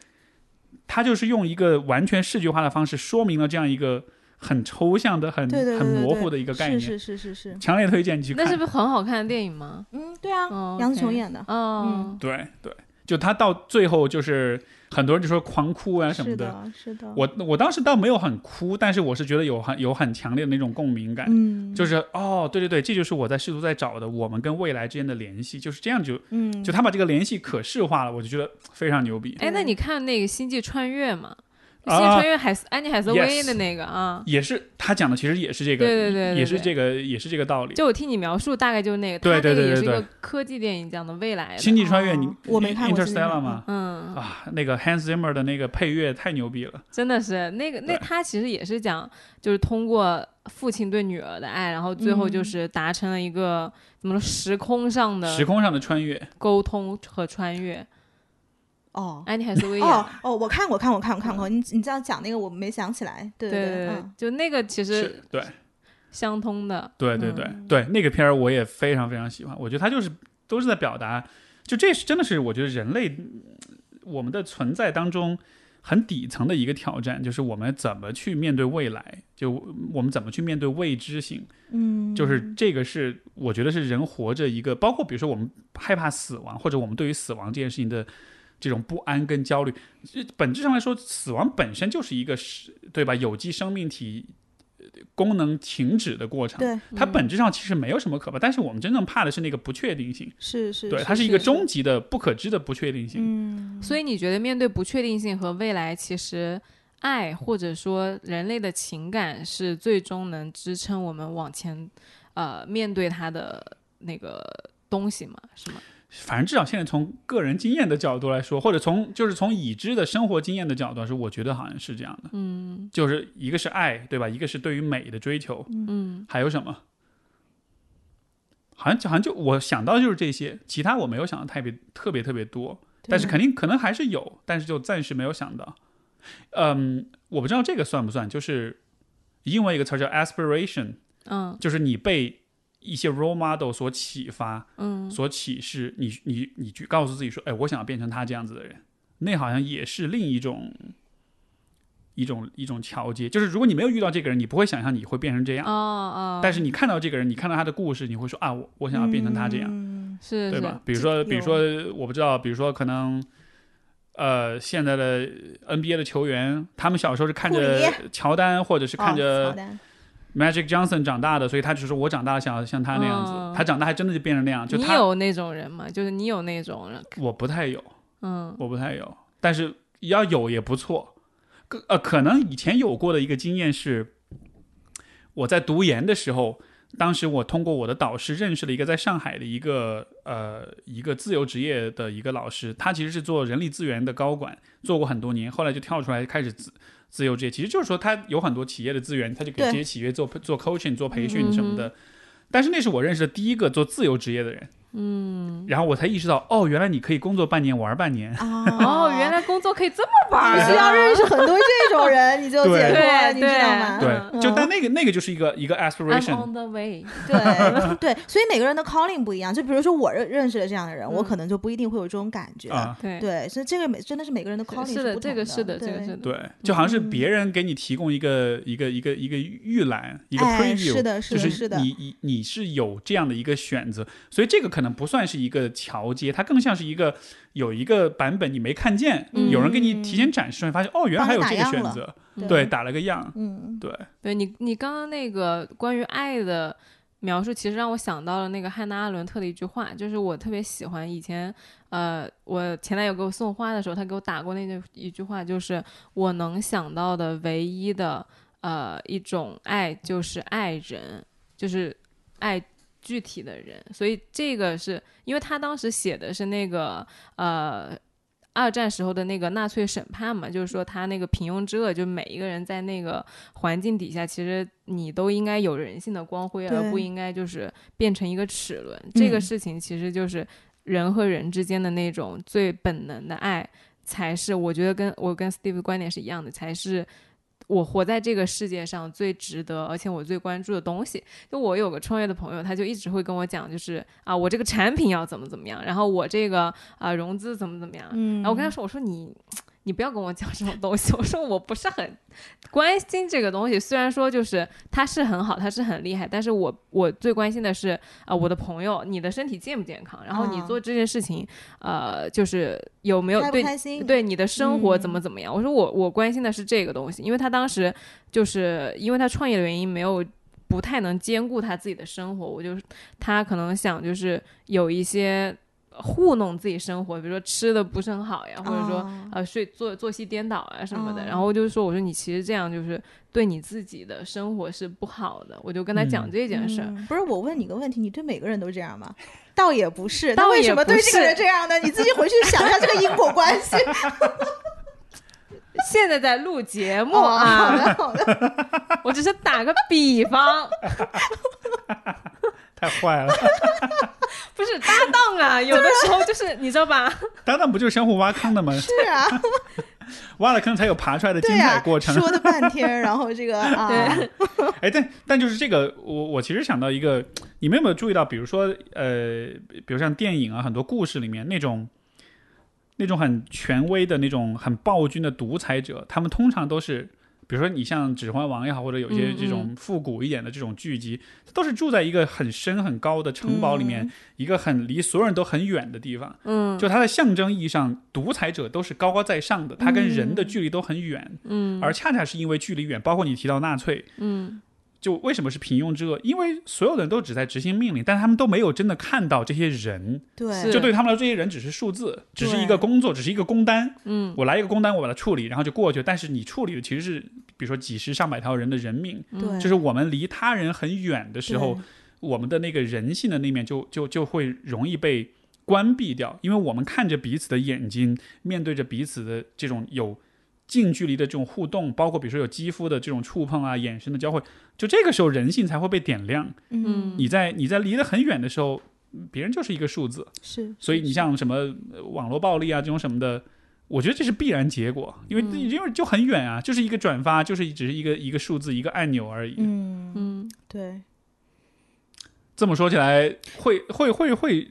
A: 他就是用一个完全视觉化的方式说明了这样一个很抽象的、很
C: 对对对对，
A: 很模
C: 对
A: 糊的一个概念。
C: 是是是是
B: 嗯
C: 是，
A: 强烈推荐你去看。
B: 那是不是很好看的电影吗？
C: 嗯，对啊
B: 哦，
C: 杨紫
B: OK
C: 琼演的，
B: 哦，
A: 对对，就他到最后就是很多人就说狂哭啊什么
C: 是
A: 的。
C: 的，是的，
A: 我我当时倒没有很哭，但是我是觉得有很有很强烈的那种共鸣感，
C: 嗯，
A: 就是哦，对对对，这就是我在试图在找的，我们跟未来之间的联系，就是这样就
C: 嗯，
A: 就他把这个联系可视化了，我就觉得非常牛逼，
B: 哎，那你看那个《星际穿越》吗？《
A: 啊
B: 星际穿越》海瑟安妮海瑟薇
A: Yes
B: 的那个啊，
A: 也是他讲的其实也是这个，
B: 对对对对
A: 也是
B: 对
A: 这个也是这个道理。
B: 就我听你描述，大概就是那个，
A: 对对
B: 它
A: 对
B: 那个也是一
A: 对
B: 个科技电影，讲的未来
A: 星
B: 的，
A: 际穿越，
C: 哦
A: 你
C: 我没看过星际穿越
A: Interstellar 嘛，
B: 嗯，
A: 啊，那个 Hans Zimmer 的那个配乐太牛逼了，
B: 真的是那个那
A: 对
B: 他其实也是讲，就是通过父亲对女儿的爱，然后最后就
C: 嗯
B: 是达成了一个、怎么说时空上
A: 时
B: 的
A: 空上的穿越，
B: 沟通和穿越。
C: 哦
B: 安妮海瑟薇演的
C: 哦哦，我看过，看过，看
A: 嗯
C: 过，看过。你你这样讲那个我没想起来，对
B: 对
C: 对，
B: 对
C: 嗯，
B: 就那个其实
A: 是对。
B: 相通的。
A: 对对对、对，那个片儿我也非常非常喜欢，我觉得他就是都是在表达，就这是真的是我觉得人类嗯我们的存在当中很底层的一个挑战，就是我们怎么去面对未来，就我们怎么去面对未知性。
C: 嗯，
A: 就是这个是我觉得是人活着一个，包括比如说我们害怕死亡，或者我们对于死亡这件事情的这种不安跟焦虑，这本质上来说，死亡本身就是一个是，对吧？有机生命体呃功能停止的过程，
C: 对，
A: 它本质上其实没有什么可怕，但是我们真正怕的是那个不确定性，
C: 是是，
A: 对，它是一个终极的不可知的不确定性。
C: 嗯，
B: 所以你觉得面对不确定性和未来，其实爱或者说人类的情感是最终能支撑我们往前，呃，面对它的那个东西嘛？是吗？
A: 反正至少现在从个人经验的角度来说，或者从就是从已知的生活经验的角度来说，我觉得好像是这样的。
B: 嗯
A: 就是一个是爱，对吧？一个是对于美的追求，
B: 嗯，
A: 还有什么？好像就好像就我想到的就是这些，其他我没有想到特别特别特别多，但是肯定可能还是有，但是就暂时没有想到。嗯，我不知道这个算不算，就是英文一个词儿叫 aspiration，
B: 嗯
A: 就是你被一些 role model 所启发，
B: 嗯
A: 所启示，你你你去告诉自己说，哎，我想要变成他这样子的人，那好像也是另一种一种一种桥接。就是如果你没有遇到这个人，你不会想象你会变成这
B: 哦
A: 样，
B: 哦，
A: 但是你看到这个人，你看到他的故事，你会说啊，我我想要变成他这样，
C: 样，
B: 是
A: 对
B: 是
A: 吧？比如说，
C: 这
A: 比如说，我不知道，比如说可能。呃，现在的 NBA 的球员，他们小时候是看
C: 库
A: 着
C: 里
A: 乔丹或者是看着
C: 哦、乔丹
A: Magic Johnson 长大的，所以他就说我长大了想要像他那样子。
B: 嗯
A: 他长大还真的就变成那样，就
B: 你
A: 他
B: 有那种人吗？就是你有那种人，
A: 我不太有，
B: 嗯
A: 我不太有，但是要有也不错。可呃，可能以前有过的一个经验是，我在读研的时候，当时我通过我的导师认识了一个在上海的一个呃一个自由职业的一个老师，他其实是做人力资源的高管，做过很多年，后来就跳出来开始自自由职业，其实就是说他有很多企业的资源，他就给
C: 对
A: 这些企业做做 coaching、做培训什么的。但是那是我认识的第一个做自由职业的人，嗯，然后我才意识到，哦，原来你可以工作半年玩半年，
B: 哦
C: 哦，
B: 原来工作可以这么玩
C: 你
B: 儿，啊
C: 只要认识很多这种人，你就
A: 对
C: 解脱了，
B: 对
C: 你知道吗？
A: 对，
B: 嗯
A: 就但那个那个就是一个一个
B: I'm
A: aspiration，
B: on the way，
C: 对对， *laughs* 所以每个人的 calling 不一样。就比如说我认认识了这样的人，我
B: 嗯
C: 可能就不一定会有这种感觉。
A: 啊，
B: 对
C: 对，所以这个每真的是每个人的 calling
B: 是
C: 不
B: 的，
C: 同
B: 这个是的，这个
C: 对
B: 是的，
A: 对，就好像
C: 嗯
A: 是别人给你提供一个一个一个一个预览，一个
C: 哎，是
A: preview，
C: 的，是
A: 就
C: 的，是的，
A: 你你你是有这样的一个选择，所以这个可能不算是一个桥接，它更像是一个有一个版本你没看见，
B: 嗯
A: 有人给你提前展示出来，发现哦，原来还有这个选择，
B: 嗯
A: 对，打了个样，
C: 嗯，
A: 对，
B: 对你，你刚刚那个关于爱的描述，其实让我想到了那个汉娜·阿伦特的一句话，就是我特别喜欢以前，呃，我前男友给我送花的时候，他给我打过那句一句话，就是我能想到的唯一的呃一种爱就是爱人，就是爱。具体的人，所以这个是因为他当时写的是那个呃二战时候的那个纳粹审判嘛，就是说他那个平庸之恶，就每一个人在那个环境底下，其实你都应该有人性的光辉，
C: 对
B: 而不应该就是变成一个齿轮。这个事情其实就是人和人之间的那种最本能的爱，才是我觉得跟我跟 Steve 的观点是一样的，才是。我活在这个世界上最值得，而且我最关注的东西，就我有个创业的朋友，他就一直会跟我讲，就是啊，我这个产品要怎么怎么样，然后我这个啊融资怎么怎么样，
C: 嗯
B: 然啊后我跟他说，我说你。你不要跟我讲这种东西，我说我不是很关心这个东西。虽然说就是他是很好，他是很厉害，但是我我最关心的是啊、呃我的朋友，你的身体健不健康，然后你
C: 啊
B: 做这件事情，呃，就是有没有
C: 开不
B: 对
C: 开 *laughs* 心？
B: 对你的生活
C: 嗯
B: 怎么怎么样？我说我我关心的是这个东西，因为他当时就是因为他创业的原因，没有不太能兼顾他自己的生活。我就他可能想就是有一些糊弄自己生活，比如说吃的不是很好呀，
C: 啊，
B: 或者说、呃睡作作息颠倒啊什么的。
C: 哦
B: 然后我就说我说你其实这样就是对你自己的生活是不好的。我就跟他讲
A: 嗯
B: 这件事儿。
C: 嗯不是我问你个问题，你对每个人都这样吗？倒也不是，
B: 倒
C: 那为
B: 也
C: 什么
B: 不
C: 对这个
B: 是
C: 人这样呢？你自己
B: *laughs*
C: 回去想一下这个因果关系。
B: *laughs* 现在在录节目
C: 哦，好
B: 啊，
C: 的，好的。
B: 我只是打个比方，
A: 太坏了， *laughs*
B: 不是搭档啊，有的时候就是你知道吧？
A: 当然不就是相互挖坑的
C: *laughs*
A: 吗？
C: 是啊，
A: 挖了坑才有爬出来的精
C: 对
A: 彩
C: 呀，
A: 过程。
C: 说的半天，然后这
B: *laughs*
C: 个啊， *laughs*
B: 对
A: 哎，但但就是这个，我我其实想到一个，你们有没有注意到，比如说呃，比如像电影啊，很多故事里面那种那种很权威的那种很暴君的独裁者，他们通常都是。比如说，你像《指环王》也好，或者有一些
B: 嗯
A: 这种复古一点的这种剧集，它都是住在一个很深很高的城堡里面，一个很离所有人都很远的地方。
B: 嗯
A: 就它的象征意义上，独裁者都是高高在上的，他跟人的距离都很远，
B: 嗯
A: 而恰恰是因为距离远，包括你提到纳粹，
B: 嗯
A: 就为什么是平庸之恶？因为所有人都只在执行命令，但他们都没有真的看到这些人，
C: 对，
B: 是
A: 就对他们来说，这些人只是数字，只是
C: 对
A: 一个工作，只是一个工单。
B: 嗯
A: 我来一个工单，我把它处理，然后就过去。但是你处理的其实是，比如说几十上百条人的人命，
B: 嗯
C: 对，
A: 就是我们离他人很远的时候
C: 对，
A: 我们的那个人性的那面就就就会容易被关闭掉，因为我们看着彼此的眼睛，面对着彼此的这种有近距离的这种互动，包括比如说有肌肤的这种触碰啊、眼神的交汇，就这个时候人性才会被点亮。
C: 嗯，
A: 你在你在离得很远的时候，别人就是一个数字，
C: 是，
A: 所以你像什么呃网络暴力啊这种什么的。我觉得这是必然结果，因为、
B: 嗯
A: 因为就很远啊，就是一个转发，就是只是一个一个数字一个按钮而已。
C: 嗯，
B: 嗯，
C: 对，
A: 这么说起来，会会会会，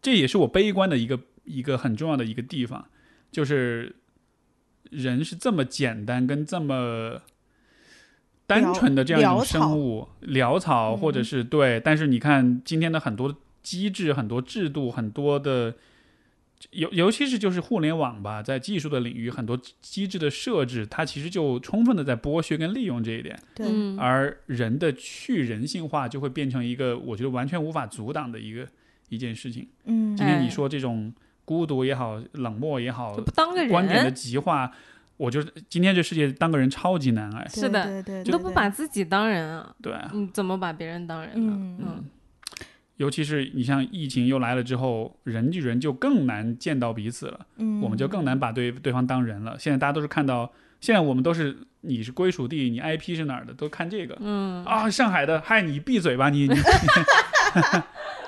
A: 这也是我悲观的一个一个很重要的一个地方，就是人是这么简单跟这么单纯的这样一种生物，潦草
C: 嗯
A: 或者是对，但是你看今天的很多机制、很多制度、很多的。尤尤其是就是互联网吧，在技术的领域，很多机制的设置，它其实就充分的在剥削跟利用这一点。
C: 对，
B: 嗯
A: 而人的去人性化就会变成一个我觉得完全无法阻挡的一个一件事情。
C: 嗯，
A: 今天你
B: 哎
A: 说这种孤独也好，冷漠也好
B: 就，不当个
A: 观点的
B: 人，
A: 极化，我觉得今天这世界当个人超级难哎。
C: 对
B: 是的
C: 对对，
B: 你
C: 对
B: 都不，把自己当人啊，
A: 对啊，
B: 你怎么把别人当人呢？
C: 嗯
B: 嗯
A: 尤其是你像疫情又来了之后，人与人就更难见到彼此了，
C: 嗯，
A: 我们就更难把对对方当人了。现在大家都是看到，现在我们都是你是归属地，你 IP 是哪儿的，都看这个
B: 嗯
A: 啊，上海的，嗨，你闭嘴吧，你 *laughs* 你，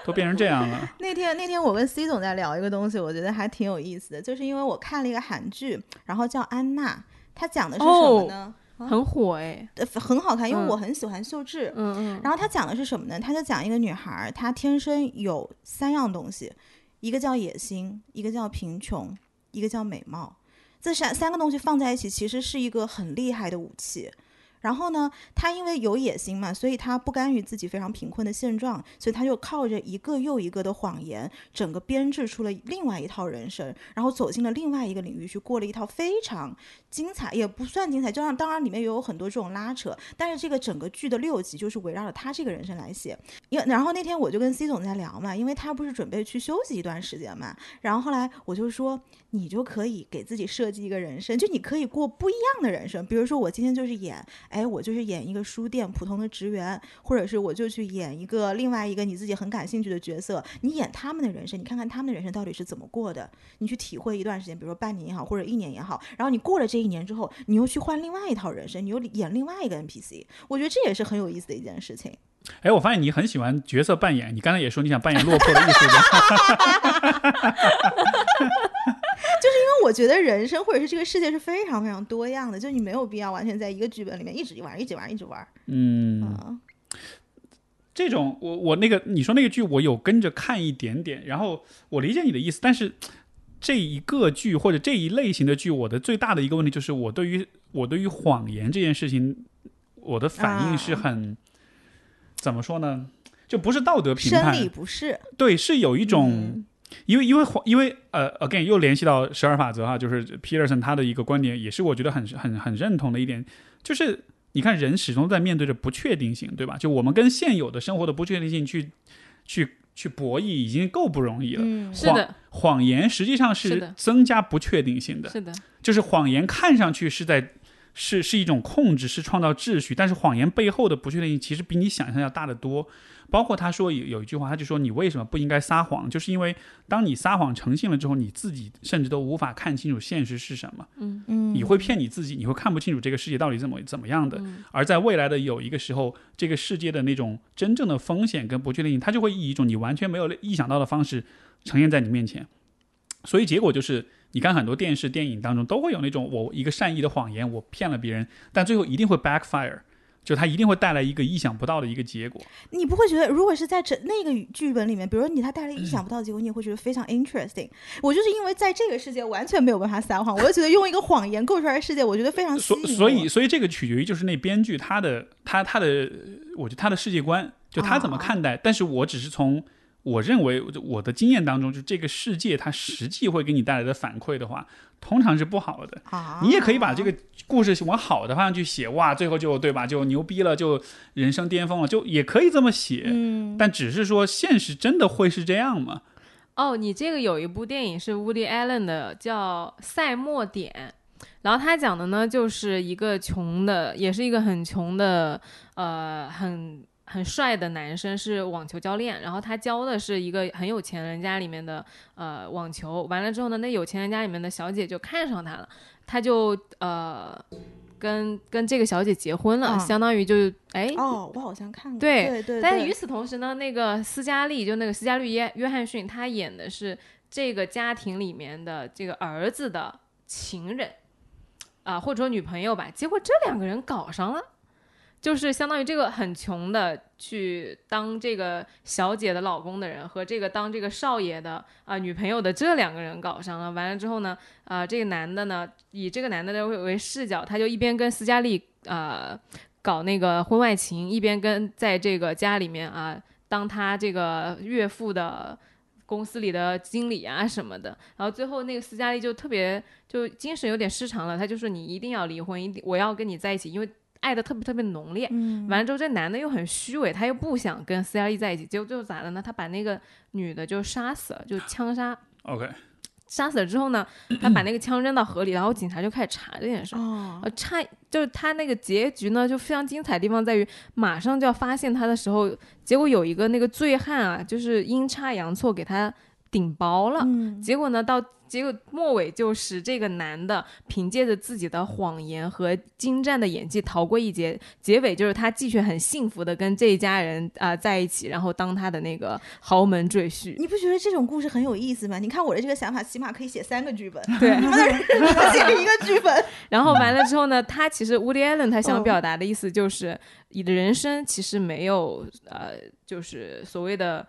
A: 都变成这样了。
C: 那天那天我跟 C 总在聊一个东西，我觉得还挺有意思的，就是因为我看了一个韩剧，然后叫《安娜》，它讲的是什么
B: 哦
C: 呢？
B: 很火哎，
C: 呃，很好看，因为
B: 嗯
C: 我很喜欢秀智。
B: 嗯嗯
C: 然后它讲的是什么呢？它就讲一个女孩儿，她天生有三样东西，一个叫野心，一个叫贫穷，一个叫美貌。这三三个东西放在一起，其实是一个很厉害的武器。然后呢，她因为有野心嘛，所以她不甘于自己非常贫困的现状，所以她就靠着一个又一个的谎言，整个编制出了另外一套人生，然后走进了另外一个领域去过了一套非常精彩，也不算精彩，就像当然里面也有很多这种拉扯，但是这个整个剧的六集就是围绕着她这个人生来写。因为然后那天我就跟 C 总在聊嘛，因为他不是准备去休息一段时间嘛，然后后来我就说，你就可以给自己设计一个人生，就你可以过不一样的人生。比如说我今天就是演，哎，我就是演一个书店普通的职员，或者是我就去演一个另外一个你自己很感兴趣的角色，你演他们的人生，你看看他们的人生到底是怎么过的，你去体会一段时间，比如说半年也好，或者一年也好，然后你过了这一年之后，你又去换另外一套人生，你又演另外一个 NPC，我觉得这也是很有意思的一件事情。
A: 哎，我发现你很喜欢角色扮演，你刚才也说你想扮演落魄的艺术
C: *laughs*
A: 家，
C: 因为我觉得人生或者是这个世界是非常非常多样的，就你没有必要完全在一个剧本里面一直玩、一直玩、一直玩。
A: 嗯，
C: 嗯
A: 这种我我那个你说那个剧我有跟着看一点点，然后我理解你的意思，但是这一个剧或者这一类型的剧，我的最大的一个问题就是我对于我对于谎言这件事情，我的反应是
C: 啊
A: 很、怎么说呢？就不是道德评
C: 生理
A: 判，
C: 不适，
A: 对，是有一种。
C: 嗯
A: 因为因为谎因为呃，again 又联系到十二法则哈，就是 Peterson 他的一个观点，也是我觉得很很很认同的一点，就是你看人始终在面对着不确定性，对吧？就我们跟现有的生活的不确定性去去去博弈，已经够不容易了。
C: 嗯，
B: 是的，
A: 谎言实际上
B: 是
A: 是
B: 的
A: 增加不确定性的，
B: 是的，
A: 就是谎言看上去是在。是是一种控制，是创造秩序，但是谎言背后的不确定性其实比你想象要大得多。包括他说有有一句话，他就说你为什么不应该撒谎，就是因为当你撒谎成性了之后，你自己甚至都无法看清楚现实是什么，
B: 嗯
C: 嗯，
A: 你会骗你自己，你会看不清楚这个世界到底怎么怎么样的。
B: 嗯
A: 而在未来的有一个时候，这个世界的那种真正的风险跟不确定性，它就会以一种你完全没有意想到的方式呈现在你面前。所以结果就是，你看很多电视、电影当中都会有那种我一个善意的谎言，我骗了别人，但最后一定会 backfire。就它一定会带来一个意想不到的一个结果。
C: 你不会觉得，如果是在这那个剧本里面，比如你他带来意想不到的结果，你也会觉得非常 interesting。我就是因为在这个世界完全没有办法撒谎，我就觉得用一个谎言构出来的世界，我觉得非常吸
A: 所
C: 引我。
A: 所以所以这个取决于就是那编剧他的他他的，我觉得他的世界观，就他
B: 哦
A: 怎么
C: 啊
A: 看待。但是我只是从我认为就我的经验当中，就这个世界它实际会给你带来的反馈的话，通常是不好的。
C: 啊，
A: 你也可以
B: 哦
A: 把这个故事往好的方向去写，哇，最后就对吧，就牛逼了，就人生巅峰了，就也可以这么写。
C: 嗯，
A: 但只是说，现实真的会是这样吗？
B: 哦，你这个有一部电影是 Woody Allen 的，叫《赛末点》，然后他讲的呢，就是一个穷的，也是一个很穷的，呃，很很帅的男生，是网球教练，然后他教的是一个很有钱人家里面的呃网球，完了之后呢，那有钱人家里面的小姐就看上他了，他就呃跟跟这个小姐结婚了，
C: 嗯
B: 相当于就哎
C: 哦，我好像看过，
B: 对
C: 对对，
B: 但是
C: 对
B: 与此同时呢，那个斯嘉丽就那个斯嘉丽约约翰逊，他演的是这个家庭里面的这个儿子的情人啊、或者说女朋友吧。结果这两个人搞上了，就是相当于这个很穷的去当这个小姐的老公的人和这个当这个少爷的啊、女朋友的这两个人搞上了。完了之后呢，啊、这个男的呢，以这个男的的为为视角，他就一边跟斯嘉丽啊。搞那个婚外情，一边跟在这个家里面啊，当他这个岳父的公司里的经理啊什么的，然后最后那个斯嘉丽就特别就精神有点失常了，他就说你一定要离婚，一定我要跟你在一起，因为爱的特别特别浓烈。
C: 嗯，
B: 完了之后，这男的又很虚伪，他又不想跟斯嘉丽在一起，结果最后咋的呢？他把那个女的就杀死了，就枪杀。
A: OK，
B: 杀死了之后呢，他把那个枪扔到河里，然后警察就开始查这件事儿。
C: 哦，
B: 呃，差就是他那个结局呢，就非常精彩的地方在于，马上就要发现他的时候，结果有一个那个醉汉啊，就是阴差阳错给他顶包了。
C: 嗯
B: 结果呢，到结果末尾就是这个男的凭借着自己的谎言和精湛的演技逃过一劫，结尾就是他继续很幸福的跟这一家人啊、在一起，然后当他的那个豪门赘婿。 *laughs*
C: 你不觉得这种故事很有意思吗？你看我的这个想法，起码可以写三个
B: *laughs*
C: 剧本，
B: 对，
C: 你们那儿只能写一个剧本，
B: 然后
A: 嗯
B: 完了之后呢，他其实 Woody Allen 他想表达的意思就是，你的人生其实没有呃，就是所谓的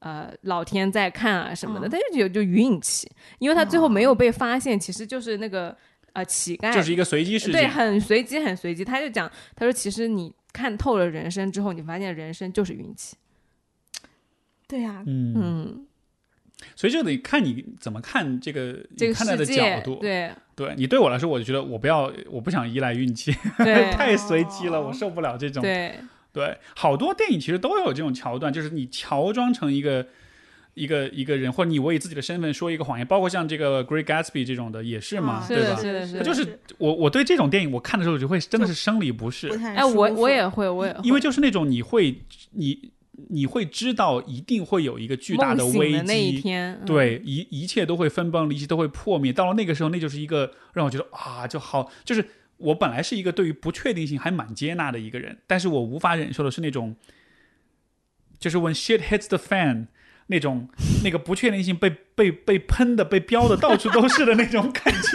B: 呃老天在看啊什么的，
C: 嗯
B: 但是有就云影期，因为他最后没有被发现，其实就是那个呃乞丐，
A: 嗯就是一个随机事
B: 对，
A: 件。
B: 很随机，很随机。他就讲，他说其实你看透了人生之后，你发现人生就是运气。
C: 对呀、
A: 嗯，
B: 嗯，
A: 所以这得看你怎么看这个
B: 这
A: 你
B: 个
A: 看待
B: 世
A: 的角
B: 界，
A: 度。 *laughs*
B: 对
A: 对你对我来说，我就觉得我不要，我不想依赖运气，*laughs*
B: 对哦
A: 太随机了，我受不了这种。
B: 对，
A: 对，好多电影其实都有这种桥段，就是你乔装成一个一个一个人，或者你我以自己的身份说一个谎言，包括像这个《Great Gatsby》这种的也是嘛，
C: 啊
B: 哦是
A: 对
B: 的
A: 吧？
B: 是的是的
A: 它就是我我对这种电影我看的时候，我就会真的
C: 就是
A: 生理不适
C: 不，太
B: 哎，我
C: 舒服
B: 我也会，我也会，
A: 因为就是那种你会你你会知道一定会有一个巨大
B: 梦醒
A: 危
B: 的那一
A: 机。
B: 天，嗯
A: 对，一一切都会分崩离析，都会破灭。到了那个时候，那就是一个让我觉得啊，就好，就是我本来是一个对于不确定性还蛮接纳的一个人，但是我无法忍受的是那种，就是 when shit hits the fan 那种那个不确定性被被被喷的、被飙的到处都是的那种感觉。 *laughs*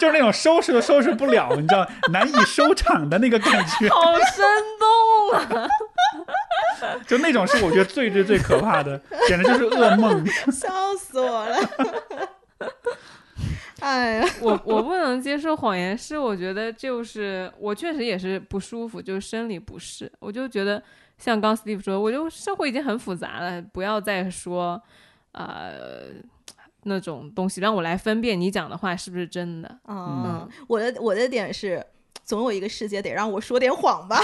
A: 就是那种收拾都收拾不了，你知道，难以收场的那个感觉，
B: 好生动啊！ *laughs*
A: 就那种是我觉得最最最可怕的，简直就是噩梦。
C: 笑死我
B: *laughs*
C: 了。哎呀，
B: 我我不能接受谎言，是我觉得就是我确实也是不舒服，就是生理不适。我就觉得像刚 Steve 说，我就生活已经很复杂了，不要再说呃那种东西，让我来分辨你讲的话是不是真的。
A: 嗯
C: 啊、我的我的点是，总有一个世界得让我说点谎
B: *laughs*
C: 吧，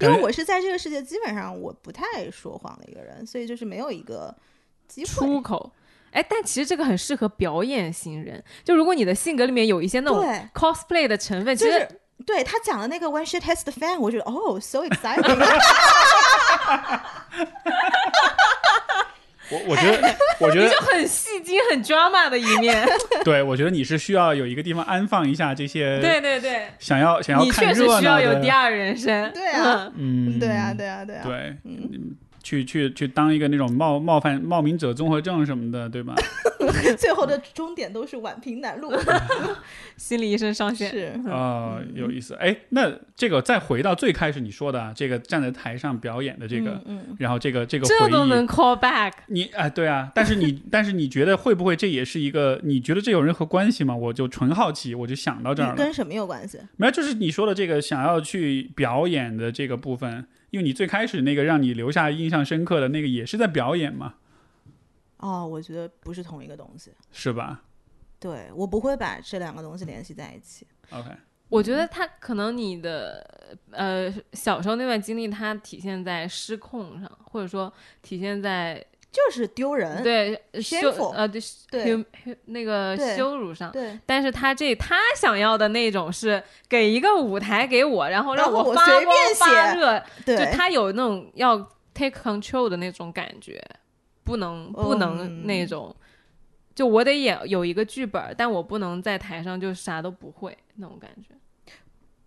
C: 因为我是在这个世界基本上我不太说谎的一个人，所以就是没有一个机
B: 出
C: 会。
B: 口。哎，但其实这个很适合表演型人，就如果你的性格里面有一些那种
C: 对，
B: cosplay 的成分，其
C: 就
B: 实
C: 是对他讲的那个 “When shit hits the fan”，我觉得哦，so exciting，
A: 我我觉得，我觉
B: 你
A: 得
B: 就很戏精、很 drama 的一面。 *laughs*
A: 对，我觉得你是需要有一个地方安放一下这些，
B: 对对对，
A: 想要想要
B: 你
A: 看
B: 确实
A: 热
B: 需
A: 闹
B: 要有
A: 的，
B: 第二人
C: *laughs*
B: 生。
C: 对啊
A: *laughs*
B: 嗯
A: 嗯，
C: 对啊，对啊，对啊，
A: 对，嗯去去去当一个那种冒冒犯冒名者综合症什么的，对
B: *laughs*
A: 吧？
C: 最后的终点都是宛平南路。
A: 嗯
B: 心理医生上线，
C: 是，
A: 啊、有意思。哎，那这个再回到最开始你说的啊，这个站在台上表演的这个，
C: 嗯嗯
A: 然后这个这个
B: 这都
A: 回忆
B: 能，call back。
A: 你哎、对啊，但是你 *laughs* 但是你觉得会不会这也是一个？你觉得这有任何关系吗？我就纯好奇，我就想到这儿
C: 嗯，
A: 了。
C: 跟什么有关系？
A: 没有，就是你说的这个想要去表演的这个部分，因为你最开始那个让你留下印象深刻的那个也是在表演嘛，
C: 哦，我觉得不是同一个东西。
A: 是吧
C: 对我不会把这两个东西联系在一起。
A: ？OK，
B: 我觉
A: 嗯
B: 得他可能你的呃小时候那段经历，它体现在失控上，或者说体现在
C: 就是丢人。
B: 对羞
C: Shameful
B: 呃对
C: 嗯对
B: hum- hum- 那个
C: 对
B: 羞辱上。
C: 对，
B: 但是他这他想要的那种是给一个舞台给我，然后让
C: 然后我
B: 发
C: 随
B: 光
C: 便
B: 发
C: 写
B: 热，
C: 对，
B: 就他有那种要 take control 的那种感觉，不能不能
C: 嗯
B: 那种，就我得演有一个剧本，但我不能在台上就啥都不会那种感觉。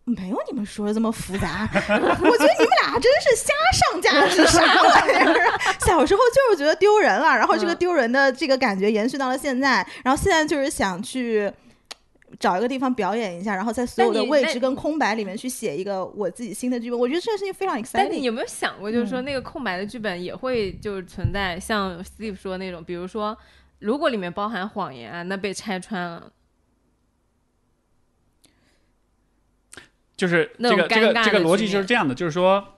C: 没有你们说的这么复杂。 *laughs* 我觉得你们俩真是瞎上价值，啥玩意儿啊？小时候就是觉得丢人啊了，然后这个
B: 嗯
C: 丢人的这个感觉延续到了现在，然后现在就是想去。找一个地方表演一下，然后在所有的
B: 但你
C: 位
B: 那
C: 置跟空白里面去写一个我自己新的剧本，我觉得这件事情非常
B: 但你
C: exciting。
B: 有没有想过，就是
C: 嗯
B: 说那个空白的剧本也会就是存在，像 Steve 说那种，比如说如果里面包含谎言啊，那被拆穿了，
A: 就是
B: 那
A: 这
B: 种
A: 个这个
B: 尴尬
A: 这个
B: 的
A: 逻
B: 局
A: 辑就是
B: 面
A: 这样的，就是说，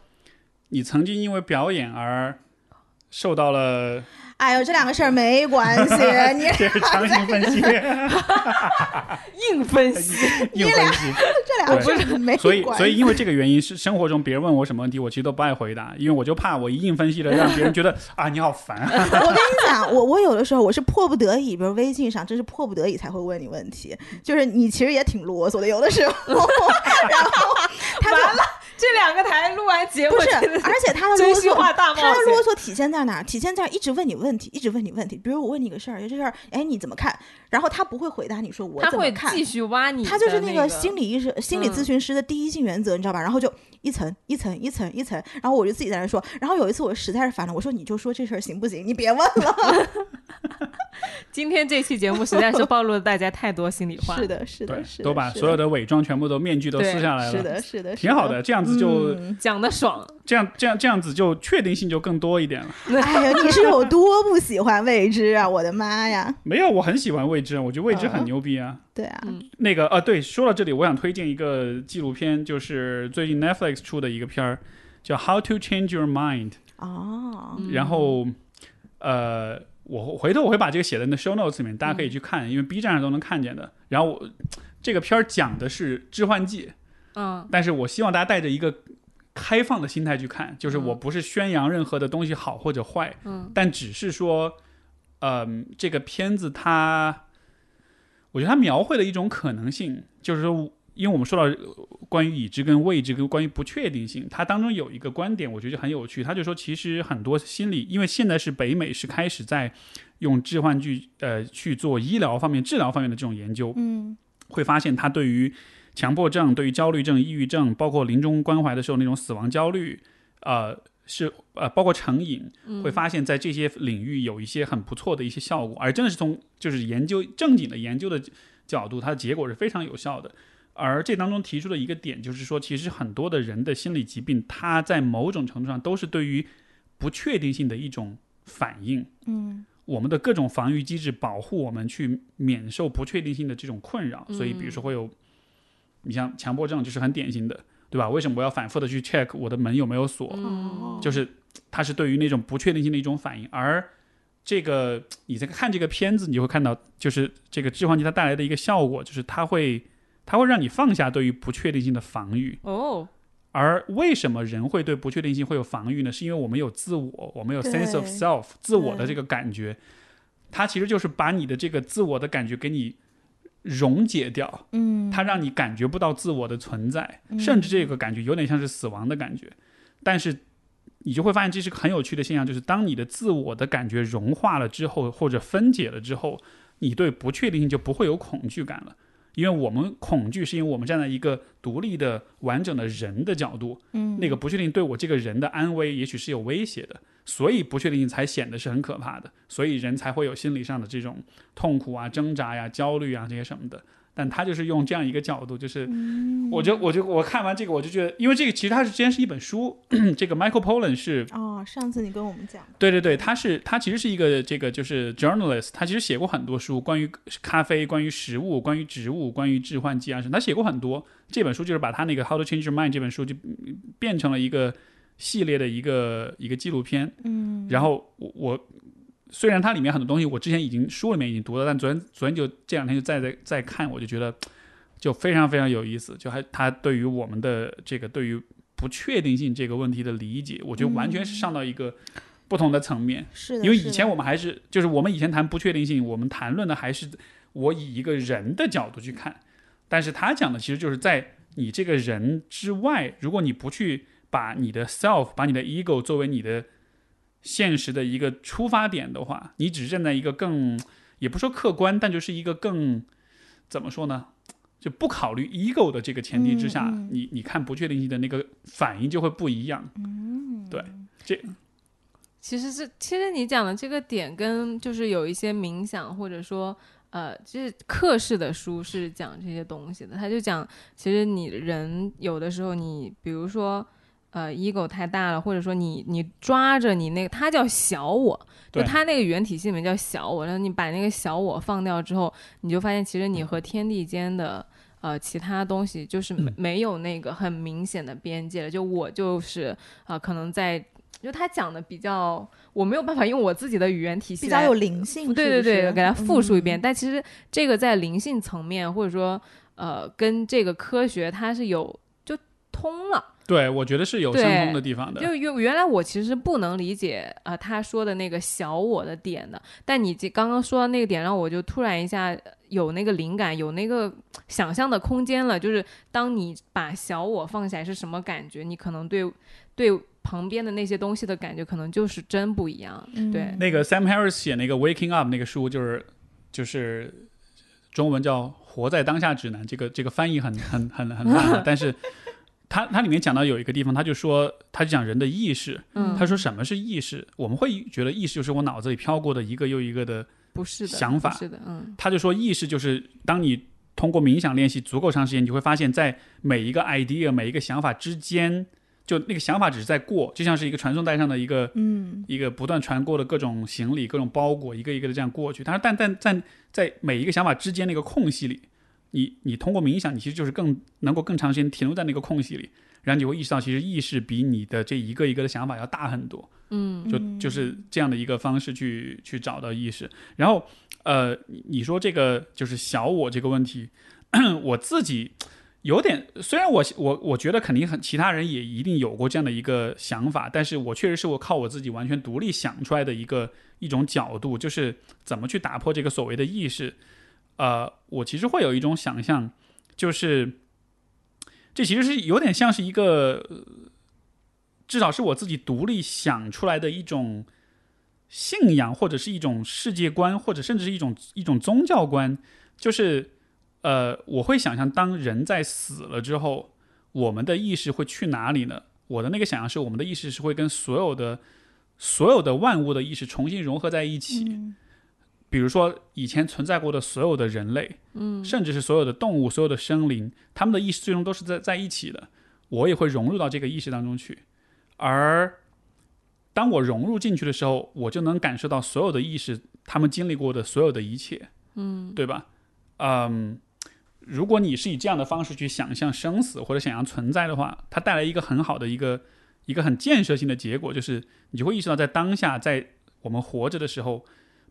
A: 你曾经因为表演而受到
C: *laughs*
A: 了
C: 哎呦，这两个事儿没关系，你
A: 这是强行分析、 *laughs*
B: 硬分析。
A: 硬分析，
C: 这两个事儿没关系。
A: 所以所以因为这个原因，是生活中别人问我什么问题，我其实都不爱回答，因为我就怕我一硬分析了，让别人觉
C: *laughs*
A: 得啊你好烦啊。
C: 我跟你讲，我我有的时候我是迫不得已，比如微信上，真是迫不得已才会问你问题，就是你其实也挺啰嗦的，有的时
B: *laughs*
C: 候，然后他
B: 完
C: 就
B: 了，这两个台录完节目
C: 不是
B: 真的，
C: 而且他的
B: 真
C: 啰
B: 心话
C: 嗦。
B: 大冒
C: 他的
B: 险。
C: 啰嗦体现在哪儿？体现在一直问你问题，一直问你问题。比如我问你个事儿，这事儿，哎，你怎么看？然后他不会回答你说我
B: 他
C: 怎么
B: 会
C: 看，
B: 继续挖你的、
C: 他就是
B: 那
C: 个心理医生、心理咨
B: 嗯
C: 询师的第一性原则，你知道吧？然后就一层一层一层一层，然后我就自己在那说。然后有一次我实在是烦了，我说你就说这事儿行不行？你别问了。
B: 今天这期节目实在是暴露了大家太多心里话。
C: 是，的，是
A: 对
C: 的，是，的，
A: 都把
C: 是
A: 所有
C: 的
A: 的伪装全部都面具都
B: 对
A: 撕下来
C: 是
A: 了，
C: 的，是的，
A: 挺好的。这样子就、
C: 嗯
B: 讲的爽，
A: 这样这样这样子就确定性就更多一点了。
C: 哎
A: *laughs*
C: 呀，你是有多不喜欢未知啊！我的妈呀，
A: 没有，我很喜欢未知，我觉得未知很
C: 嗯
A: 牛逼啊。
C: 对啊，
B: 嗯
A: 那个啊，对，说到这里，我想推荐一个纪录片，就是最近 Netflix 出的一个片儿，叫《How to Change Your Mind》。
C: 哦，
B: 嗯
A: 然后，呃，我回头我会把这个写在那 show notes 里面，大家
B: 嗯
A: 可以去看，因为 B 站上都能看见的。然后我这个片儿讲的是致幻剂，
B: 嗯，
A: 但是我希望大家带着一个开放的心态去看，就是我
B: 嗯
A: 不是宣扬任何的东西好或者坏，
B: 嗯，
A: 但只是说，嗯、这个片子它，我觉得它描绘了一种可能性，就是说，因为我们说到呃关于已知跟未知跟关于不确定性，它当中有一个观点，我觉得就很有趣，他就说，其实很多心理，因为现在是北美是开始在用致幻剂呃去做医疗方面、治疗方面的这种研究，
C: 嗯
A: 会发现它对于强迫症、对于焦虑症、抑郁症，包括临终关怀的时候那种死亡焦虑，呃，是呃，包括成瘾，会发现在这些领域有一些很不错的一些效果，而真的是从就是研究正经的研究的角度，它的结果是非常有效的。而这当中提出的一个点就是说，其实很多的人的心理疾病，它在某种程度上都是对于不确定性的一种反应。
C: 嗯
A: 我们的各种防御机制保护我们去免受不确定性的这种困扰，所以比如说会有，你像强迫症就是很典型的，对吧？为什么我要反复的去 check 我的门有没有锁？
B: 嗯，
A: 就是它是对于那种不确定性的一种反应，而这个你在看这个片子，你就会看到，就是这个致幻剂它带来的一个效果，就是它会它会让你放下对于不确定性的防御，
B: 哦，
A: 而为什么人会对不确定性会有防御呢？是因为我们有自我，我们有
C: 对
A: sense of self，自我的
C: 对
A: 这个感觉，它其实就是把你的这个自我的感觉给你溶解掉，
C: 嗯，
A: 它让你感觉不到自我的存在，
C: 嗯
A: 甚至这个感觉有点像是死亡的感觉。但是你就会发现，这是个很有趣的现象，就是当你的自我的感觉融化了之后，或者分解了之后，你对不确定性就不会有恐惧感了。因为我们恐惧是因为我们站在一个独立的、完整的人的角度，
C: 嗯，
A: 那个不确定对我这个人的安危也许是有威胁的，所以不确定才显得是很可怕的，所以人才会有心理上的这种痛苦啊、挣扎呀、焦虑啊这些什么的。但他就是用这样一个角度，就是，我就我就我看完这个，我就觉得，因为这个其实它是之前是一本书， *clears throat* 这个 Michael Pollan 是
C: 哦，上次你跟我们讲，
A: 对对对，他是他其实是一个这个就是 journalist，他其实写过很多书，关于咖啡、关于食物、关于植物、关于致幻剂啊什么，他写过很多。这本书就是把他那个《How to Change Your Mind》这本书就嗯变成了一个系列的一个一个纪录片。
C: 嗯，
A: 然后我我虽然它里面很多东西我之前已经书里面已经读了，但昨天昨天就这两天就再再再看，我就觉得就非常非常有意思，就还它对于我们的这个对于不确定性这个问题的理解，我觉得完全是上到一个不同的层面。
C: 是的，
A: 因为
C: 是
A: 以
C: 的
A: 前我们还是就是我们以前谈不确定性，我们谈论的还是我以一个人的角度去看，但是他讲的其实就是在你这个人之外，如果你不去把你的 self 把你的 ego 作为你的现实的一个出发点的话，你只是站在一个更也不说客观，但就是一个更怎么说呢？就不考虑 ego 的这个前提之下，
C: 嗯嗯
A: 你你看不确定性的那个反应就会不一样。
C: 嗯，
A: 对
B: 其实是，其实你讲的这个点跟就是有一些冥想或者说呃，就是课式的书是讲这些东西的。他就讲，其实你人有的时候你比如说。呃，ego 太大了，或者说你你抓着你那个，他叫小我，就
A: 对
B: 他那个语言体系里面叫小我，然后你把那个小我放掉之后，你就发现其实你和天地间的呃其他东西就是没没有那个很明显的边界了。就我就是啊、呃可能在就他讲的比较，我没有办法用我自己的语言体系
C: 比较
B: 来
C: 有灵性，
B: 对
C: 是
B: 对
C: 不
B: 对，
C: 是嗯
B: 给它复述一遍。但其实这个在灵性层面，或者说呃跟这个科学它是有就通了。
A: 对，我觉得是有相通的地方的。
B: 就原原来我其实不能理解呃他说的那个小我的点的，但你这刚刚说到那个点，让我就突然一下呃有那个灵感，有那个想象的空间了。就是当你把小我放下来是什么感觉，你可能对对旁边的那些东西的感觉，可能就是真不一样。
C: 嗯
B: 对
A: 那个 Sam Harris 写那个《Waking Up》那个书，就是就是中文叫《活在当下指南》，这个这个翻译很很很很烂啊，但是他他里面讲到有一个地方，他就说他就讲人的意识，
B: 嗯，
A: 他说什么是意识？我们会觉得意识就是我脑子里飘过的一个又一个的，
B: 不是的，
A: 想法
B: 不是的，嗯，
A: 他就说意识就是当你通过冥想练习足够长时间，你会发现在每一个 idea 每一个想法之间，就那个想法只是在过，就像是一个传送带上的一个
C: 嗯
A: 一个不断传过的各种行李、各种包裹，一个一个的这样过去。他说，但但但在每一个想法之间那个空隙里，你你通过冥想，你其实就是更能够更长时间停留在那个空隙里，然后你会意识到，其实意识比你的这一个一个的想法要大很多。
B: 嗯，
A: 就
C: 嗯
A: 就是这样的一个方式去去找到意识。然后，呃，你你说这个就是小我这个问题， *coughs* 我自己有点，虽然我我我觉得肯定很，其他人也一定有过这样的一个想法，但是我确实是我靠我自己完全独立想出来的一个一种角度，就是怎么去打破这个所谓的意识。呃，我其实会有一种想象，就是这其实是有点像是一个呃至少是我自己独立想出来的一种信仰，或者是一种世界观，或者甚至是一种一种宗教观，就是呃，我会想象，当人在死了之后，我们的意识会去哪里呢？我的那个想象是，我们的意识是会跟所有的所有的万物的意识重新融合在一起。
C: 嗯
A: 比如说以前存在过的所有的人类，嗯，甚至是所有的动物、所有的生灵，他们的意识最终都是在在一起的。我也会融入到这个意识当中去，而当我融入进去的时候，我就能感受到所有的意识，他们经历过的所有的一切，嗯，对吧？嗯，如果你是以这样的方式去想象生死或者想象存在的话，它带来一个很好的一个一个很建设性的结果，就是你就会意识到，在当下，在我们活着的时候，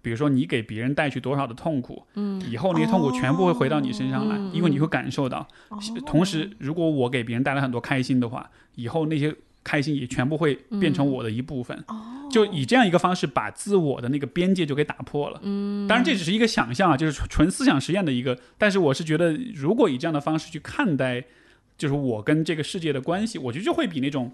A: 比如说你给别人带去多少的痛苦，嗯，以后那些痛苦全部会回到你身上来，
B: 哦
A: 因为你会感受到。
C: 嗯哦
A: 同时，如果我给别人带来很多开心的话，以后那些开心也全部会变成我的一部分。
C: 哦，
A: 就以这样一个方式把自我的那个边界就给打破了。嗯，当然这只是一个想象啊，就是纯纯思想实验的一个。但是我是觉得，如果以这样的方式去看待，就是我跟这个世界的关系，我觉得就会比那种。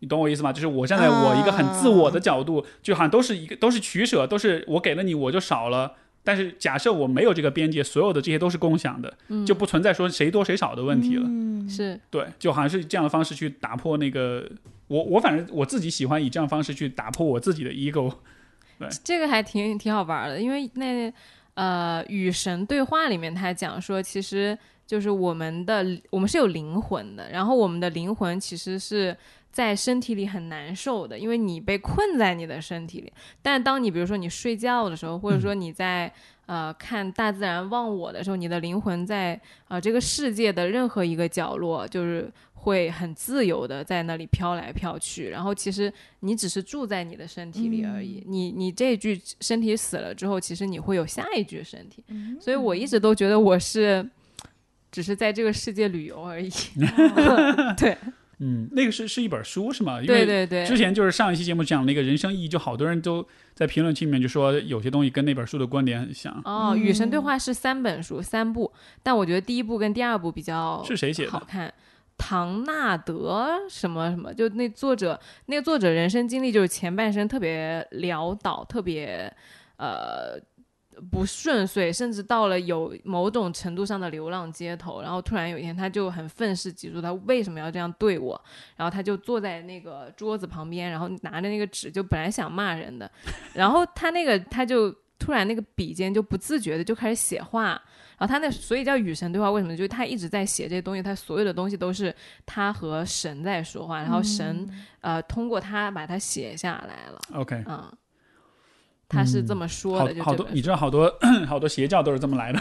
A: 你懂我意思吗？就是我站在我一个很自我的角度，就好像都是一个都是取舍，都是我给了你我就少了，但是假设我没有这个边界，所有的这些都是共享的，
B: 嗯
A: 就不存在说谁多谁少的问题了。
C: 嗯
B: 是
A: 对，就好像是这样的方式去打破那个我我反正我自己喜欢以这样的方式去打破我自己的 ego。
B: 这个还挺挺好玩的，因为那呃与神对话里面他讲说，其实就是我们的我们是有灵魂的，然后我们的灵魂其实是。在身体里很难受的，因为你被困在你的身体里。但当你比如说你睡觉的时候，或者说你在、呃看大自然忘我的时候，你的灵魂在呃这个世界的任何一个角落，就是会很自由的在那里飘来飘去。然后其实你只是住在你的身体里而已。你你这一具身体死了之后，其实你会有下一具身体。
C: 嗯
B: 所以我一直都觉得我是只是在这个世界旅游而已。
C: *laughs*
B: 对
A: 嗯，那个是是一本书是吗？因
B: 对
A: 为
B: 对对，
A: 之前就是上一期节目讲了一个人生意义，就好多人都在评论区里面就说有些东西跟那本书的观点很像。
B: 哦，与神对话》是三本书，三部，但我觉得第一部跟第二部比较
A: 是谁写的
B: 好看。唐纳德什么什么，就那作者，那个作者人生经历就是前半生特别潦倒，特别呃不顺遂，甚至到了有某种程度上的流浪街头。然后突然有一天，他就很愤世嫉俗，他为什么要这样对我？然后他就坐在那个桌子旁边，然后拿着那个纸，就本来想骂人的，然后他那个他就突然那个笔尖就不自觉的就开始写画，然后他那所以叫与神对话，为什么？就是他一直在写这些东西，他所有的东西都是他和神在说话，然后神、
C: 嗯
B: 呃通过他把它写下来了，
A: OK，
B: 嗯，他是这么
A: 嗯
B: 说
A: 好
B: 的，就
A: 好
B: 这
A: 多，
B: 本
A: 你
B: 书
A: 知道好多 *coughs* 好多邪教都是这么
B: *laughs*
A: 来的，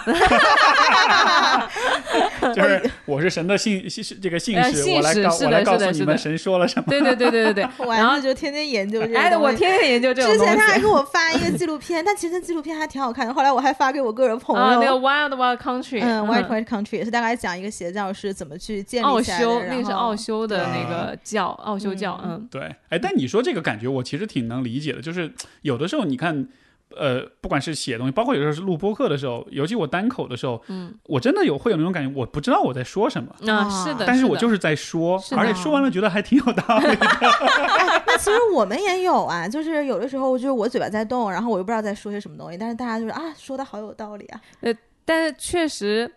A: 就是我是神的信信是这个信
B: 呃
A: 使，
B: 信
A: 我来
B: 使
A: 告
B: 是
A: 我
B: 的
A: 来
B: 是
A: 告诉
B: 的是
A: 你
B: 的
A: 们神说了什么。
B: 对对对对
C: *laughs*
B: 对对，然
C: 完
B: 后
C: 了就天天研究这个。
B: 哎，我。天天研究这种
C: 之前他
B: 东
C: 还
B: 西啊
C: 给我发一个纪录片，但其实那纪录片还挺好看的。后来我还发给我个人朋友，
B: 啊，那个 Wild Wild Country，
C: 嗯，White White Country 也是大概讲一个邪教是怎么去建
B: 奥
C: 立起来的。
B: 修，
C: 然
B: 那个是
C: 后
B: 奥修的那
A: 对啊
B: 个教，奥修教，
C: 嗯
B: 嗯，
A: 对，哎，但你说这个感觉，我其实挺能理解的。就是有的时候，你看，呃，不管是写东西，包括有时候是录播客的时候，尤其我单口的时候，
B: 嗯，
A: 我真的有会有那种感觉，我不知道我在说什么，
B: 啊，是的，
A: 但是
B: 是
A: 我
B: 的
A: 就是在说，
B: 是的
A: 而且说完了觉得还挺有道理。
C: 那其实我们也有啊，就是有的时候就是我嘴巴在动，然后我又不知道在说些什么东西，但是大家就是啊，说的好有道理啊。
B: 但是确实，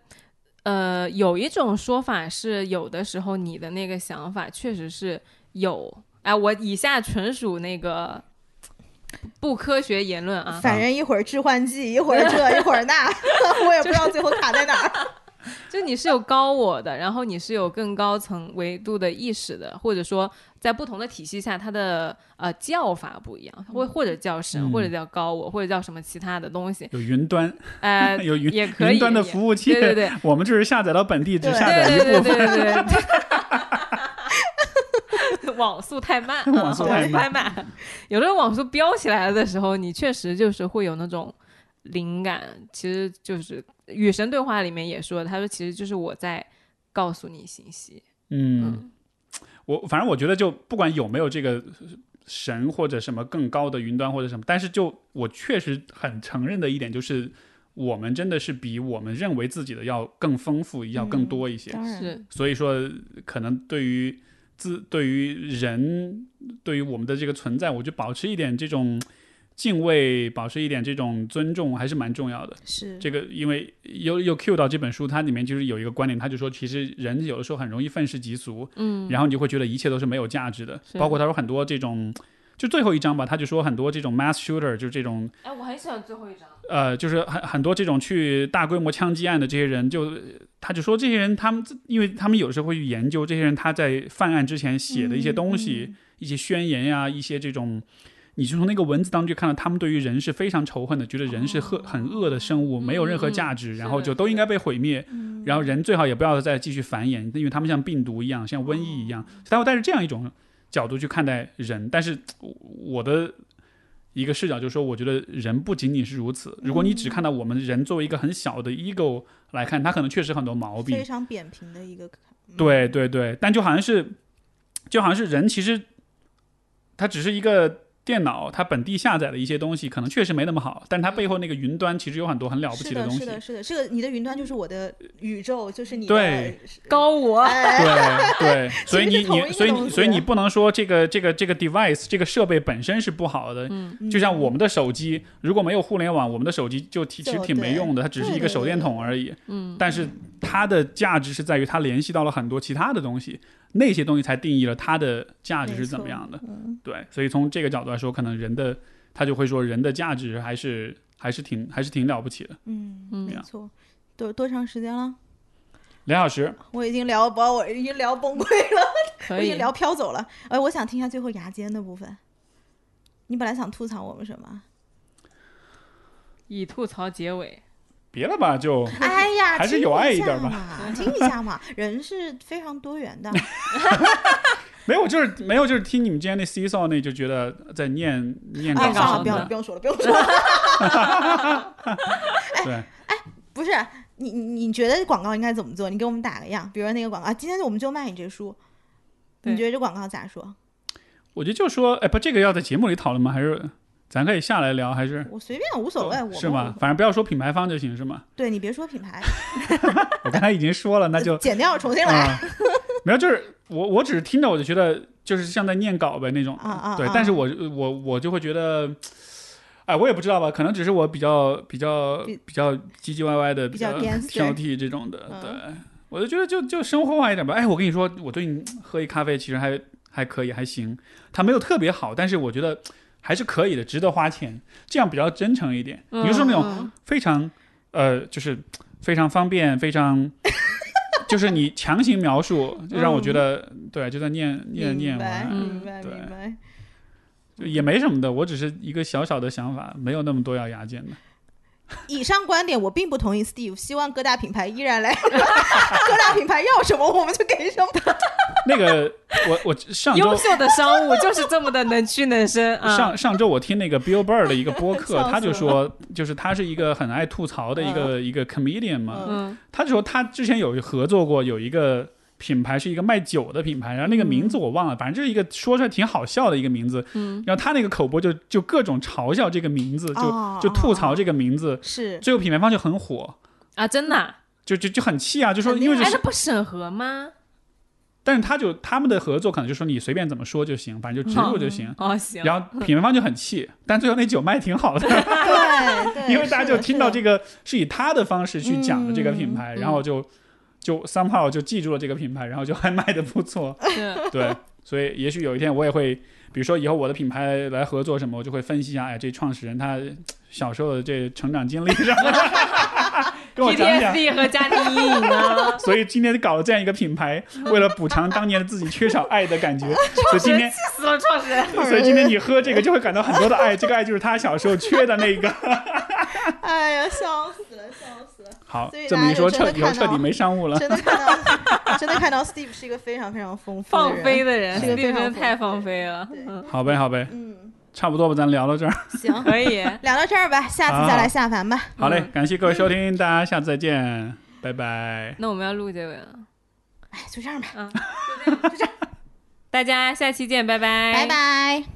B: 呃，有一种说法是，有的时候你的那个想法确实是有。哎，我以下纯属那个不科学言论啊，
C: 反正一会儿致幻剂，一会儿
B: *laughs*
C: 这，一会儿那，我也不知道最后卡在哪儿。
B: 就你是有高我的，然后你是有更高层维度的意识的，或者说在不同的体系下，它的呃叫法不一样，或或者叫神，
A: 嗯
B: 或者叫高我，或者叫什么其他的东西，
A: *laughs* 有云端， *laughs*
B: 呃，
A: 有云
B: 也可以
A: 云端的
B: 也
A: 服务器，
B: 对对对，
A: 我们只是下载到本地，只
C: 对
A: 下载一
B: 对
A: 部
B: 对对
A: 分。嗯
B: 对
A: *laughs*
B: 对对。 *laughs* 网速太慢，啊
A: *laughs* 网速太慢
B: 太慢。有的时候网速飙起来的时候，你确实就是会有那种灵感，其实就是《与神对话》里面也说，他说其实就是我在告诉你信息。
A: 嗯，我反正我觉得，就不管有没有这个神或者什么更高的云端或者什么，但是就我确实很承认的一点就是，我们真的是比我们认为自己的要更丰富，要更多一些。
C: 当然，
B: 嗯是，
A: 所以说，可能对于自对于人，对于我们的这个存在，我就保持一点这种敬畏，保持一点这种尊重，还是蛮重要的。
C: 是
A: 这个因为又又 cue 到这本书，它里面就是有一个观点，他就说，其实人有的时候很容易愤世嫉俗，
B: 嗯，
A: 然后你就会觉得一切都是没有价值的。
B: 是
A: 包括他说很多这种，就最后一章吧，他就说很多这种 mass shooter，就是这种
B: 哎，我很喜欢最后一张。
A: 呃，就是很很多这种去大规模枪击案的这些人，就他就说这些人他们，因为他们有时候会去研究这些人他在犯案之前 *laughs* 写的一些东
B: 嗯
A: 西，一些宣言呀、一些这种。你就从那个文字当中就看到，他们对于人是非常仇恨的，觉得人是很很恶的生物，没有任何价值，然后
B: 嗯是的
A: 就都应该被毁灭，
C: 嗯
A: 然后人最好也不要再继续繁衍，因为他们像病毒一样，像瘟疫一样，他会带着这样一种角度去看待人。但是我我的一个视角就是说，我觉得人不仅仅是如此。
C: 嗯
A: 如果你只看到我们人作为一个很小的 ego 来看，他可能确实很多毛病
C: 非，常扁平的一个。嗯，
A: 对对对，但就好像是，就好像是人其实他只是一个电脑它本地下载的一些东西，可能确实没那么好，但它背后那个云端其实有很多很了不
C: 是
A: 起东
C: 的，
A: 西。
C: 是的，是的，这个你的云端就是我的宇宙，就是你的哎
A: 对
B: 高我，
C: *laughs*
A: 对对，所以
C: 其
A: 你
C: 实是同一
A: 你
C: 个
A: 所以
C: 东
A: 你
C: 西啊
A: 所以你不能说这个这个这个 device 这个设备本身是不好的，
C: 嗯
A: 就像我们的手机如果没有互联网，我们的手机就挺其实
C: 就
A: 挺没
C: 对
A: 用的，它只是
C: 对
A: 一个
C: 对
A: 手电
C: 对
A: 筒而已。嗯，但是它的价值是在于它联系到了很多其他的东西，那些东西才定义了它的价值
C: 没
A: 啊是怎
C: 错
A: 么样的。
C: 嗯
A: 对，所以从这个角度来说，可能人的他就会说人的价值还是还是挺还是挺了不起的。
C: 嗯，
B: 嗯
C: 没错。多多长时间了？
A: 两小时，
C: 我已经聊把我已经聊崩溃了，我
B: 可
C: 已经
B: 以。
C: 聊飘走了。哎，我想听一下最后牙尖的部分。你本来想吐槽我们什么？
B: 以吐槽结尾，
A: 别了吧，就
C: *laughs* 哎呀，
A: 还是
C: 听
A: 有爱
C: 一
A: 一点
C: 下
A: 吧 *laughs*
C: 嘛，听一下嘛，人是非常多元的。
A: 没有，就是没有，就是听你们之前那 C s a w 那就觉得在念念
C: 啊，
A: 稿
C: 算
B: 念稿
A: 什
C: 了，
A: 么
C: 不要了，
A: 的，
C: 不用说了，不用说了。 *laughs*
A: 对，
C: 哎不是你，你你觉得广告应该怎么做？你给我们打个样，比如说那个广告，啊今天我们就卖你这书，
B: 对
C: 你觉得这广告咋说？
A: 我觉得就说，哎，不，这个要在节目里讨论吗？还是咱可以下来聊？还是
C: 我随便，无所谓，我
A: 哦是吗？？反正不要说品牌方就
C: *laughs*
A: 行，是吗？
C: 对你别说品牌，
A: 我刚才已经说了，那
C: *laughs*
A: 就
C: 剪掉，重新来。
A: 啊，没有，就是我我只是听着我就觉得就是像在念稿呗那种，
C: 啊啊
A: 嗯对
C: 啊，
A: 但是我呃我我就会觉得。哎，我也不知道吧，可能只是我比较比较
C: 比
A: 比较唧唧歪歪的，比
C: 比较
A: 较
C: gangster
A: 挑剔这种的，
C: 嗯
A: 对，我就觉得就就生活化一点吧。哎，我跟你说，我最近喝一咖啡其实还还可以，还行，它没有特别好，但是我觉得还是可以的，值得花钱，这样比较真诚一点。
B: 嗯
A: 你就说那种
B: 嗯
A: 非常呃，就是非常方便，非常 *laughs* 就是你强行描述，就让我觉得、对，就在念念念
C: 嗯明白，
A: 完，啊
B: 嗯
C: 明白，
A: 对
C: 明白。
A: 就也没什么的，我只是一个小小的想法，没有那么多要牙尖的。
C: 以上观点我并不同意，Steve。希望各大品牌依然来， *laughs* 各大品牌要什么我们就给什么。
A: 那个，我我上
B: 优
A: 周。
B: 秀的商务就是这么的能屈能伸啊。
A: 上上周我听那个 Billboard 的一个
C: *laughs*
A: 播客
C: 嗯笑，死嗯
A: 他就说，就是他是一个很爱吐槽的一个、一个 comedian 嘛，
B: 嗯
A: 他就说他之前有合作过有一个品牌是一个卖酒的品牌，然后那个名
C: 嗯
A: 字我忘了，反正就是一个说出来挺好笑的一个名字。
B: 嗯，
A: 然后他那个口播就就各种嘲笑这个名字，就、
C: 哦
A: 就吐槽
C: 哦
A: 这个名字， *laughs*
C: 是，
A: 最后品牌方就很火，
B: 啊，真的啊，
A: 就就就很气啊，就说
C: 肯
A: 因为
C: 定就
A: 这
B: 哎，
A: 是，
B: 那不审核吗？
A: 但是他就他们的合作可能就说你随便怎么说就行，反正就植入就行。
B: *laughs* 哦，行，
A: 然后品牌方就很
B: *laughs*
A: 气，但最后那酒卖挺好的。
C: 对，对
A: *laughs* 因为大家就听到这
C: 个，
A: 个是以他的方式去讲的这个品
C: 嗯
A: 牌，
B: 嗯
A: 然后就就 somehow 就记住了这个品牌，然后就还卖的不
B: *laughs*
A: 错，
C: 嗯
B: 是
A: 对，所以也许有一天我也会，比如说以后我的品牌来合作什么，我就会分析一下，哎，这创始人他小时候的这成长经历什么
B: *laughs*
A: 的，跟我讲讲。 *laughs*
B: PTSD 和家庭阴影啊，
A: 所以今天搞了这样一个品牌，为了补偿当年自己缺少爱的感觉，所以今天，
B: *laughs* 气死了创始人。
A: *laughs* 所以今天你喝这个就会感到很多的爱，这个爱就是他小时候缺的那
C: *laughs*
A: 个。
C: 哎呀，笑死了，笑死了。
A: 好
C: 所以，
A: 这么一说
C: 大家
A: 彻
C: 就
A: 以
C: 真
A: 后
C: 的看
A: 彻底
C: 到
A: 没商 *laughs*
C: *laughs*
A: 务了。
C: 真的看到，真的看到 Steve 是一个非常非常丰富的
B: 放
C: 人
B: 飞的人，
C: 是个
B: 这
C: 非
B: 真
C: 常
B: 的太放
C: 放
B: 飞了。
C: 对
B: 嗯，
A: 好呗，好呗，
C: 嗯，
A: 差不多吧，咱聊到这儿。
C: 行， *laughs*
B: 可以，
C: 聊到这儿吧，下次再来下凡吧。
A: 好嘞，感
C: 嗯
A: 谢各位收听，大家下次再见，拜拜。
B: 那我们要录结尾了，
C: 哎，就这样吧，
B: 啊，就这样，就这样，大家下期见，拜拜，
C: 拜拜。